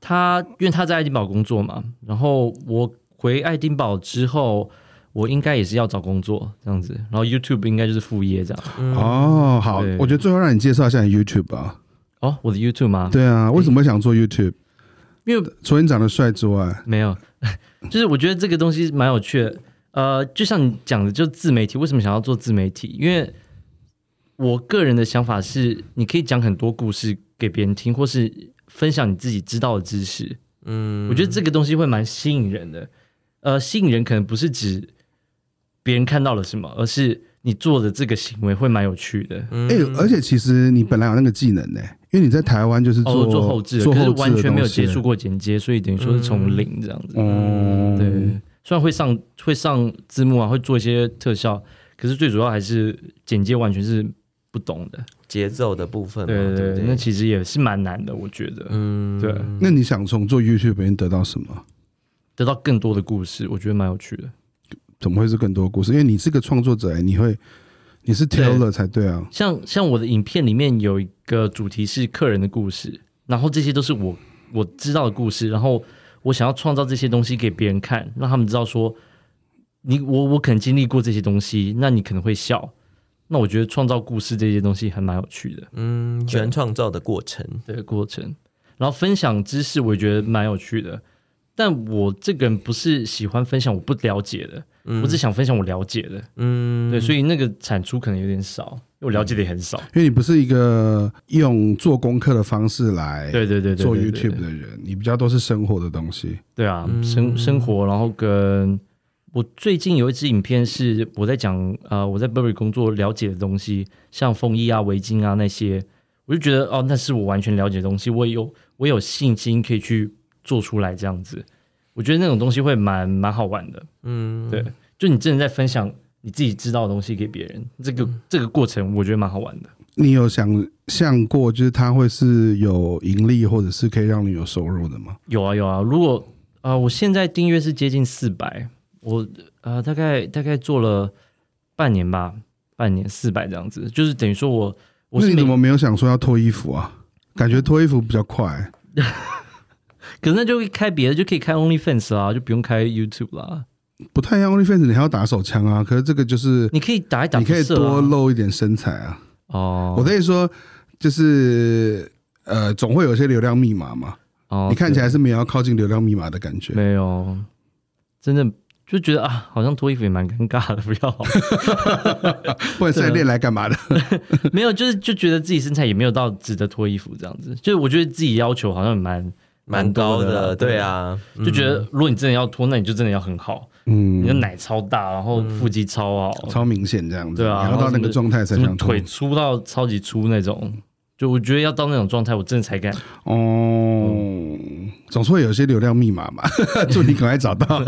Speaker 1: 他因为他在爱丁堡工作嘛，然后我回爱丁堡之后，我应该也是要找工作这样子，然后 YouTube 应该就是副业这样。
Speaker 2: 哦，好
Speaker 1: 嗯对，
Speaker 2: 我觉得最后让你介绍一下你 YouTube 吧。
Speaker 1: 哦，我的 YouTube 吗？
Speaker 2: 对啊，为什么会想做 YouTube？
Speaker 1: 因为
Speaker 2: 除了你长得帅之外，
Speaker 1: 没有， 就是我觉得这个东西蛮有趣的。呃，就像你讲的，就自媒体为什么想要做自媒体？因为我个人的想法是，你可以讲很多故事给别人听，或是分享你自己知道的知识。嗯，我觉得这个东西会蛮吸引人的。呃，吸引人可能不是指别人看到了什么，而是你做的这个行为会蛮有趣的。
Speaker 2: 哎、而且其实你本来有那个技能呢、因为你在台湾就是
Speaker 1: 哦，
Speaker 2: 做、
Speaker 1: 我做后置的，
Speaker 2: 做
Speaker 1: 可
Speaker 2: 后
Speaker 1: 是
Speaker 2: 置
Speaker 1: 完全没有
Speaker 2: 的东西
Speaker 1: 接触。过剪接，所以等于说是从零这样子。
Speaker 2: 哦、
Speaker 1: 对，虽然会上会上字幕啊，会做一些特效，可是最主要还是剪接完全是不懂的。
Speaker 3: 节奏的部分嘛，
Speaker 1: 对
Speaker 3: 对
Speaker 1: 对
Speaker 3: 不
Speaker 1: 对，那其实也是蛮难的，我觉得。
Speaker 3: 嗯，
Speaker 1: 对，
Speaker 2: 那你想从做 YouTube 里面得到什么？
Speaker 1: 得到更多的故事，我觉得蛮有趣的。
Speaker 2: 怎么会是更多故事？因为你是个创作者、欸，你会你是 teller 才对啊。
Speaker 1: 像像我的影片里面有一个主题是客人的故事，然后这些都是我我知道的故事，然后我想要创造这些东西给别人看，让他们知道说，你我我可能经历过这些东西，那你可能会笑。那我觉得创造故事这些东西还蛮有趣的，
Speaker 3: 嗯，全创造的过程，
Speaker 1: 这个过程。然后分享知识，我也觉得蛮有趣的。但我这个人不是喜欢分享我不了解的，
Speaker 2: 嗯
Speaker 1: 我只想分享我了解的。
Speaker 3: 嗯，
Speaker 1: 对，所以那个产出可能有点少，因为我了解的也很少。
Speaker 2: 因为你不是一个用做功课的方式来
Speaker 1: 对对对对对
Speaker 2: 做
Speaker 1: 对
Speaker 2: YouTube 的人，你比较都是生活的东西。
Speaker 1: 对啊，生生活，然后跟我最近有一支影片是我在讲，呃，我在 Burberry 工作了解的东西，像风衣啊、围巾啊那些，我就觉得哦，那是我完全了解的东西，我也有我有信心可以去做出来这样子。我觉得那种东西会蛮蛮好玩的，
Speaker 3: 嗯，
Speaker 1: 对，就你真的在分享你自己知道的东西给别人，这个、这个过程我觉得蛮好玩的。
Speaker 2: 你有想象过，就是它会是有盈利，或者是可以让你有收入的吗？
Speaker 1: 有啊有啊，如果啊、呃我现在订阅是接近四百，我呃大概大概做了半年吧，半年四百这样子，就是等于说我我
Speaker 2: 那
Speaker 1: 是
Speaker 2: 你
Speaker 1: 每
Speaker 2: 怎么没有想说要脱衣服啊？感觉脱衣服比较快。
Speaker 1: 可是那就会开别的，就可以开 OnlyFans 啊，就不用开 YouTube 啦。
Speaker 2: 不太一样，OnlyFans 你还要打手枪啊，可是这个就是
Speaker 1: 你可以打一打、
Speaker 2: 你可以多
Speaker 1: 露
Speaker 2: 露一点身材啊。
Speaker 1: 哦。
Speaker 2: 我跟你说，就是呃，总会有一些流量密码嘛，
Speaker 1: 哦
Speaker 2: 你看起
Speaker 1: 来
Speaker 2: 来是没有要靠近流量密码的感觉。
Speaker 1: 没有，真的就觉得啊，好像脱衣服也蛮尴尬的，不 要。
Speaker 2: 不然
Speaker 1: 啊
Speaker 2: 晒练来干嘛的？
Speaker 1: 没有，就是就觉得自己身材也没有到值得脱衣服这样子，就是我觉得自己要求好像也蛮
Speaker 3: 蛮高
Speaker 1: 多的啦，
Speaker 3: 的，对。啊，
Speaker 1: 就觉得如果你真的要脱，那你就真的要很好，你的
Speaker 2: 嗯，
Speaker 1: 奶超大，然后腹肌超好，
Speaker 2: 超明显这样子，
Speaker 1: 对啊
Speaker 2: 你要到那个状态才
Speaker 1: 什么
Speaker 2: 想
Speaker 1: 腿
Speaker 2: 脱
Speaker 1: 粗到超级粗那种。就我觉得要到那种状态，我真的才敢。
Speaker 2: 哦，总是会有一些流量密 码嘛，祝你赶快找 到。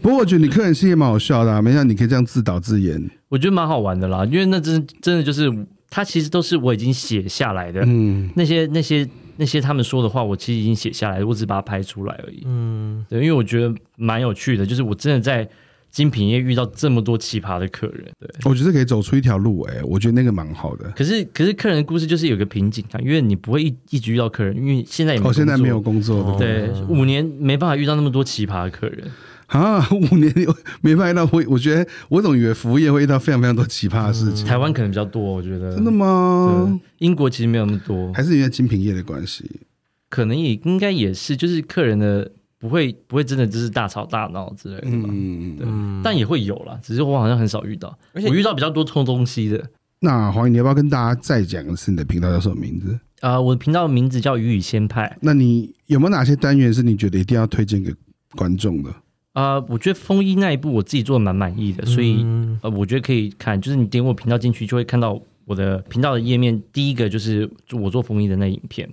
Speaker 2: 不过我觉得你客人戏也蛮好笑的、啊，没想到你可以这样自导自演。
Speaker 1: 我觉得蛮好玩的啦，因为那真真的就是，它其实都是我已经写下来的、
Speaker 2: 嗯，
Speaker 1: 那些那些那些他们说的话，我其实已经写下来了，我只是把它拍出来而已。
Speaker 3: 嗯，
Speaker 1: 对，因为我觉得蛮有趣的，就是我真的在精品业遇到这么多奇葩的客人，对。
Speaker 2: 我觉得可以走出一条路、哎，我觉得那个蛮好的。
Speaker 1: 可是可是客人的故事就是有个瓶颈啊，因为你不会一一直遇到客人，因为现在也没
Speaker 2: 我、
Speaker 1: 有
Speaker 2: 哦、现在
Speaker 1: 工作
Speaker 2: 没有工作的、
Speaker 1: 对，五年没办法遇到那么多奇葩的客人，
Speaker 2: 啊，五年没办法，我我觉得我总以为服务业会遇到非常非常多奇葩的事情，
Speaker 1: 台湾可能比较多，我觉得。
Speaker 2: 真的吗
Speaker 1: 对？，英国其实没有那么多，
Speaker 2: 还是因为精品业的关系？
Speaker 1: 可能也应该也是，就是客人的不会不会真的就是大吵大闹之类的吧，
Speaker 2: 嗯，
Speaker 1: 对，但也会有啦，只是我好像很少遇到，
Speaker 3: 而且
Speaker 1: 我遇到比较多偷东西的。
Speaker 2: 那黄宇，你要不要跟大家再讲一次你的频道叫什么名字？
Speaker 1: 啊、我的频道名字叫鱼与仙派，
Speaker 2: 那你有没有哪些单元是你觉得一定要推荐给观众的？
Speaker 1: 啊，我觉得风衣那一部我自己做的蛮满意的，所以、
Speaker 3: 嗯
Speaker 1: 呃，我觉得可以看，就是你点我频道进去就会看到我的频道的页面，第一个就是我做风衣的那影片，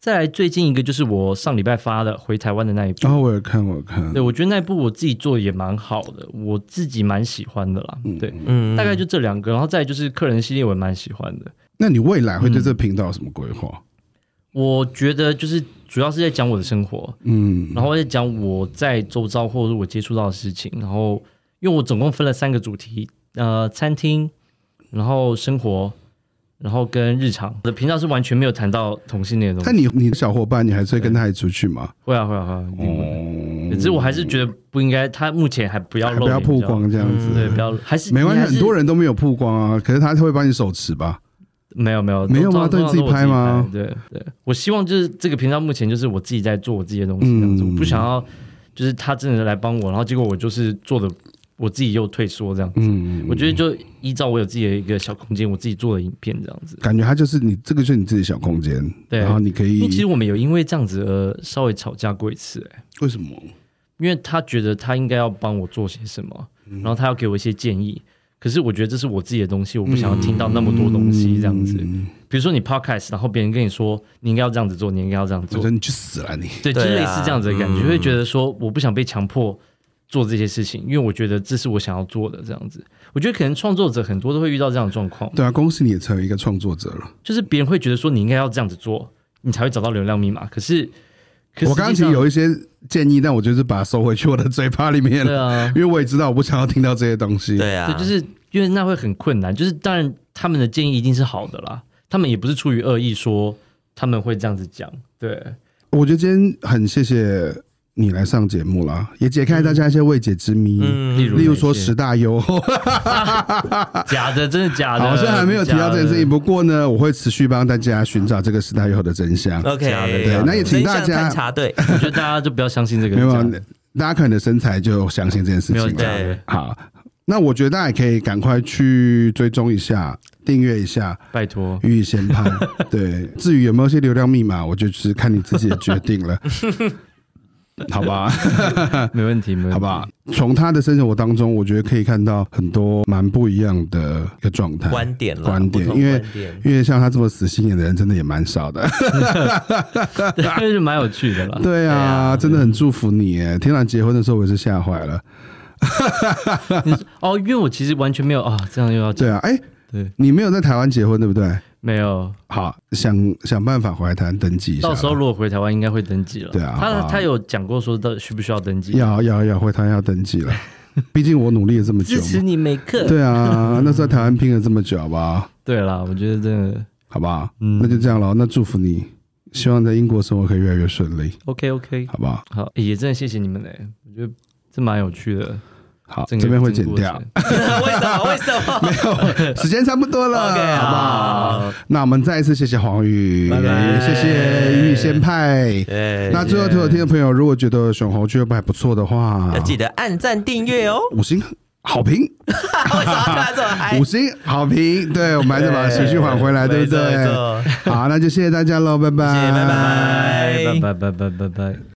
Speaker 1: 再来最近一个就是我上礼拜发的回台湾的那一部，
Speaker 2: 然后哦我有看，我有看
Speaker 1: 对，我觉得那一部我自己做得也蛮好的，我自己蛮喜欢的啦，对，
Speaker 3: 嗯
Speaker 1: 大概就这两个，然后再来就是客人系列我也蛮喜欢的，
Speaker 2: 那你未来会对这个频道有什么规划？
Speaker 1: 我觉得就是主要是在讲我的生活，
Speaker 2: 嗯，
Speaker 1: 然后再讲我在周遭或者是我接触到的事情，然后因为我总共分了三个主题，呃，餐厅，然后生活，然后跟日常。我的频道是完全没有谈到同性恋的东
Speaker 2: 但
Speaker 1: 西，
Speaker 2: 你你的小伙伴，你还是会跟他一起出去吗？
Speaker 1: 会啊会啊会啊，一定会。
Speaker 2: 哦，
Speaker 1: 只是我还是觉得不应该，他目前还不要
Speaker 2: 还
Speaker 1: 露，
Speaker 2: 不要曝，光这样子，
Speaker 1: 对，不要还是
Speaker 2: 没关系，很多
Speaker 1: 人
Speaker 2: 人都没有曝光啊。可是他会帮你手持吧？
Speaker 1: 没有没有
Speaker 2: 没有吗都
Speaker 1: 都都
Speaker 2: 你自己
Speaker 1: 都我
Speaker 2: 拍吗
Speaker 1: 拍对对，我希望就是这个频道目前就是我自己在做我自己的东西这样子，
Speaker 2: 嗯
Speaker 1: 我不想要就是他真的来帮我，然后结果我就是做的我自己又退缩这样子。
Speaker 2: 嗯，
Speaker 1: 我觉得就依照我有自己的一个小空间，我自己做的影片这样子。
Speaker 2: 感觉他就是你这个就是你自己小空间，
Speaker 1: 对
Speaker 2: 然后你可
Speaker 1: 因为其实
Speaker 2: 以
Speaker 1: 我们有因为这样子而稍微吵架过一次、欸，
Speaker 2: 为什么？
Speaker 1: 因为他觉得他应该要帮我做些什么，
Speaker 2: 嗯
Speaker 1: 然后他要给我一些建议。可是我觉得这是我自己的东西，我不想要听到那么多东西这样子。
Speaker 2: 嗯
Speaker 1: 比如说你 podcast，然后别人跟你说你应该要这样子做，你应该要这样
Speaker 2: 我
Speaker 1: 做
Speaker 2: 说，你去死了你！
Speaker 1: 对，就
Speaker 3: 对啊
Speaker 1: 类似这样子的感觉，
Speaker 2: 嗯
Speaker 1: 会觉得说我不想被强迫做这些事情，因为我觉得这是我想要做的这样子。我觉得可能创作者很多都会遇到这样的状况。
Speaker 2: 对啊，恭喜你也成为一个创作者了。
Speaker 1: 就是别人会觉得说你应该要这样子做，你才会找到流量密码。可是，可是
Speaker 2: 我刚刚
Speaker 1: 实
Speaker 2: 其实
Speaker 1: 际上
Speaker 2: 有一些建议，但我就是把它收回去我的嘴巴里面
Speaker 1: 对
Speaker 2: 了，
Speaker 1: 啊，
Speaker 2: 因为我也知道我不想要听到这些东西。
Speaker 3: 对啊，
Speaker 1: 对，就是因为那会很困难。就是当然他们的建议一定是好的啦，他们也不是出于恶意说他们会这样子讲，对，
Speaker 2: 我觉得今天很谢谢你来上节目啦，也解开大家一些未解之谜，
Speaker 1: 嗯例
Speaker 2: 例如说
Speaker 1: 哪些
Speaker 2: 十大忧后。
Speaker 1: 假的，真的假的，
Speaker 2: 啊好像还没有提到这件事
Speaker 1: 假
Speaker 2: 情，
Speaker 1: 的
Speaker 2: 不过呢，我会持续帮大家寻找这个时代背后的真相。
Speaker 3: OK，
Speaker 1: 假的对
Speaker 2: 那也请大家
Speaker 3: 真相侦 查队，
Speaker 1: 我觉得大家就不要相信这个，
Speaker 2: 没有啊
Speaker 1: 假的，
Speaker 2: 大家看你的身材就相啊信这件事
Speaker 1: 没有
Speaker 2: 情
Speaker 1: 假
Speaker 2: 了。
Speaker 1: 的，
Speaker 2: 好，那我觉得大家也可以赶快去追踪一下、订阅一下
Speaker 1: 拜托
Speaker 2: 《予以先判》。 对，至于有没有一些流量密码，我就只是看你自己的决定 了。好吧，
Speaker 1: 没问题，没问题，
Speaker 2: 啊好吧，从他的生活当中，我觉得可以看到很多蛮不一样的一个状态。
Speaker 3: 观点了，
Speaker 2: 观点
Speaker 3: 不同
Speaker 2: 因为
Speaker 3: 观点
Speaker 2: 因为像他这么死心眼的人，真的也蛮少 的。
Speaker 1: 对，是蛮有趣 的啦。
Speaker 2: 对啊，真的很祝福你耶！天然结婚的时候，我也是吓坏了。
Speaker 1: 哦，因为我其实完全没有啊，这样又要讲
Speaker 2: 对啊，哎、
Speaker 1: 对，
Speaker 2: 你没有在台湾结婚，对不对？
Speaker 1: 没有，
Speaker 2: 好，想想办法回来台湾登记一下。
Speaker 1: 到时候如果回台湾应该会登记了。
Speaker 2: 对啊
Speaker 1: 他
Speaker 2: 好啊
Speaker 1: 他有讲过说到底需不需要登记？
Speaker 2: 要要要回台湾要登记 了，毕竟我努力了这么久
Speaker 1: 支持
Speaker 2: 嘛。
Speaker 1: 你每刻。
Speaker 2: 对啊，那时候在台湾拼了这么久，好不好？
Speaker 1: 对啦，我觉得真的
Speaker 2: 好不好？
Speaker 1: 嗯
Speaker 2: 那就这样了。那祝福你，希望在英国生活可以越来越顺利，
Speaker 1: OK OK，
Speaker 2: 好不好？
Speaker 1: 好，欸也真的谢谢你们嘞，我觉得这蛮有趣的。
Speaker 2: 好，
Speaker 1: 整个
Speaker 2: 这边会
Speaker 1: 整
Speaker 2: 剪
Speaker 1: 个过
Speaker 2: 掉
Speaker 1: 程，
Speaker 3: 为什么？为什么？
Speaker 2: 时间差不多了
Speaker 3: OK，
Speaker 2: 好不好？
Speaker 3: 好
Speaker 2: 那我们再一次谢谢黄宇，
Speaker 3: 拜拜
Speaker 2: 谢谢宇先派。
Speaker 3: 对，
Speaker 2: 那最后，听有听的朋友，如果觉得选猴俱乐部还不错的话
Speaker 3: 要，记得按赞订阅哦。
Speaker 2: 五星好 评，
Speaker 3: 为什么突然这么嗨
Speaker 2: 五？星好评，对我们还得把情绪还回来，对
Speaker 3: 没
Speaker 2: 不
Speaker 3: 错
Speaker 2: 对
Speaker 3: 没？错
Speaker 2: 好，那就谢谢大家喽，拜拜，
Speaker 3: 谢谢拜
Speaker 1: 拜
Speaker 3: 拜
Speaker 1: 拜拜拜拜拜拜。